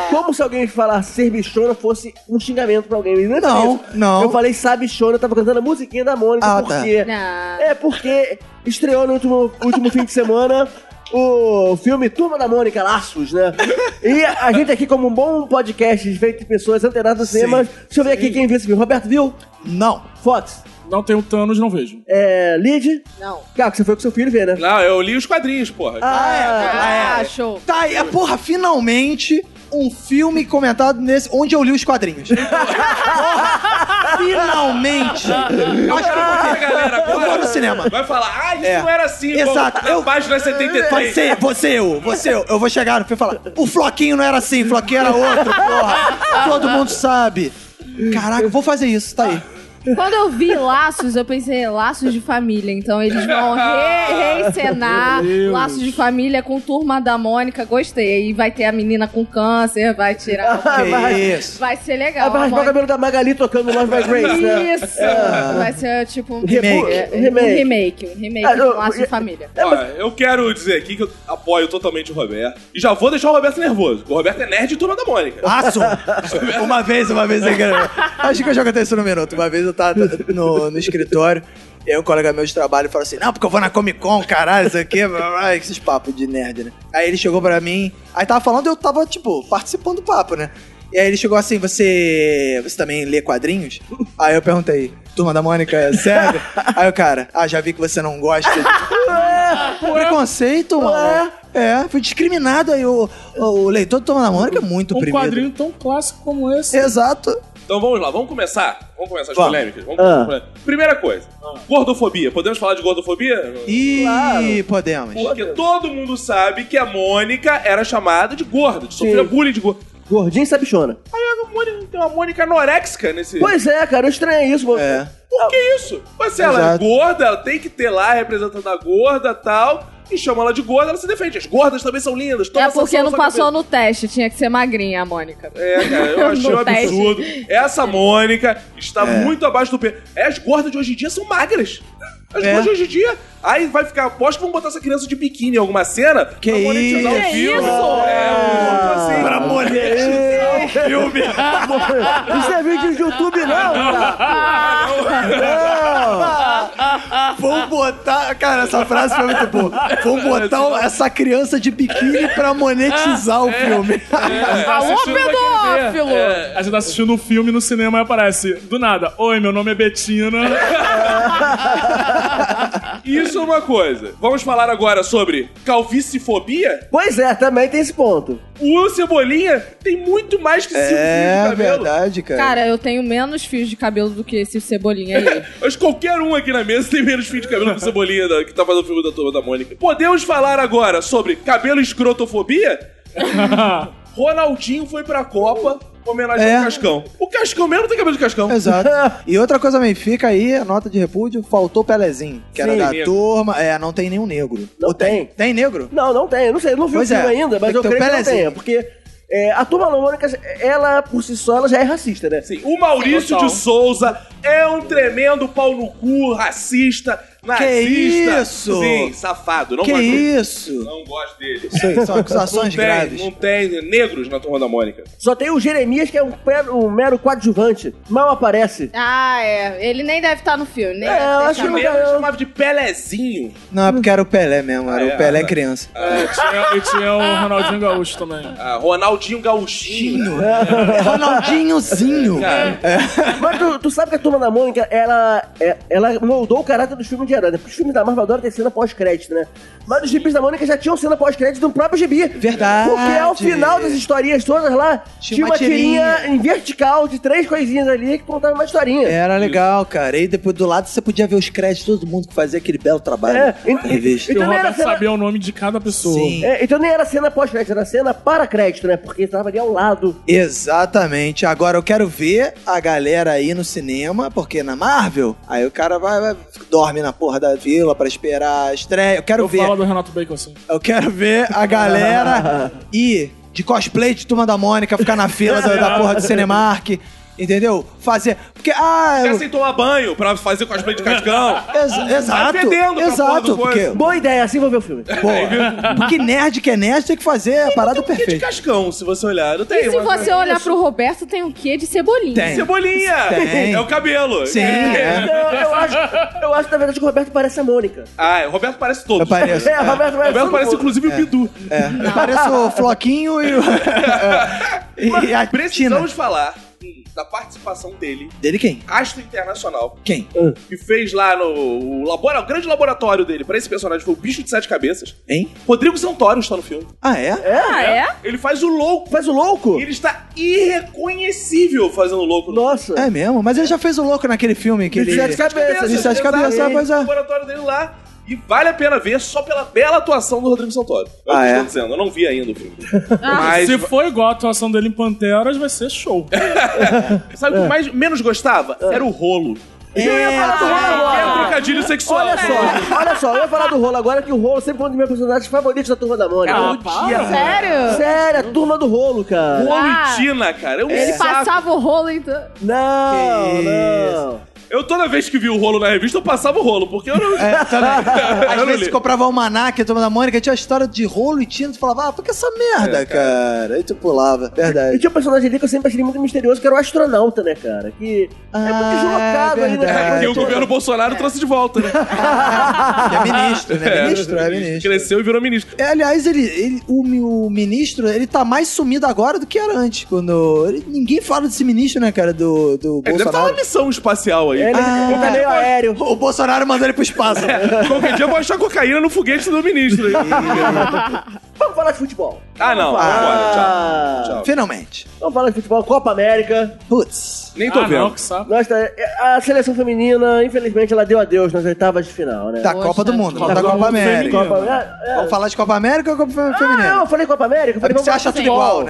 Speaker 2: Como se alguém falar ser bichona fosse um xingamento pra alguém. Não, é
Speaker 3: Não,
Speaker 2: isso.
Speaker 3: não.
Speaker 2: Eu falei sabe bichona, eu tava cantando a musiquinha da Mônica,
Speaker 3: Ah, tá.
Speaker 2: porque...
Speaker 4: Não.
Speaker 2: É porque estreou no último, último fim de semana o filme Turma da Mônica, Laços, né? E a gente aqui, como um bom podcast feito de pessoas antenadas do cinema, deixa eu ver aqui quem viu esse filme. Roberto viu?
Speaker 3: Não.
Speaker 2: Fox?
Speaker 6: Não tenho Thanos, não vejo.
Speaker 2: É, Lid?
Speaker 4: Não.
Speaker 2: Caco, você foi com seu filho ver, né?
Speaker 5: Não, eu li os quadrinhos, porra.
Speaker 3: é.
Speaker 2: Ah,
Speaker 4: Ah, show.
Speaker 3: Tá, e a porra, finalmente um filme comentado nesse onde eu li os quadrinhos. Porra, finalmente.
Speaker 5: eu acho que a galera
Speaker 3: Eu vou no
Speaker 5: agora
Speaker 3: cinema.
Speaker 5: vai falar, ah, isso
Speaker 3: É.
Speaker 5: não era assim.
Speaker 3: Exato,
Speaker 5: Bom,
Speaker 3: eu-
Speaker 5: eu... Página 73.
Speaker 3: Você, você eu, você eu. Eu vou chegar no filme e falar, o Floquinho não era assim, o Floquinho era outro, porra. Todo mundo sabe. Caraca, eu vou fazer isso, tá aí.
Speaker 4: Quando eu vi laços, eu pensei, "É laços de família. Então eles vão re reencenar laços de família com turma da Mônica. Gostei. Aí vai ter a menina com câncer, vai tirar.
Speaker 3: Que
Speaker 2: vai-
Speaker 3: isso.
Speaker 4: Vai ser
Speaker 2: Aí
Speaker 4: legal.
Speaker 2: Ah, vai raspar o
Speaker 4: Mônica.
Speaker 2: cabelo da Magali tocando Love by Grace, né?
Speaker 4: Isso! Vai ser tipo um
Speaker 2: Remake.
Speaker 4: É,
Speaker 2: Remake.
Speaker 4: Um remake, um remake
Speaker 2: Ah,
Speaker 4: de
Speaker 2: eu-
Speaker 4: laços
Speaker 2: eu-
Speaker 4: de família.
Speaker 5: Ó, eu quero dizer aqui que eu apoio totalmente o Roberto. E já vou deixar o Roberto nervoso. O Roberto é nerd e turma da Mônica.
Speaker 3: Aço! Uma vez, uma vez eu quero- Acho que eu já contei isso no minuto. Uma vez eu tava no, no escritório, e aí um colega meu de trabalho falou assim: Não, porque eu vou na Comic Con, caralho, isso aqui, blá, blá", esses papos de nerd, né? Aí ele chegou pra mim, aí tava falando, eu tava, tipo, participando do papo, né? E aí ele chegou assim: Você. Você também lê quadrinhos? Aí eu perguntei. Turma da Mônica, é sério? Aí o cara, ah, já vi que você não gosta. Preconceito, mano. É, fui discriminado aí. O, o, o leitor do Turma da Mônica é muito
Speaker 6: Um
Speaker 3: oprimido.
Speaker 6: quadrinho tão clássico como esse.
Speaker 3: Exato.
Speaker 5: Então vamos lá, vamos começar. Vamos começar as
Speaker 3: Vamos.
Speaker 5: polêmicas. Vamos
Speaker 2: Ah.
Speaker 5: começar. Primeira coisa,
Speaker 6: Ah.
Speaker 5: gordofobia. Podemos falar de gordofobia?
Speaker 3: E podemos.
Speaker 5: Porque todo mundo sabe que a Mônica era chamada de gorda, que sofria
Speaker 2: Sim.
Speaker 5: bullying de gorda.
Speaker 2: Gordinho sabe chora.
Speaker 5: Aí a Mônica, tem uma Mônica é anorexica nesse...
Speaker 2: Pois é, cara, eu estranhei isso, mano.
Speaker 3: É.
Speaker 5: Por que isso? Mas se ela é
Speaker 3: Exato.
Speaker 5: gorda, ela tem que ter lá representando a gorda e tal. e chama ela de gorda, ela se defende. As gordas também são lindas. toma
Speaker 4: É
Speaker 5: essa
Speaker 4: porque
Speaker 5: sua
Speaker 4: não
Speaker 5: na sua
Speaker 4: passou no
Speaker 5: cabeça.
Speaker 4: teste, tinha que ser magrinha a Mônica.
Speaker 5: É, cara, eu achei um
Speaker 4: No teste.
Speaker 5: absurdo. Essa Mônica está muito abaixo do peso. É, As gordas de hoje em dia são magras. As gordas de hoje em dia. Aí vai ficar, aposto que vão botar essa criança de biquíni em alguma cena que pra monetizar
Speaker 7: isso?
Speaker 5: o filme.
Speaker 7: Que
Speaker 5: É, um assim.
Speaker 2: monetizar
Speaker 5: filme.
Speaker 2: Isso é vídeo de YouTube, não, cara.
Speaker 3: Vão botar. Cara, essa frase foi muito boa. Vão botar o- essa criança de biquíni pra monetizar o filme.
Speaker 6: Alô,
Speaker 7: pedófilo!
Speaker 6: um A gente tá assistindo um filme no cinema e aparece, do nada, Oi, meu nome é Betina.
Speaker 5: Isso é uma coisa. Vamos falar agora sobre calvicifobia?
Speaker 2: Pois é, também tem esse ponto.
Speaker 5: O Cebolinha tem muito mais que cinco
Speaker 3: É,
Speaker 5: fios de cabelo.
Speaker 3: verdade, cara.
Speaker 4: Cara, eu tenho menos fios de cabelo do que esse cebolinha aí.
Speaker 5: Acho que qualquer um aqui na mesa tem menos fio de cabelo que o Cebolinha da- que tá fazendo o filme da turma da Mônica. Podemos falar agora sobre cabelo escrotofobia? Ronaldinho foi pra Copa homenagear
Speaker 3: É.
Speaker 5: o Cascão. O Cascão mesmo tem cabelo de Cascão.
Speaker 3: Exato. E outra coisa também, fica aí a nota de repúdio, faltou Pelezinho, que era
Speaker 5: Sim,
Speaker 3: da
Speaker 5: negro.
Speaker 3: turma. É, não tem nenhum negro.
Speaker 2: Não
Speaker 3: Ou tem?
Speaker 2: tem.
Speaker 3: Tem negro?
Speaker 2: Não, não tem. Eu não sei, eu não vi
Speaker 3: Pois
Speaker 2: o filme
Speaker 3: é,
Speaker 2: ainda, mas
Speaker 3: tem
Speaker 2: eu
Speaker 3: que ter o
Speaker 2: creio que não
Speaker 3: Pelezinho.
Speaker 2: tenha. Porque é, a turma da Mônica, ela por si só, ela já é racista, né?
Speaker 5: Sim, o Maurício
Speaker 6: Total.
Speaker 5: de Souza é um tremendo pau no cu, racista, nazista.
Speaker 3: isso?
Speaker 5: Sim, safado. Não
Speaker 3: que
Speaker 5: gosto dele.
Speaker 3: isso?
Speaker 5: Não gosto dele.
Speaker 3: Isso aí, são acusações
Speaker 5: Tem,
Speaker 3: graves.
Speaker 5: não tem negros na turma da Mônica.
Speaker 2: Só tem o Jeremias, que é um, pe- um mero coadjuvante. Mal aparece.
Speaker 4: ah, é. Ele nem deve estar no filme, né?
Speaker 2: É, eu
Speaker 4: Deve
Speaker 2: acho
Speaker 4: tá-
Speaker 2: que-
Speaker 5: Primeiro eu chamava de Pelezinho.
Speaker 3: Não, é porque era o Pelé mesmo, era
Speaker 5: Ah, é,
Speaker 3: o Pelé
Speaker 5: tá.
Speaker 3: criança.
Speaker 6: É, tinha- e tinha o Ronaldinho Gaúcho também.
Speaker 5: Ah, Ronaldinho Gaúchinho. né,
Speaker 3: Ronaldinhozinho!
Speaker 5: Cara,
Speaker 2: Mas tu, tu sabe que a turma da Mônica, ela, é- ela moldou o caráter dos filmes de herói. né? Porque os filmes da Marvel adoram ter cena pós-crédito, né? Mas os gibis da Mônica já tinham cena pós-crédito do próprio gibi.
Speaker 3: Verdade.
Speaker 2: Porque ao final das historinhas todas lá, tinha, uma tirinha. em vertical de três coisinhas ali que contava uma historinha.
Speaker 3: Era legal, cara. E depois do lado você podia ver os créditos de todo mundo que fazia aquele belo trabalho
Speaker 2: É,
Speaker 3: na
Speaker 2: e-
Speaker 3: revista.
Speaker 6: E o
Speaker 2: Então era
Speaker 6: Roberto
Speaker 2: cena-
Speaker 6: sabia o nome de cada pessoa.
Speaker 3: Sim.
Speaker 2: É, então nem era cena pós-crédito, era cena para crédito, né? Porque estava ali ao lado.
Speaker 3: Exatamente. Agora eu quero ver a galera aí no cinema, porque na Marvel, aí o cara vai, vai- dorme na porra da vila pra esperar a estreia. Eu quero
Speaker 6: Eu
Speaker 3: ver.
Speaker 6: falo do Renato Bacon assim.
Speaker 3: Eu quero ver a galera ir de cosplay de Turma da Mônica, ficar na fila da, da porra do Cinemark, entendeu? Fazer. Porque, ah.
Speaker 5: Ficar
Speaker 3: eu-
Speaker 5: sem tomar banho pra fazer cosplay de
Speaker 3: É
Speaker 5: Cascão.
Speaker 3: ex- exato.
Speaker 5: fedendo pra porra do
Speaker 3: Exato.
Speaker 5: coisa.
Speaker 3: Porque,
Speaker 2: Boa ideia, assim vou ver o filme.
Speaker 3: pô, porque nerd que é nerd tem que fazer a parada
Speaker 5: Que de
Speaker 3: perfeita.
Speaker 5: Cascão, se você olhar. Não tem.
Speaker 4: E se
Speaker 5: mas-
Speaker 4: você olhar pro Roberto, tem um quê de cebolinha?
Speaker 3: Tem.
Speaker 5: Cebolinha!
Speaker 3: Tem.
Speaker 5: É o cabelo.
Speaker 3: Sim,
Speaker 2: Então,
Speaker 3: é.
Speaker 2: eu acho, eu acho, na verdade, que o Roberto parece a Mônica.
Speaker 5: Ah, o Roberto parece todo.
Speaker 3: Eu pareço.
Speaker 2: É, o Roberto
Speaker 5: O
Speaker 2: parece,
Speaker 5: Roberto
Speaker 2: todo
Speaker 5: parece,
Speaker 2: mundo.
Speaker 5: inclusive, o Bidu.
Speaker 3: É. Eu pareço o Floquinho e, o- é. e a Tina.
Speaker 5: Precisamos falar hum, da participação dele,
Speaker 3: Dele quem?
Speaker 5: astro internacional,
Speaker 3: Quem?
Speaker 5: que fez lá no o, labora- o grande laboratório dele pra esse personagem, foi o Bicho de Sete Cabeças.
Speaker 3: Hein?
Speaker 5: Rodrigo Santoro está no filme.
Speaker 3: Ah, é?
Speaker 4: Ah, é?
Speaker 5: Ele faz o louco.
Speaker 2: Faz o louco?
Speaker 5: Ele está irreconhecível fazendo o louco. no
Speaker 2: Nossa.
Speaker 3: É mesmo? Mas ele já fez o louco naquele filme que ele... é
Speaker 2: De sete cabeças.
Speaker 3: De sete
Speaker 5: exato.
Speaker 3: cabeças,
Speaker 5: Ele
Speaker 3: pois
Speaker 5: tem o
Speaker 3: é.
Speaker 5: laboratório dele lá. E vale a pena ver só pela bela atuação do Rodrigo Santoro. Eu
Speaker 3: Ah,
Speaker 5: estou
Speaker 3: é?
Speaker 5: dizendo, eu não vi ainda o filme.
Speaker 4: Ah.
Speaker 5: Mas
Speaker 6: Se for igual a atuação dele em Panteras, vai ser show.
Speaker 5: sabe o
Speaker 3: É.
Speaker 5: que mais, menos gostava? Era o rolo.
Speaker 4: Ah.
Speaker 5: É trocadilho sexual.
Speaker 2: Olha
Speaker 3: É.
Speaker 2: só, olha só, eu ia falar do rolo agora, que o rolo sempre foi um dos meus personagens favoritos da turma da Mônica.
Speaker 5: Ah,
Speaker 4: Sério?
Speaker 2: Sério, a turma do rolo, cara.
Speaker 5: Rolo
Speaker 4: Ah.
Speaker 5: e Tina, cara. É um
Speaker 4: Ele
Speaker 5: saco.
Speaker 4: passava o rolo então.
Speaker 2: Não,
Speaker 3: Que
Speaker 2: não.
Speaker 5: Eu toda vez que vi o rolo na revista, eu passava o rolo, porque eu não.
Speaker 3: É, também.
Speaker 5: Eu
Speaker 3: Às
Speaker 5: não
Speaker 3: vezes
Speaker 5: li.
Speaker 3: comprava o Maná, que é a turma da Mônica, tinha a história de rolo e tinta, tu falava, ah, por que essa merda, cara? Aí tu pulava,
Speaker 2: E
Speaker 3: verdade.
Speaker 2: tinha um personagem ali que eu sempre achei muito misterioso, que era o astronauta, né, cara? Que é muito
Speaker 3: Ah,
Speaker 2: deslocado
Speaker 3: é
Speaker 2: ali
Speaker 3: verdade.
Speaker 2: naquela
Speaker 5: que o
Speaker 2: coisa toda.
Speaker 5: governo Bolsonaro trouxe de volta, né?
Speaker 3: Que é ministro, né? ministro, é ministro.
Speaker 5: Cresceu e virou ministro.
Speaker 3: É, aliás, ele, ele- o, mi- o ministro, ele tá mais sumido agora do que era antes. Quando. ele- ninguém fala desse ministro, né, cara? Do, do
Speaker 5: Ele É, deve estar numa
Speaker 3: Bolsonaro.
Speaker 5: missão espacial aí.
Speaker 2: Ele
Speaker 3: Ah.
Speaker 2: ele tá meio aéreo.
Speaker 3: O Bolsonaro mandou ele pro espaço.
Speaker 5: É. Qualquer dia eu vou achar cocaína no foguete do ministro. aí.
Speaker 2: Vamos falar de futebol.
Speaker 5: Ah, não. Agora, tchau.
Speaker 2: Ah,
Speaker 5: Tchau.
Speaker 3: Finalmente.
Speaker 2: Vamos falar de futebol, Copa América.
Speaker 3: Putz.
Speaker 5: Nem tô
Speaker 6: ah,
Speaker 5: vendo.
Speaker 6: Não, que saco.
Speaker 2: Nós tá- a seleção feminina, infelizmente, ela deu adeus nas oitavas de final, né?
Speaker 3: Da
Speaker 4: Poxa,
Speaker 3: Copa do Mundo,
Speaker 6: Copa
Speaker 3: da
Speaker 6: do
Speaker 3: Copa
Speaker 6: Mundo
Speaker 3: América.
Speaker 6: feminino.
Speaker 2: Copa é, é.
Speaker 3: Vamos falar de Copa América ou Copa fe-
Speaker 2: Ah, não,
Speaker 3: Feminina?
Speaker 2: eu falei Copa América. eu
Speaker 3: É
Speaker 2: Falei,
Speaker 3: porque você
Speaker 2: vamos
Speaker 3: acha
Speaker 2: falar
Speaker 3: tudo
Speaker 2: de futebol.
Speaker 3: igual,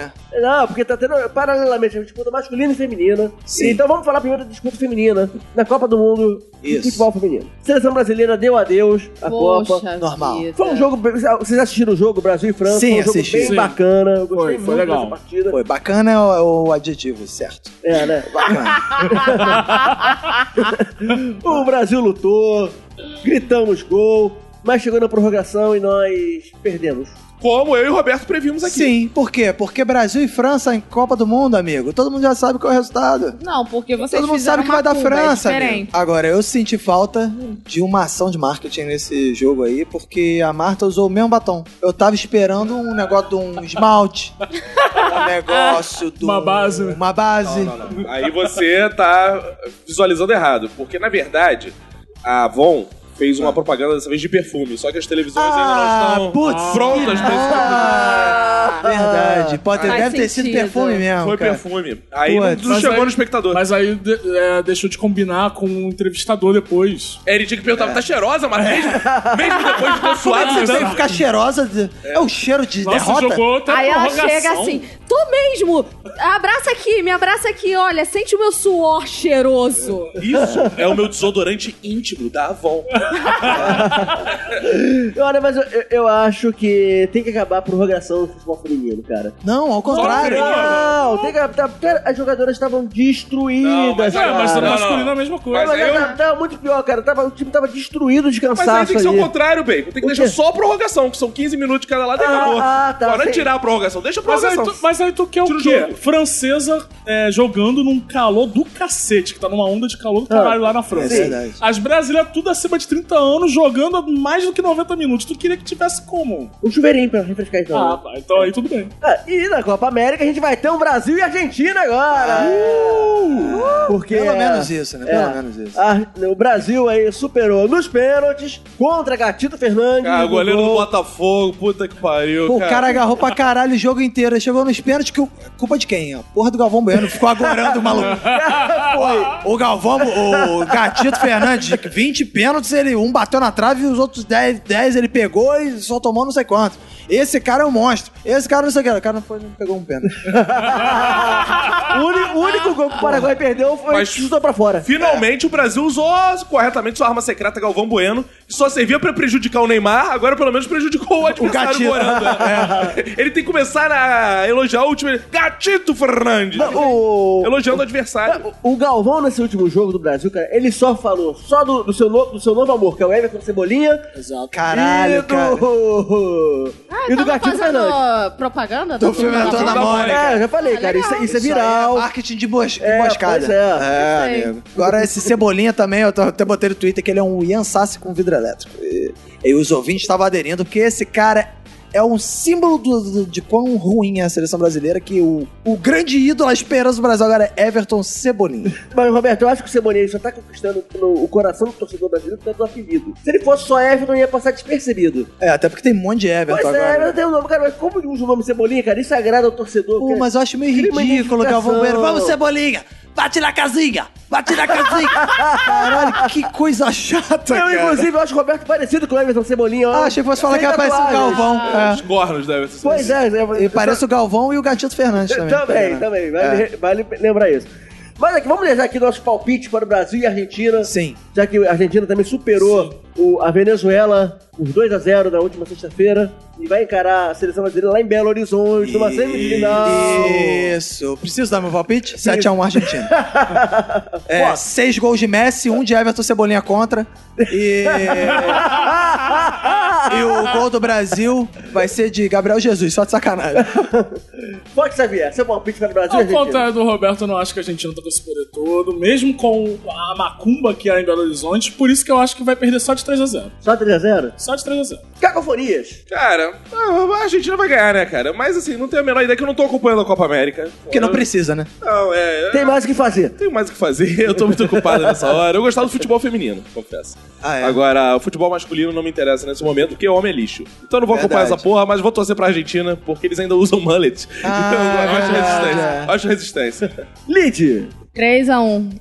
Speaker 3: né?
Speaker 2: Não, porque tá tendo, paralelamente, a disputa masculina e feminina. Então vamos falar primeiro da disputa feminina. Na Copa do Mundo,
Speaker 3: Isso.
Speaker 2: futebol feminino. Seleção brasileira deu adeus à Copa.
Speaker 4: Poxa,
Speaker 3: normal.
Speaker 4: vida.
Speaker 2: Foi um jogo. bem- Vocês assistiram o jogo Brasil e França?
Speaker 3: Sim,
Speaker 2: foi um jogo
Speaker 3: assisti.
Speaker 2: bem
Speaker 6: Sim.
Speaker 2: bacana. Eu gostei
Speaker 6: Foi,
Speaker 2: muito
Speaker 6: foi legal.
Speaker 2: dessa partida.
Speaker 3: Foi bacana é o, o adjetivo, certo?
Speaker 2: É, né?
Speaker 3: Bacana.
Speaker 2: O Brasil lutou, gritamos gol, mas chegou na prorrogação e nós perdemos.
Speaker 5: Como eu e o Roberto previmos aqui.
Speaker 3: Sim, por quê? Porque Brasil e França em Copa do Mundo, amigo. Todo mundo já sabe qual é o resultado.
Speaker 4: Não, porque vocês
Speaker 3: Todo mundo
Speaker 4: fizeram
Speaker 3: sabe que vai
Speaker 4: uma
Speaker 3: dar
Speaker 4: curva,
Speaker 3: França.
Speaker 4: É
Speaker 3: amigo.
Speaker 4: diferente.
Speaker 3: Agora, eu senti falta de uma ação de marketing nesse jogo aí, porque a Marta usou o mesmo batom. Eu tava esperando um negócio de um esmalte. um negócio de um-
Speaker 6: Uma base.
Speaker 3: Uma base.
Speaker 5: Aí você tá visualizando errado. Porque, na verdade, a Avon fez uma propaganda dessa vez de perfume. Só que as televisões
Speaker 3: Ah,
Speaker 5: ainda não estão
Speaker 3: putz,
Speaker 5: prontas pra esse perfume.
Speaker 3: Ah, verdade. Pode ter,
Speaker 4: Faz
Speaker 3: deve ter sido
Speaker 4: sentido.
Speaker 3: perfume mesmo.
Speaker 5: Foi
Speaker 3: cara.
Speaker 5: perfume. Aí não-
Speaker 3: Putz,
Speaker 5: não,
Speaker 6: mas
Speaker 5: chegou
Speaker 6: aí-
Speaker 5: no espectador.
Speaker 6: Mas aí de- é, deixou de combinar com o entrevistador depois.
Speaker 5: É, Ele tinha que perguntar, tá cheirosa, mas mesmo, mesmo depois de ter suado,
Speaker 3: Você
Speaker 5: você
Speaker 3: tem que ficar cheirosa. de- É. o cheiro de
Speaker 6: Nossa,
Speaker 3: derrota.
Speaker 6: jogou
Speaker 5: Tá
Speaker 6: outra
Speaker 4: Aí ela
Speaker 6: prorrogação.
Speaker 4: chega assim, tu mesmo, abraça aqui, me abraça aqui, olha, sente o meu suor cheiroso.
Speaker 5: Isso é o meu desodorante íntimo da Avon.
Speaker 2: Olha, mas eu, eu- eu acho que tem que acabar a prorrogação do futebol feminino, cara.
Speaker 3: Não, ao contrário.
Speaker 5: Não,
Speaker 2: Não, tem que acabar. porque As jogadoras estavam destruídas.
Speaker 5: Não, mas-
Speaker 6: É,
Speaker 2: cara.
Speaker 6: mas no
Speaker 5: Ah, não,
Speaker 6: masculino
Speaker 5: não.
Speaker 6: é a mesma coisa.
Speaker 5: Mas
Speaker 2: Mas
Speaker 5: aí eu-
Speaker 2: tava, tava muito pior, cara. Tava, o time tava destruído de
Speaker 5: Mas aí
Speaker 2: cansaço.
Speaker 5: tem que ser um
Speaker 2: ali.
Speaker 5: o contrário, Bacon. Tem que
Speaker 2: O
Speaker 5: deixar
Speaker 2: quê?
Speaker 5: só a prorrogação, que são 15 minutos de cada lado e
Speaker 2: Ah,
Speaker 5: acabou.
Speaker 2: ah, tá,
Speaker 5: Agora
Speaker 2: sei.
Speaker 5: tirar a prorrogação. Deixa a
Speaker 6: Mas aí,
Speaker 5: prorrogação.
Speaker 6: tu, mas aí tu quer
Speaker 5: Tira
Speaker 6: o
Speaker 5: o
Speaker 6: quê?
Speaker 5: jogo.
Speaker 6: Francesa é, jogando num calor do cacete, que tá numa onda de calor do caralho lá na França.
Speaker 3: É verdade.
Speaker 6: As brasileiras tudo acima de 30 anos jogando há mais do que 90 minutos. Tu queria que tivesse como?
Speaker 2: Um chuveirinho pra refrescar então.
Speaker 6: Ah, tá. Então aí tudo bem.
Speaker 2: Ah, e na Copa América a gente vai ter um Brasil e Argentina agora! Uh, porque
Speaker 3: Pelo
Speaker 2: é,
Speaker 3: menos isso, né?
Speaker 2: é,
Speaker 3: Pelo menos isso.
Speaker 2: a- Ah, o Brasil aí superou nos pênaltis contra Gatito Fernandes.
Speaker 5: Cara,
Speaker 2: no
Speaker 5: Ah, goleiro do
Speaker 2: gol.
Speaker 5: Botafogo, puta que pariu.
Speaker 3: Pô, o cara agarrou pra caralho o jogo inteiro. Aí Chegou nos pênaltis, que o... culpa de quem? A porra do Galvão Bueno ficou agorando o maluco. O Galvão, o Gatito Fernandes, 20 pênaltis, ele um bateu na trave e os outros 10, 10 ele pegou e só tomou não sei quanto. Esse cara é um monstro. Esse cara não sei o que. O cara não foi, não pegou um pênalti.
Speaker 2: o, único, o único gol que o Paraguai perdeu foi
Speaker 5: Mas-
Speaker 2: chutou pra fora.
Speaker 5: Finalmente o Brasil usou corretamente sua arma secreta Galvão Bueno, que só servia pra prejudicar o Neymar, agora pelo menos prejudicou o adversário
Speaker 3: Gatito.
Speaker 5: morando. né? É. Ele tem que começar a elogiar o último. Gatito Fernandes!
Speaker 2: O,
Speaker 5: Elogiando o adversário.
Speaker 2: o Galvão, nesse último jogo do Brasil, cara, ele só falou só do, do seu, no- do seu novo amor, que é o Everton Cebolinha. e
Speaker 3: Caralho,
Speaker 2: do,
Speaker 3: cara.
Speaker 4: Ah,
Speaker 2: e do
Speaker 4: tava
Speaker 2: Gatito
Speaker 4: fazendo
Speaker 2: Fernandes.
Speaker 4: propaganda
Speaker 3: Do filme da Turma da Mônica.
Speaker 2: É, eu já falei, cara, isso, isso é viral.
Speaker 3: Isso aí é marketing de, bos... de
Speaker 2: É,
Speaker 3: emboscada.
Speaker 2: pois é.
Speaker 4: Eu sei.
Speaker 3: amigo. Agora, esse Cebolinha também, eu tô- até botei no Twitter que ele é um Ian Sassi com vidro elétrico. E, e os ouvintes estavam aderindo, porque esse cara é um símbolo do- do- de quão ruim é a seleção brasileira, que o, o grande ídolo, a esperança do Brasil agora é Everton Cebolinha.
Speaker 2: Mas, Roberto, eu acho que o Cebolinha só tá conquistando no- o coração do torcedor brasileiro por causa do apelido. Se ele fosse só Everton, ia passar despercebido.
Speaker 3: É, até porque tem um monte de Everton
Speaker 2: Pois é,
Speaker 3: agora.
Speaker 2: Everton tem o nome, cara, mas como ele usa o nome Cebolinha, cara? Isso agrada ao torcedor.
Speaker 3: Pô,
Speaker 2: cara.
Speaker 3: mas eu acho meio
Speaker 2: Cria uma
Speaker 3: ridículo, Galvão
Speaker 2: identificação.
Speaker 3: Bueno. Vamos, Cebolinha! Bate na casinha! Bate na casinha! Caralho, que coisa chata,
Speaker 2: Eu,
Speaker 3: cara.
Speaker 2: inclusive, eu acho o Roberto parecido com o Everton Cebolinha. ó.
Speaker 3: Ah, achei que fosse falar que
Speaker 2: Sem
Speaker 3: era parecido com o
Speaker 2: tatuagem.
Speaker 3: Galvão. É.
Speaker 5: Os cornos devem ser. assim.
Speaker 2: Pois é, é
Speaker 3: E parece o Galvão e o Gatito Fernandes também. né? É.
Speaker 2: Também, também. Vale, vale lembrar isso. Mas aqui, vamos deixar aqui nosso palpite para o Brasil e a Argentina.
Speaker 3: Sim.
Speaker 2: Já que a Argentina também superou o- a Venezuela por 2 a 0 na última sexta-feira. E vai encarar a seleção brasileira lá em Belo Horizonte, numa semifinal.
Speaker 3: Isso. Preciso dar meu palpite? 7x1 Argentina. é, seis gols de Messi, um de Everton Cebolinha contra. E... e o gol do Brasil vai ser de Gabriel Jesus, só de sacanagem.
Speaker 2: Pode Xavier, seu palpite para o Brasil e
Speaker 6: Ao
Speaker 2: Argentina.
Speaker 6: contrário do Roberto, eu não acho que a gente não tá com esse poder todo. Mesmo com a macumba que é em Belo Belo Horizonte, por isso que eu acho que vai perder só de 3 a 0
Speaker 2: Só 3x0?
Speaker 6: Só de 3 a 0
Speaker 2: Cacofonias.
Speaker 5: Cara, a Argentina vai ganhar, né, cara? Mas assim, não tenho a menor ideia que eu não tô acompanhando a Copa América.
Speaker 3: Porque não precisa, né?
Speaker 5: Não, é.
Speaker 2: Tem mais o que fazer.
Speaker 5: Tenho mais o que fazer, eu tô muito ocupado nessa hora. Eu gostava do futebol feminino, confesso.
Speaker 3: Ah, é.
Speaker 5: Agora, o futebol masculino não me interessa nesse momento, porque o homem é lixo. Então eu não vou acompanhar
Speaker 3: Verdade.
Speaker 5: essa porra, mas vou torcer pra Argentina, porque eles ainda usam mullet.
Speaker 3: Ah,
Speaker 5: então eu acho
Speaker 3: verdade,
Speaker 5: resistência.
Speaker 3: é.
Speaker 5: Acho resistência.
Speaker 2: Lid.
Speaker 4: 3x1,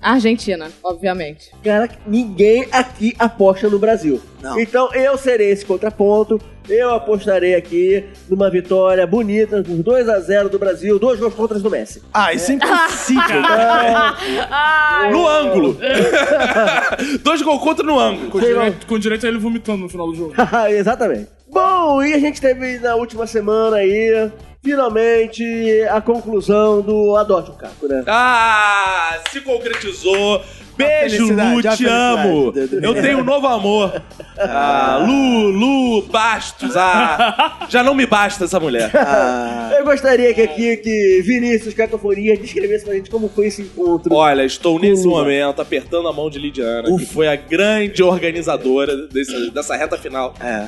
Speaker 4: Argentina, obviamente.
Speaker 2: Cara, ninguém aqui aposta no Brasil.
Speaker 3: Não.
Speaker 2: Então eu serei esse contraponto. Eu apostarei aqui numa vitória bonita, com 2x0 do Brasil, dois gols contras do Messi.
Speaker 3: Ah, isso é impossível.
Speaker 5: No ângulo! Dois gol contra no ângulo.
Speaker 6: Com,
Speaker 2: Sei lá.
Speaker 6: direito- com direito a ele vomitando no final do jogo.
Speaker 2: Exatamente. Bom, e a gente teve na última semana aí, finalmente, a conclusão do Adote o Caco, né?
Speaker 5: Ah, se concretizou. Beijo,
Speaker 3: felicidade,
Speaker 5: Lu,
Speaker 3: a
Speaker 5: te
Speaker 3: felicidade
Speaker 5: amo.
Speaker 3: do- do-
Speaker 5: Eu tenho um novo amor. Ah, Lu, Lu, Bastos. Ah, já não me basta essa mulher.
Speaker 3: Ah.
Speaker 2: Eu gostaria que aqui que Vinícius Cacofonia descrevesse pra gente como foi esse encontro.
Speaker 5: Olha, estou nesse momento apertando a mão de Lidiana, que foi a grande organizadora desse- dessa reta final.
Speaker 3: É.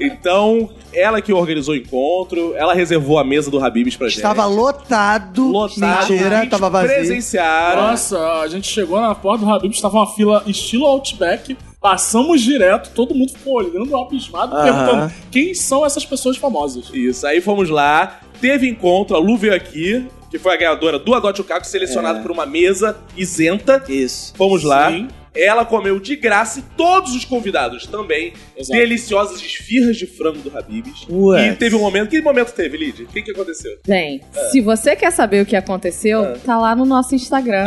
Speaker 5: Então, ela que organizou o encontro, ela reservou a mesa do Habibs pra gente.
Speaker 3: Estava lotado.
Speaker 5: lotado,
Speaker 3: Mentira,
Speaker 5: eles
Speaker 3: tava vazio.
Speaker 5: presenciaram.
Speaker 6: Nossa, a gente chegou na porta do Habib, estava uma fila estilo Outback, passamos direto, todo mundo ficou olhando abismado,
Speaker 3: Aham.
Speaker 6: perguntando quem são essas pessoas famosas.
Speaker 5: Isso, aí fomos lá, teve encontro, a Lu veio aqui, que foi a ganhadora do Adote o Caco, selecionada por uma mesa isenta.
Speaker 3: É. Isso.
Speaker 5: Fomos lá.
Speaker 6: Sim.
Speaker 5: Ela comeu de graça e todos os convidados também.
Speaker 6: Exato.
Speaker 5: Deliciosas esfirras de frango do Habibs.
Speaker 3: Ué.
Speaker 5: E teve um momento. Que momento teve, Lid? O que, que aconteceu?
Speaker 4: Bem, se você quer saber o que aconteceu, tá lá no nosso Instagram.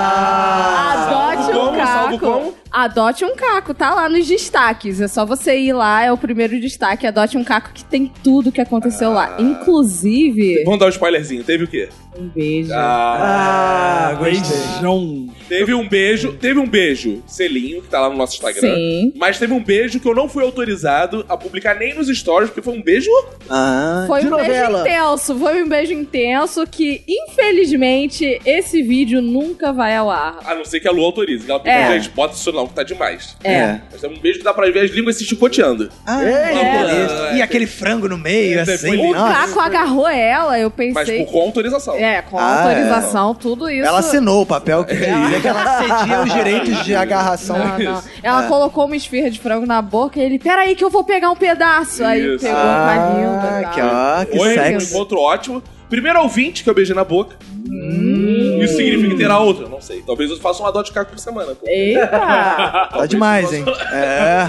Speaker 5: Ah!
Speaker 4: Adote
Speaker 5: Como?
Speaker 4: um
Speaker 5: Salvo como?
Speaker 4: caco. Adote um caco, tá lá nos destaques. É só você ir lá, é o primeiro destaque. Adote um caco que tem tudo que aconteceu
Speaker 5: Ah.
Speaker 4: lá. Inclusive.
Speaker 5: Vamos dar um spoilerzinho. Teve o quê?
Speaker 4: Um beijo.
Speaker 3: Ah, gostei.
Speaker 6: Beijão.
Speaker 5: Teve um beijo, teve um beijo, selinho, que tá lá no nosso Instagram.
Speaker 4: Sim.
Speaker 5: Mas teve um beijo que eu não fui autorizado a publicar nem nos stories, porque foi um beijo.
Speaker 3: Ah,
Speaker 4: Foi
Speaker 2: de
Speaker 4: um
Speaker 2: novela.
Speaker 4: beijo intenso, foi um beijo intenso que, infelizmente, esse vídeo nunca vai ao ar.
Speaker 5: A não ser que a Lu autorize. que Ela pediu,
Speaker 4: É.
Speaker 5: gente, bota isso não, que tá demais.
Speaker 4: É.
Speaker 5: Mas teve um beijo que dá pra ver as línguas se chicoteando.
Speaker 3: Ah,
Speaker 2: Ei,
Speaker 3: que
Speaker 5: é.
Speaker 3: beleza. E aquele frango no meio,
Speaker 5: É,
Speaker 3: assim.
Speaker 5: foi
Speaker 4: O
Speaker 3: nossa.
Speaker 4: Caco agarrou ela, eu
Speaker 5: Mas
Speaker 4: pensei.
Speaker 5: por com autorização.
Speaker 4: É, com
Speaker 3: Ah,
Speaker 4: autorização, tudo isso.
Speaker 3: Ela assinou o papel que dizia que ela cedia os direitos de agarração.
Speaker 4: Não, não.
Speaker 3: É.
Speaker 4: Ela colocou uma esfirra de frango na boca e ele, peraí que eu vou pegar um pedaço. Aí
Speaker 5: Isso.
Speaker 4: pegou um tá com a língua.
Speaker 3: Ah,
Speaker 4: e
Speaker 3: que,
Speaker 4: tal.
Speaker 3: ó, que
Speaker 5: Foi um
Speaker 3: sexy.
Speaker 5: encontro ótimo. Primeiro ouvinte que eu beijei na boca.
Speaker 4: Hum.
Speaker 5: Isso significa que terá outro? Não sei. Talvez eu faça um adote caco por semana. pô.
Speaker 4: Eita!
Speaker 3: Tá demais, hein? É.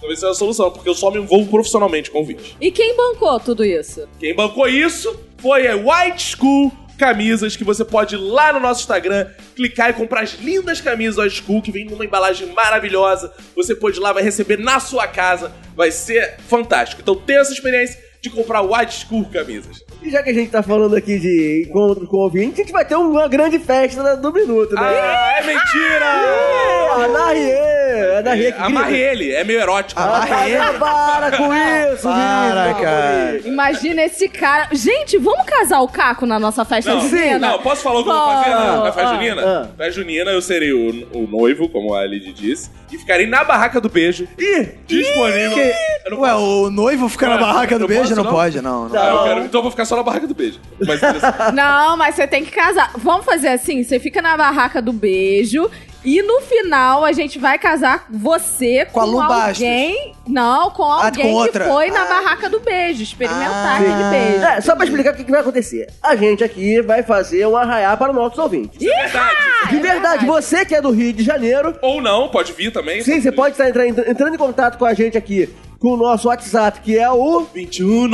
Speaker 5: Talvez seja a solução, porque eu só me envolvo profissionalmente com o vídeo.
Speaker 4: e quem bancou tudo isso?
Speaker 5: Quem bancou isso foi a White School Camisas, que você pode ir lá no nosso Instagram, clicar e comprar as lindas camisas White School, que vem numa embalagem maravilhosa. Você pode ir lá, vai receber na sua casa. Vai ser fantástico. Então tenha essa experiência de comprar White School Camisas.
Speaker 2: E já que a gente tá falando aqui de encontro com ouvinte, a gente vai ter uma grande festa na- do Minuto, né?
Speaker 5: Ah, é mentira!
Speaker 2: A Narie! A Narie que
Speaker 5: Amarre ele, é meio erótico.
Speaker 3: Amarre
Speaker 2: grita. Ah, para com isso,
Speaker 3: Para,
Speaker 2: Vinícius
Speaker 3: cara.
Speaker 4: Imagina esse cara. Gente, vamos casar o Caco na nossa festa
Speaker 5: Não,
Speaker 4: de cena?
Speaker 5: não, posso falar o que eu vou
Speaker 4: Vamos.
Speaker 5: fazer na, na festa
Speaker 4: Ah,
Speaker 5: junina?
Speaker 2: ah.
Speaker 5: Na festa junina eu serei o, o noivo, como a Lid disse, e ficarei na barraca do beijo. Ih! Disponível. Eu não
Speaker 3: Ué,
Speaker 5: posso.
Speaker 3: o noivo fica na
Speaker 5: Ué,
Speaker 3: barraca do
Speaker 5: eu
Speaker 3: beijo?
Speaker 5: posso,
Speaker 3: não,
Speaker 5: não?
Speaker 3: pode, não. não.
Speaker 2: Tá
Speaker 5: Ah, eu quero- então eu vou ficar só na barraca do beijo. Mas interessante.
Speaker 4: Não, mas você tem que casar. Vamos fazer assim: você fica na barraca do beijo e no final a gente vai casar você
Speaker 3: Com
Speaker 4: com,
Speaker 3: a Lu
Speaker 4: alguém. Não, com
Speaker 3: Ah,
Speaker 4: alguém
Speaker 3: com outra.
Speaker 4: que foi na
Speaker 3: Ah.
Speaker 4: barraca do beijo,
Speaker 3: Ah.
Speaker 4: experimentar aquele beijo.
Speaker 2: É, só pra explicar o que, que vai acontecer. A gente aqui vai fazer um arraiá para os nossos ouvintes.
Speaker 5: É verdade. é
Speaker 4: Ah,
Speaker 2: De
Speaker 4: é
Speaker 2: verdade, você que é do Rio de Janeiro,
Speaker 5: Ou não, pode vir também.
Speaker 2: sim, você pode estar entra- entrando em contato com a gente aquaqui com o nosso WhatsApp, que é o.
Speaker 5: 21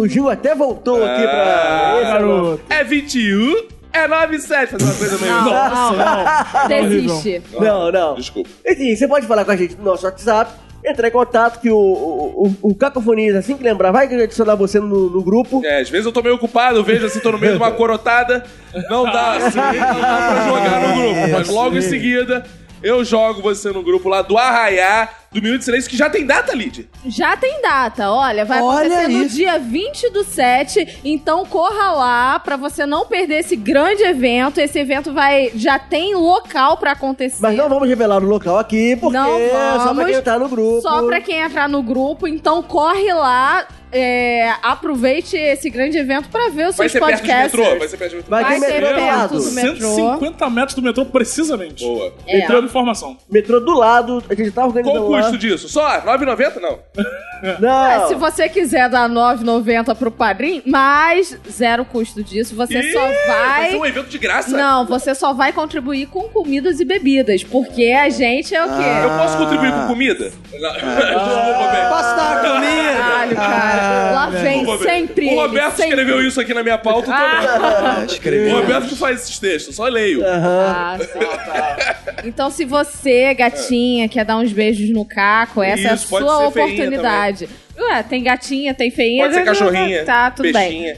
Speaker 2: O Gil até voltou aqui pra.
Speaker 5: Ah,
Speaker 2: Esse é o nosso-
Speaker 5: É 21, é 97. Faz uma coisa meio.
Speaker 4: Não,
Speaker 2: tá
Speaker 4: não, desiste.
Speaker 2: Não, não.
Speaker 5: Desculpa.
Speaker 2: Enfim, você pode falar com a gente no nosso WhatsApp, entrar em contato que o, o, o, o Cacofonias, assim que lembrar, vai adicionar você no, no grupo.
Speaker 5: É, às vezes eu tô meio ocupado, eu vejo assim, tô no meio de uma
Speaker 2: Ah,
Speaker 5: corotada. Não dá, assim, não dá pra jogar no grupo. Mas logo em seguida. Eu jogo você no grupo lá do Arraiá, do Minuto de Silêncio, que já tem data, Lid.
Speaker 4: Já tem data, olha, vai
Speaker 3: Olha
Speaker 4: acontecer no
Speaker 3: isso.
Speaker 4: dia 20 do 7, então corra lá pra você não perder esse grande evento. Esse evento vai já tem local pra acontecer.
Speaker 2: Mas não vamos revelar o local aqui, porque
Speaker 4: Não
Speaker 2: é só pra
Speaker 4: vamos,
Speaker 2: quem tá no grupo.
Speaker 4: Só pra quem entrar no grupo, então corre lá, é, aproveite esse grande evento pra ver os
Speaker 5: Vai
Speaker 4: seus
Speaker 5: ser perto de
Speaker 4: podcasts.
Speaker 5: metrô, vai ser perto de metrô.
Speaker 2: Vai
Speaker 4: Vai
Speaker 2: ter
Speaker 4: ser
Speaker 2: metrô do
Speaker 4: perto
Speaker 2: lado.
Speaker 4: do metrô.
Speaker 6: 150 metros do metrô, precisamente.
Speaker 5: Boa.
Speaker 4: É.
Speaker 6: Entrando em informação.
Speaker 2: Metrô do lado, a gente tá
Speaker 5: Qual
Speaker 2: organizando
Speaker 5: o
Speaker 2: lá.
Speaker 3: é.
Speaker 5: custo disso? Só? 9,90? Não.
Speaker 4: Ah,
Speaker 2: Não,
Speaker 4: Se você quiser dar 9,90 pro padrinho, mas zero custo disso, você
Speaker 5: Ih,
Speaker 4: só
Speaker 5: Vai
Speaker 4: vai
Speaker 5: ser um evento de graça?
Speaker 4: Não, você só vai contribuir com comidas e bebidas, porque a gente é o
Speaker 5: Eu
Speaker 4: quê?
Speaker 5: posso contribuir com comida? Não. Desculpa, velho.
Speaker 3: Ah. Posso dar uma comida?
Speaker 4: Caralho, cara. Lá vem
Speaker 5: Desculpa, velho.
Speaker 4: sempre.
Speaker 5: O Roberto
Speaker 4: sempre.
Speaker 5: escreveu isso aqui na minha pauta também.
Speaker 3: Ah, escrevi.
Speaker 5: O Roberto que faz esses textos, só leio.
Speaker 4: Ah, sim. então, se você, gatinha, quer dar uns beijos no caco, essa é a
Speaker 5: Isso, pode
Speaker 4: sua
Speaker 5: ser feinha
Speaker 4: oportunidade. Ué, tem gatinha, tem feinha.
Speaker 5: Pode ser cachorrinha,
Speaker 4: Tá, tudo bem.
Speaker 5: peixinha.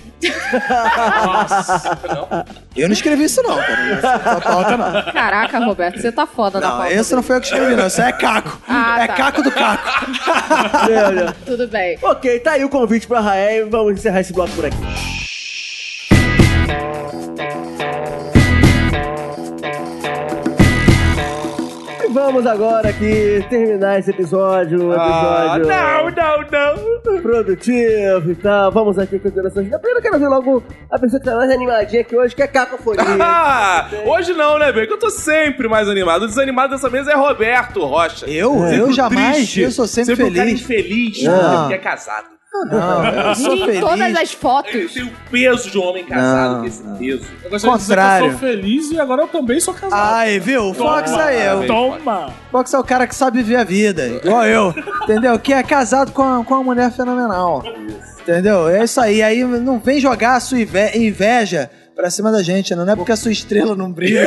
Speaker 5: Nossa. Não.
Speaker 3: Eu não escrevi isso, não, cara. Essa pauta não.
Speaker 4: Caraca, Roberto, você tá foda na
Speaker 3: Não,
Speaker 4: pauta.
Speaker 3: esse não foi eu que escrevi, não. Isso é caco.
Speaker 4: Ah,
Speaker 3: é
Speaker 4: tá.
Speaker 3: caco do caco.
Speaker 2: olha.
Speaker 4: Tudo bem.
Speaker 2: Ok, tá aí o convite pra Raé e vamos encerrar esse bloco por aqui. E Vamos agora aqui terminar esse episódio, um episódio
Speaker 5: não, não.
Speaker 2: produtivo e tal. Vamos aqui com as corações. Primeiro eu quero ver logo a pessoa que tá mais animadinha aqui hoje, que é cacofonia.
Speaker 5: Ah, hoje não, né, Bacon? Eu tô sempre mais animado. O desanimado dessa mesa é Roberto Rocha.
Speaker 3: Eu?
Speaker 5: Sempre
Speaker 3: Eu jamais. Eu sou sempre
Speaker 5: sempre um cara
Speaker 3: feliz. Ah.
Speaker 5: infeliz,
Speaker 3: Não.
Speaker 5: porque é casado.
Speaker 3: Não, eu sou
Speaker 4: Em
Speaker 3: feliz.
Speaker 4: todas as
Speaker 5: Ele
Speaker 4: fotos.
Speaker 5: tem o peso de um homem casado,
Speaker 3: Não.
Speaker 5: tem esse peso.
Speaker 6: Eu gostaria de dizer que
Speaker 3: Contrário.
Speaker 6: eu sou feliz e agora eu também sou casado.
Speaker 3: Ai, viu? O Fox é
Speaker 2: Ah.
Speaker 3: eu.
Speaker 6: Toma!
Speaker 3: O Fox é o cara que sabe viver a vida, igual eu. Entendeu? Que é casado com, a- com uma mulher fenomenal. Entendeu? É isso aí. Aí não vem jogar a sua inve- inveja pra cima da gente, não. Não é porque a sua estrela não brilha.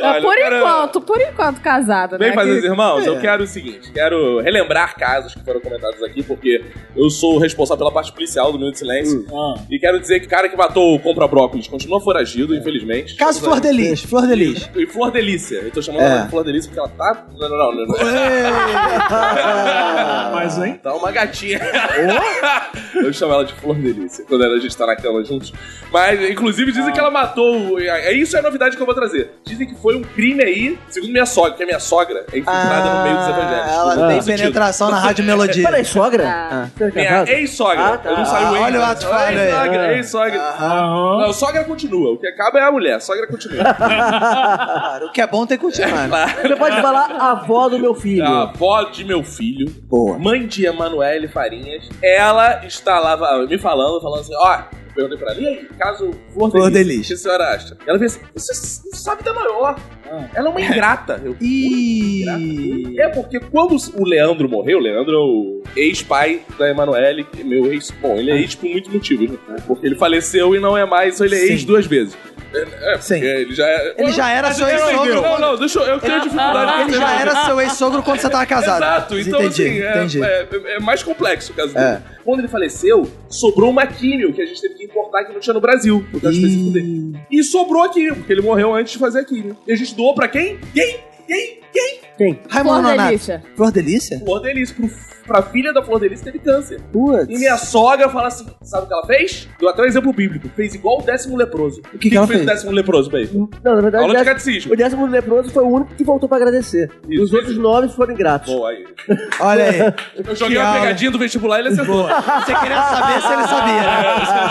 Speaker 4: É, por
Speaker 5: Olha, cara,
Speaker 4: enquanto, por enquanto casado,
Speaker 5: Bem,
Speaker 4: né?
Speaker 5: fazer
Speaker 4: Que-
Speaker 5: os irmãos,
Speaker 3: É.
Speaker 5: eu quero o seguinte: quero relembrar casos que foram comentados aqui, porque eu sou o responsável pela parte policial do Minuto de Silêncio.
Speaker 3: Hum.
Speaker 6: Ah.
Speaker 5: E quero dizer que o cara que matou o Compra Brócolis continua foragido, infelizmente.
Speaker 3: É. Caso Flor Delis, Flor Delis.
Speaker 5: E Flor Delícia. Eu tô chamando
Speaker 3: É.
Speaker 5: ela de Flor Delícia porque ela tá. Não, não, não. não.
Speaker 6: Ah, Mas, hein?
Speaker 5: Tá uma gatinha. Eu chamo ela de Flor Delícia quando a gente tá na cama juntos. Mas, inclusive, dizem que ela matou. o- é- Isso é novidade que eu vou trazer. Dizem que foi um crime aí, segundo minha sogra, que a minha sogra é infiltrada no meio dos Ah. evangélicos.
Speaker 3: Ah, ela
Speaker 5: Não
Speaker 3: tem
Speaker 5: faz sentido.
Speaker 3: penetração na Rádio Melodia.
Speaker 2: Peraí, sogra?
Speaker 4: Ah.
Speaker 2: Você é
Speaker 5: Minha
Speaker 2: casado?
Speaker 5: ex-sogra.
Speaker 2: Ah, tá.
Speaker 5: Eu não saio
Speaker 3: Ah,
Speaker 5: ainda.
Speaker 3: olha o ato falho aí.
Speaker 5: Ex-sogra, ex-sogra.
Speaker 6: Aham.
Speaker 5: Não, sogra continua. O que acaba é a mulher. Sogra continua.
Speaker 3: Cara, o que é bom tem que continuar. né?
Speaker 2: Você pode falar avó do meu filho.
Speaker 5: a avó de meu filho,
Speaker 3: Boa.
Speaker 5: mãe de Emanuele Farinhas, ela está lá ah, me falando, falando assim, ó, eu perguntei pra ela, e aí, caso for
Speaker 3: Flor
Speaker 5: delícia,
Speaker 3: Delis.
Speaker 5: o que a senhora acha? Ela veio assim, você s- não sabe da maior,
Speaker 3: Ah.
Speaker 5: ela é uma ingrata. Eu,
Speaker 3: E...
Speaker 5: É porque quando o Leandro morreu, o Leandro é o ex-pai da Emanuele, que é meu ex. Bom, ele é
Speaker 3: Ah.
Speaker 5: ex por muitos motivos, né? Porque ele faleceu e não é mais, ele é ex
Speaker 3: Sim.
Speaker 5: duas vezes.
Speaker 3: Sim.
Speaker 5: Ele já é.
Speaker 3: Ele já era seu
Speaker 5: não,
Speaker 3: ex-sogro.
Speaker 5: não, não, deixa eu. Eu tenho dificuldade com
Speaker 3: Ele
Speaker 5: esse
Speaker 3: já
Speaker 5: nome.
Speaker 3: era seu ex-sogro quando você tava casado.
Speaker 5: Exato, então
Speaker 3: entendi,
Speaker 5: assim, é-
Speaker 3: entendi.
Speaker 5: É, é mais complexo o caso
Speaker 3: É.
Speaker 5: dele. Quando ele faleceu, sobrou uma químio que a gente teve que importar que não tinha no Brasil, por causa específico dele.
Speaker 3: E...
Speaker 5: E sobrou a químio, porque ele morreu antes de fazer a químio. E a gente doou pra quem? Quem? Quem? Quem?
Speaker 3: Raimundo
Speaker 4: Flor
Speaker 3: Nonato.
Speaker 4: Delícia.
Speaker 3: Flor Delícia?
Speaker 5: Flor Delice, pro, pra filha da Flor Delice teve câncer.
Speaker 3: Putz.
Speaker 5: E minha sogra fala assim: sabe o que ela fez? Deu até um exemplo bíblico. Fez igual o décimo leproso. O
Speaker 3: que ela
Speaker 5: fez?
Speaker 3: fez? Hum.
Speaker 5: o décimo leproso, pai?
Speaker 2: Não, na verdade,
Speaker 5: Aula de
Speaker 2: já-
Speaker 5: catecismo.
Speaker 2: O décimo leproso foi o único que voltou pra agradecer.
Speaker 5: Isso,
Speaker 2: Os outros
Speaker 5: isso.
Speaker 2: nove foram ingratos.
Speaker 5: Boa aí.
Speaker 3: Olha aí.
Speaker 5: Eu joguei uma
Speaker 3: aula.
Speaker 5: pegadinha do vestibular e ele acertou.
Speaker 3: Você queria saber se ele sabia. né?
Speaker 5: É, isso que eu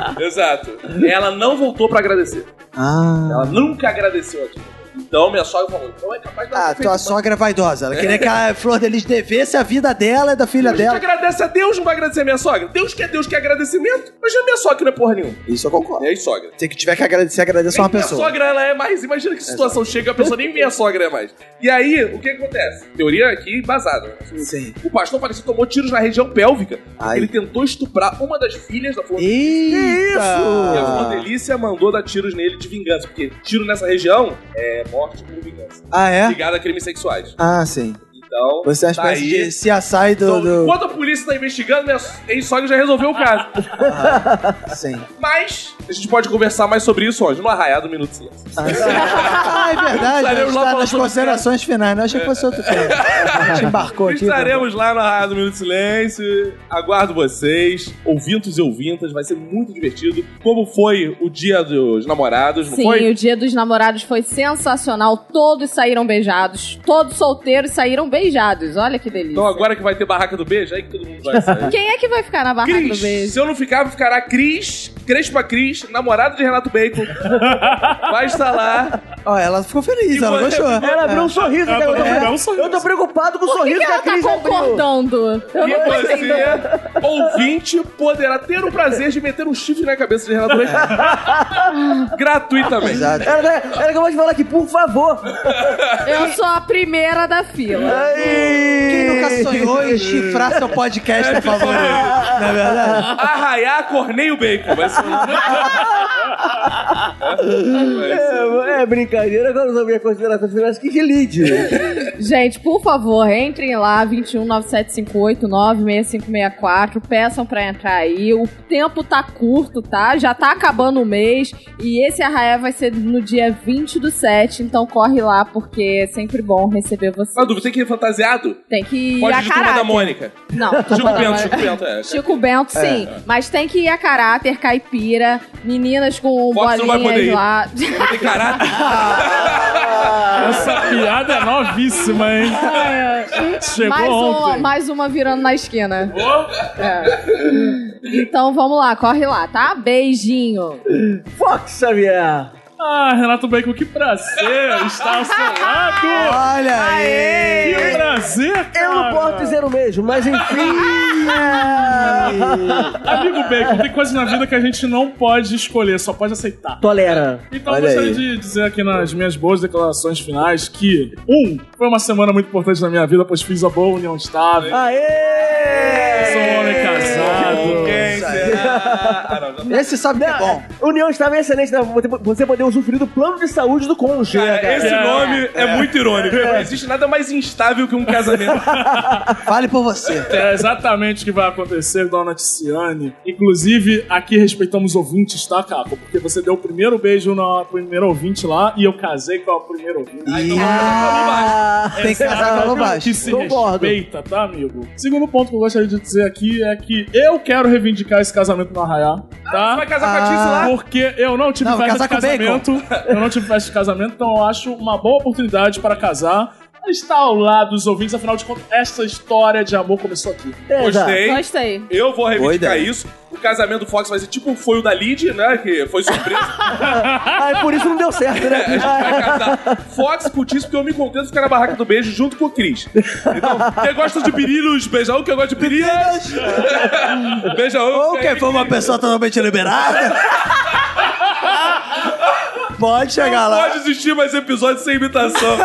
Speaker 5: sabia. É, Exato. Ela não voltou pra agradecer.
Speaker 3: Ah.
Speaker 5: Ela nunca agradeceu a Dilma. Então minha sogra falou, então é capaz dela
Speaker 3: Ah,
Speaker 5: ter
Speaker 3: tua
Speaker 5: feito, mas
Speaker 3: sogra é vaidosa. Ela queria que a Flor Delis devesse a vida dela e da filha
Speaker 5: A gente
Speaker 3: é dela.
Speaker 5: agradece a Deus, não vai agradecer a minha sogra? Deus quer Deus, quer agradecimento? Imagina minha sogra que não é porra nenhuma.
Speaker 3: Isso eu concordo.
Speaker 5: E aí, sogra?
Speaker 3: Se que tiver que agradecer, agradeça uma
Speaker 5: minha
Speaker 3: pessoa.
Speaker 5: sogra, ela é mais. Imagina que situação chega, a pessoa nem minha sogra é mais. E aí, o que acontece? Teoria aqui embasada. né?
Speaker 3: Sim.
Speaker 5: O pastor parece que tomou tiros na região pélvica.
Speaker 3: Ai.
Speaker 5: Ele tentou estuprar uma das filhas da flor. E a flor
Speaker 3: Eita!
Speaker 5: delícia mandou dar tiros nele de vingança. Porque tiro nessa região é morte por vingança.
Speaker 3: Ah, é?
Speaker 5: Ligada a crimes sexuais.
Speaker 3: Ah, sim.
Speaker 5: Então.
Speaker 3: Você é uma
Speaker 5: tá
Speaker 3: espécie
Speaker 5: aí.
Speaker 3: de CSI do...
Speaker 5: Então,
Speaker 3: do...
Speaker 5: né, Enquanto a polícia tá investigando, minha ex-sogra já resolveu o caso.
Speaker 3: Ah, Sim.
Speaker 5: Mas A gente pode conversar mais sobre isso hoje, no Arraiado Minuto de Silêncio.
Speaker 3: Ah, é verdade.
Speaker 5: Estaremos
Speaker 3: A gente
Speaker 5: lá
Speaker 3: tá
Speaker 5: falando
Speaker 3: nas
Speaker 5: sobre
Speaker 3: considerações finais. Não achei que fosse outro filme. A gente embarcou aqui. tá
Speaker 5: Estaremos lá no Arraiado Minuto de Silêncio. Aguardo vocês, ouvintos e ouvintas. Vai ser muito divertido. Como foi o dia dos namorados, não
Speaker 4: Sim,
Speaker 5: foi?
Speaker 4: o dia dos namorados foi sensacional. Todos saíram beijados. Todos solteiros saíram beijados. Olha que delícia.
Speaker 5: Então agora que vai ter barraca do beijo, aí que todo mundo vai sair.
Speaker 4: Quem é que vai ficar na barraca do
Speaker 5: Cris,
Speaker 4: beijo?
Speaker 5: se eu não ficar, ficará Cris, Crespa Cris, namorada de Renato Bacon. vai estar lá.
Speaker 3: Ó, ela ficou feliz,
Speaker 5: E
Speaker 3: ela
Speaker 5: você-
Speaker 3: gostou.
Speaker 2: Ela abriu um sorriso, cara. Eu tô,
Speaker 6: Ela abriu um sorriso.
Speaker 2: eu tô preocupado com o
Speaker 4: Por que,
Speaker 2: sorriso
Speaker 4: que
Speaker 2: que a
Speaker 4: ela tá
Speaker 2: Cris abriu.
Speaker 4: concordando? Eu não né?
Speaker 5: E
Speaker 4: tô entendendo.
Speaker 5: você, ouvinte, poderá ter o prazer de meter um chifre na cabeça de Renato Bacon. Gratuitamente.
Speaker 3: Exato.
Speaker 2: Ela, ela ela acabou de falar aqui, por favor.
Speaker 4: Eu sou a primeira da fila.
Speaker 3: Quem nunca sonhou em chifrar seu podcast,
Speaker 5: É
Speaker 3: por favor? Não é verdade?
Speaker 5: Arraiar Corneio Bacon. Vai ser um- Vai ser-
Speaker 2: É, é brincadeira, agora eu abrir a consideração final. Acho que de lead.
Speaker 4: Gente, por favor, entrem lá, 21 9758 96564. Peçam pra entrar aí. O tempo tá curto, tá? Já tá acabando o mês. E esse arraia vai ser no dia 20 do 7. Então corre lá, porque é sempre bom receber você.
Speaker 5: Madu, você que é fantasiado?
Speaker 4: Tem que ir
Speaker 5: Pode
Speaker 4: a
Speaker 5: de turma
Speaker 4: caráter.
Speaker 5: da Mônica.
Speaker 4: Não,
Speaker 5: Chico
Speaker 4: não,
Speaker 5: Bento,
Speaker 4: mas-
Speaker 5: Chico Bento, é.
Speaker 4: Chico Bento, sim. Mas tem que ir a caráter, caipira, meninas com
Speaker 5: Fox não vai poder
Speaker 4: bolinhas
Speaker 5: ir.
Speaker 4: lá.
Speaker 5: Não tem caráter.
Speaker 6: Essa piada é novíssima, hein? Chegou
Speaker 4: mais uma,
Speaker 6: ontem.
Speaker 4: mais uma virando na esquina. É. Então vamos lá, corre lá, tá? Beijinho.
Speaker 2: Fox Xavier.
Speaker 6: Ah, Renato Bacon, que prazer estar ao seu lado.
Speaker 3: Olha aí!
Speaker 6: Que prazer, cara.
Speaker 2: É. Eu não posso dizer o mesmo, mas enfim.
Speaker 6: Amigo Bacon, tem coisas na vida que a gente não pode escolher, só pode aceitar.
Speaker 2: Tolera.
Speaker 6: Então
Speaker 3: Olha
Speaker 6: eu gostaria
Speaker 3: aí.
Speaker 6: de dizer aqui nas minhas boas declarações finais que, um, foi uma semana muito importante na minha vida, pois fiz a boa união estável.
Speaker 2: Aê!
Speaker 6: Sou um homem casado.
Speaker 5: Quem será? Ah, não, já-
Speaker 3: Esse sabe que é bom.
Speaker 2: União estava excelente, né? Você poder usufruir do plano de saúde do cônjuge. né,
Speaker 5: Cara,
Speaker 2: cara?
Speaker 5: esse nome é, muito irônico. Não existe nada mais instável que um casamento.
Speaker 3: Fale por você.
Speaker 6: É exatamente o que vai acontecer, dona Tiziane. Inclusive, aqui respeitamos ouvintes, tá, Caco? Porque você deu o primeiro beijo na primeira ouvinte lá e eu casei com a primeira ouvinte. então, é
Speaker 2: Ah,
Speaker 3: Tem que casar pelo baixo.
Speaker 6: Que se
Speaker 2: Concordo.
Speaker 6: respeita, tá, amigo? Segundo ponto que eu gostaria de dizer aqui é que eu quero reivindicar esse casamento no Arraiá, tá?
Speaker 5: Ah,
Speaker 3: Ah.
Speaker 5: Vai casar com a Tiz lá?
Speaker 6: Porque eu não tive
Speaker 3: Não,
Speaker 6: festa
Speaker 3: casar
Speaker 6: de
Speaker 3: com
Speaker 6: casamento. Eu não tive festa de casamento, então eu acho uma boa oportunidade para casar. Estar ao lado dos ouvintes, afinal de contas, essa história de amor começou aqui.
Speaker 2: exato.
Speaker 5: Gostei.
Speaker 4: Gostei.
Speaker 5: Eu vou reivindicar
Speaker 3: Ah. Boa ideia.
Speaker 5: isso. O casamento do Fox vai ser tipo foi o da Lid, né? Que foi surpresa. É,
Speaker 2: Ai, por isso não deu certo, né?
Speaker 5: Vai casar Fox com Tiz, porque eu me contento de ficar na barraca do beijo junto com o Cris. Então, quem gosta de pirilhos, beija um, quem gosta de pirilhas, beija um.
Speaker 3: Ou quem for uma pessoa totalmente liberada. Pode chegar lá.
Speaker 5: Pode existir mais episódios sem imitação.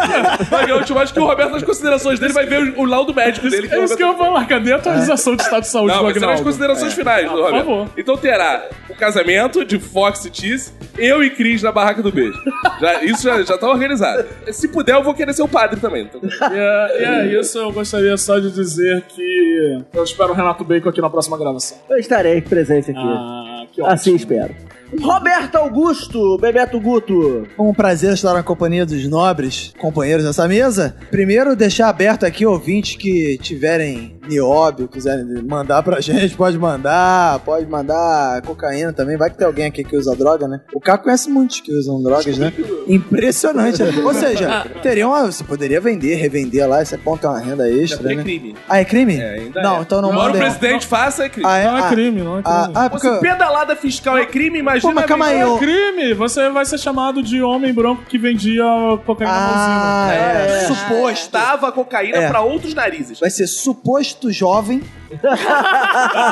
Speaker 5: Mas eu te acho que o Roberto, nas considerações dele, vai ver o, o laudo médico dele.
Speaker 6: É isso que eu vou falar. Cadê a atualização de estado de saúde
Speaker 5: Não,
Speaker 6: do
Speaker 5: mas é serão as
Speaker 6: Agnaldo?
Speaker 5: considerações finais,
Speaker 6: por
Speaker 5: Roberto.
Speaker 6: favor.
Speaker 5: Então terá o casamento de Fox e Tiz, eu e Cris na barraca do beijo. Já- isso já, já tá organizado. Se puder, eu vou querer ser o padre também. Então,
Speaker 6: E é, e é isso, eu gostaria só de dizer que eu espero o Renato Bacon aqui na próxima gravação.
Speaker 2: Eu estarei presente aqui.
Speaker 6: Ah, que ótimo.
Speaker 2: assim espero. Roberto Augusto, Bebeto Guto.
Speaker 3: Foi um prazer estar na companhia dos nobres companheiros dessa mesa. Primeiro, deixar aberto aqui ouvintes que tiverem nióbio, quiserem mandar pra gente, pode mandar, pode mandar cocaína também. Vai que tem alguém aqui que usa droga, né? O Caco conhece muitos que usam drogas, né? Impressionante, né? Ou seja, teria uma, você poderia vender, revender lá, esse ponto é uma renda extra,
Speaker 5: é
Speaker 3: né?
Speaker 5: crime.
Speaker 3: Ah, é crime?
Speaker 5: É, ainda
Speaker 3: não,
Speaker 5: é.
Speaker 3: então não
Speaker 5: Embora o
Speaker 3: manda.
Speaker 5: presidente faça, é crime.
Speaker 3: Ah, é,
Speaker 6: Não é
Speaker 3: ah,
Speaker 6: crime, não é crime.
Speaker 3: Ah, ah,
Speaker 5: Pô, se
Speaker 3: porque...
Speaker 5: pedalada fiscal é crime, imagina...
Speaker 3: Pô, mas calma
Speaker 5: a
Speaker 3: aí,
Speaker 5: minha-
Speaker 3: eu-
Speaker 6: crime, você vai ser chamado de homem branco que vendia cocaína
Speaker 3: Ah,
Speaker 6: na
Speaker 3: é,
Speaker 2: É, é.
Speaker 3: suposto.
Speaker 5: Tava a cocaína
Speaker 3: É.
Speaker 5: pra outros narizes.
Speaker 3: Vai ser suposto jovem.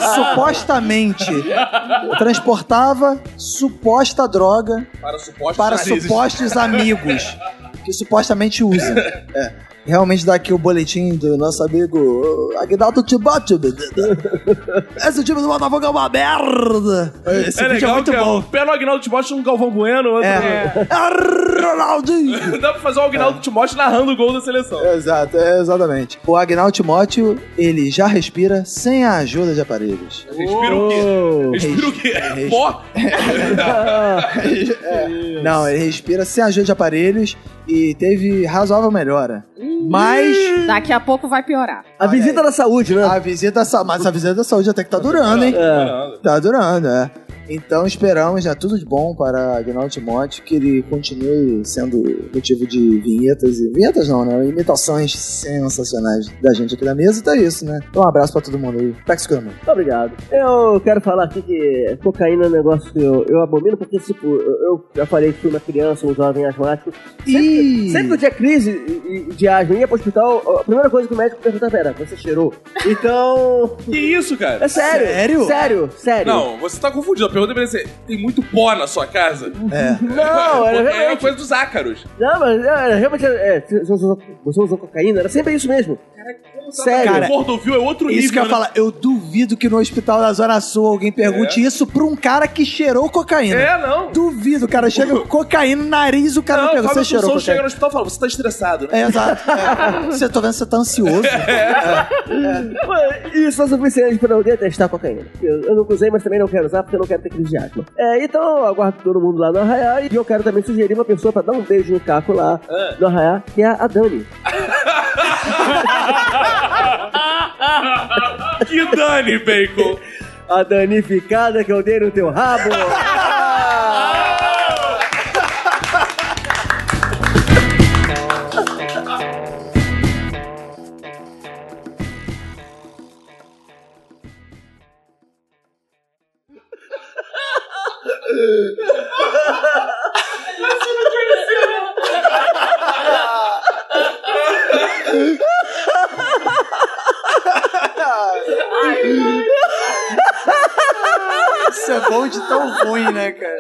Speaker 3: supostamente transportava suposta droga
Speaker 5: Para supostos
Speaker 3: para
Speaker 5: narizes.
Speaker 3: supostos amigos que supostamente usa. É. realmente dar aqui o boletim do nosso amigo uh, Aguinaldo Timóteo, menina. Esse time do Botafogo é uma merda. Esse
Speaker 5: é
Speaker 3: vídeo
Speaker 5: legal
Speaker 3: é muito
Speaker 5: que é
Speaker 3: bom.
Speaker 5: um pé no Agnaldo Timóteo um Galvão Bueno, outro.
Speaker 3: É. É Ronaldinho.
Speaker 5: Dá pra fazer o Agnaldo Timóteo narrando o gol da seleção.
Speaker 3: Exato, é, exatamente. O Agnaldo Timóteo, ele já respira sem a ajuda de aparelhos.
Speaker 5: Respira
Speaker 6: um
Speaker 5: o quê?
Speaker 2: Oh.
Speaker 5: Respira o quê?
Speaker 3: Oh,
Speaker 5: É
Speaker 3: Res-
Speaker 5: Pó?
Speaker 3: É, Não, ele respira sem a ajuda de aparelhos e teve razoável melhora. Mas
Speaker 4: Daqui a pouco vai piorar.
Speaker 2: A
Speaker 3: Olha
Speaker 2: visita
Speaker 3: aí.
Speaker 2: da saúde, né?
Speaker 3: a visita, à sa- mas a visita da saúde até que tá durando, hein?
Speaker 5: É.
Speaker 3: Tá durando, é. Então esperamos, né? Tudo de bom para Agnaldo Timóteo, que ele continue sendo motivo de vinhetas e. Vinhetas não, né? Imitações sensacionais da gente aqui da mesa. Então é isso, né? Então, um abraço pra todo mundo aí. Tá que se cuida, mano.
Speaker 2: Muito obrigado. Eu quero falar aqui que cocaína é um negócio que eu, eu abomino, porque, tipo, eu, eu já falei que fui uma criança, um jovem asmático.
Speaker 3: Ih!
Speaker 2: Sempre que eu tinha crise e- e- de asma e ia pro hospital, a primeira coisa que o médico perguntava era, você cheirou? Então...
Speaker 5: Que isso, cara?
Speaker 2: É sério.
Speaker 3: Sério?
Speaker 2: Sério, sério.
Speaker 5: Não, você tá confundido. A pergunta deveria ser: tem muito pó na sua casa?
Speaker 3: É.
Speaker 2: Não, era
Speaker 5: Porque é
Speaker 2: realmente...
Speaker 5: coisa dos ácaros.
Speaker 2: Não, mas era realmente... é, você, usou, você usou cocaína? Era sempre isso mesmo. Sério.
Speaker 5: O Cordovil é outro
Speaker 3: Isso
Speaker 5: nível.
Speaker 3: que eu ia
Speaker 5: né?
Speaker 3: falar, eu duvido que no hospital da Zona Sul alguém pergunte isso pra um cara que cheirou cocaína.
Speaker 5: É, não.
Speaker 3: Duvido, o cara chega com cocaína no nariz, o cara não,
Speaker 5: Não,
Speaker 3: pergunta,
Speaker 5: Fábio
Speaker 3: você cheirou
Speaker 5: Assunção
Speaker 3: cocaína?
Speaker 5: chega no hospital e fala: você tá estressado, né?
Speaker 3: É, exato. É. Você tô vendo que você tá ansioso.
Speaker 2: Mas Isso é suficiente pra eu detestar cocaína. Eu, eu nunca usei, mas também não quero usar porque eu não quero ter crise de asma. É, então eu aguardo todo mundo lá no Arraiá e eu quero também sugerir uma pessoa pra dar um beijo no caco lá
Speaker 5: Ah.
Speaker 2: no Arraiá, que é a Dani.
Speaker 5: Que dane, Bacon.
Speaker 2: A danificada que eu dei no teu rabo.
Speaker 3: Isso é bom de tão ruim, né, cara?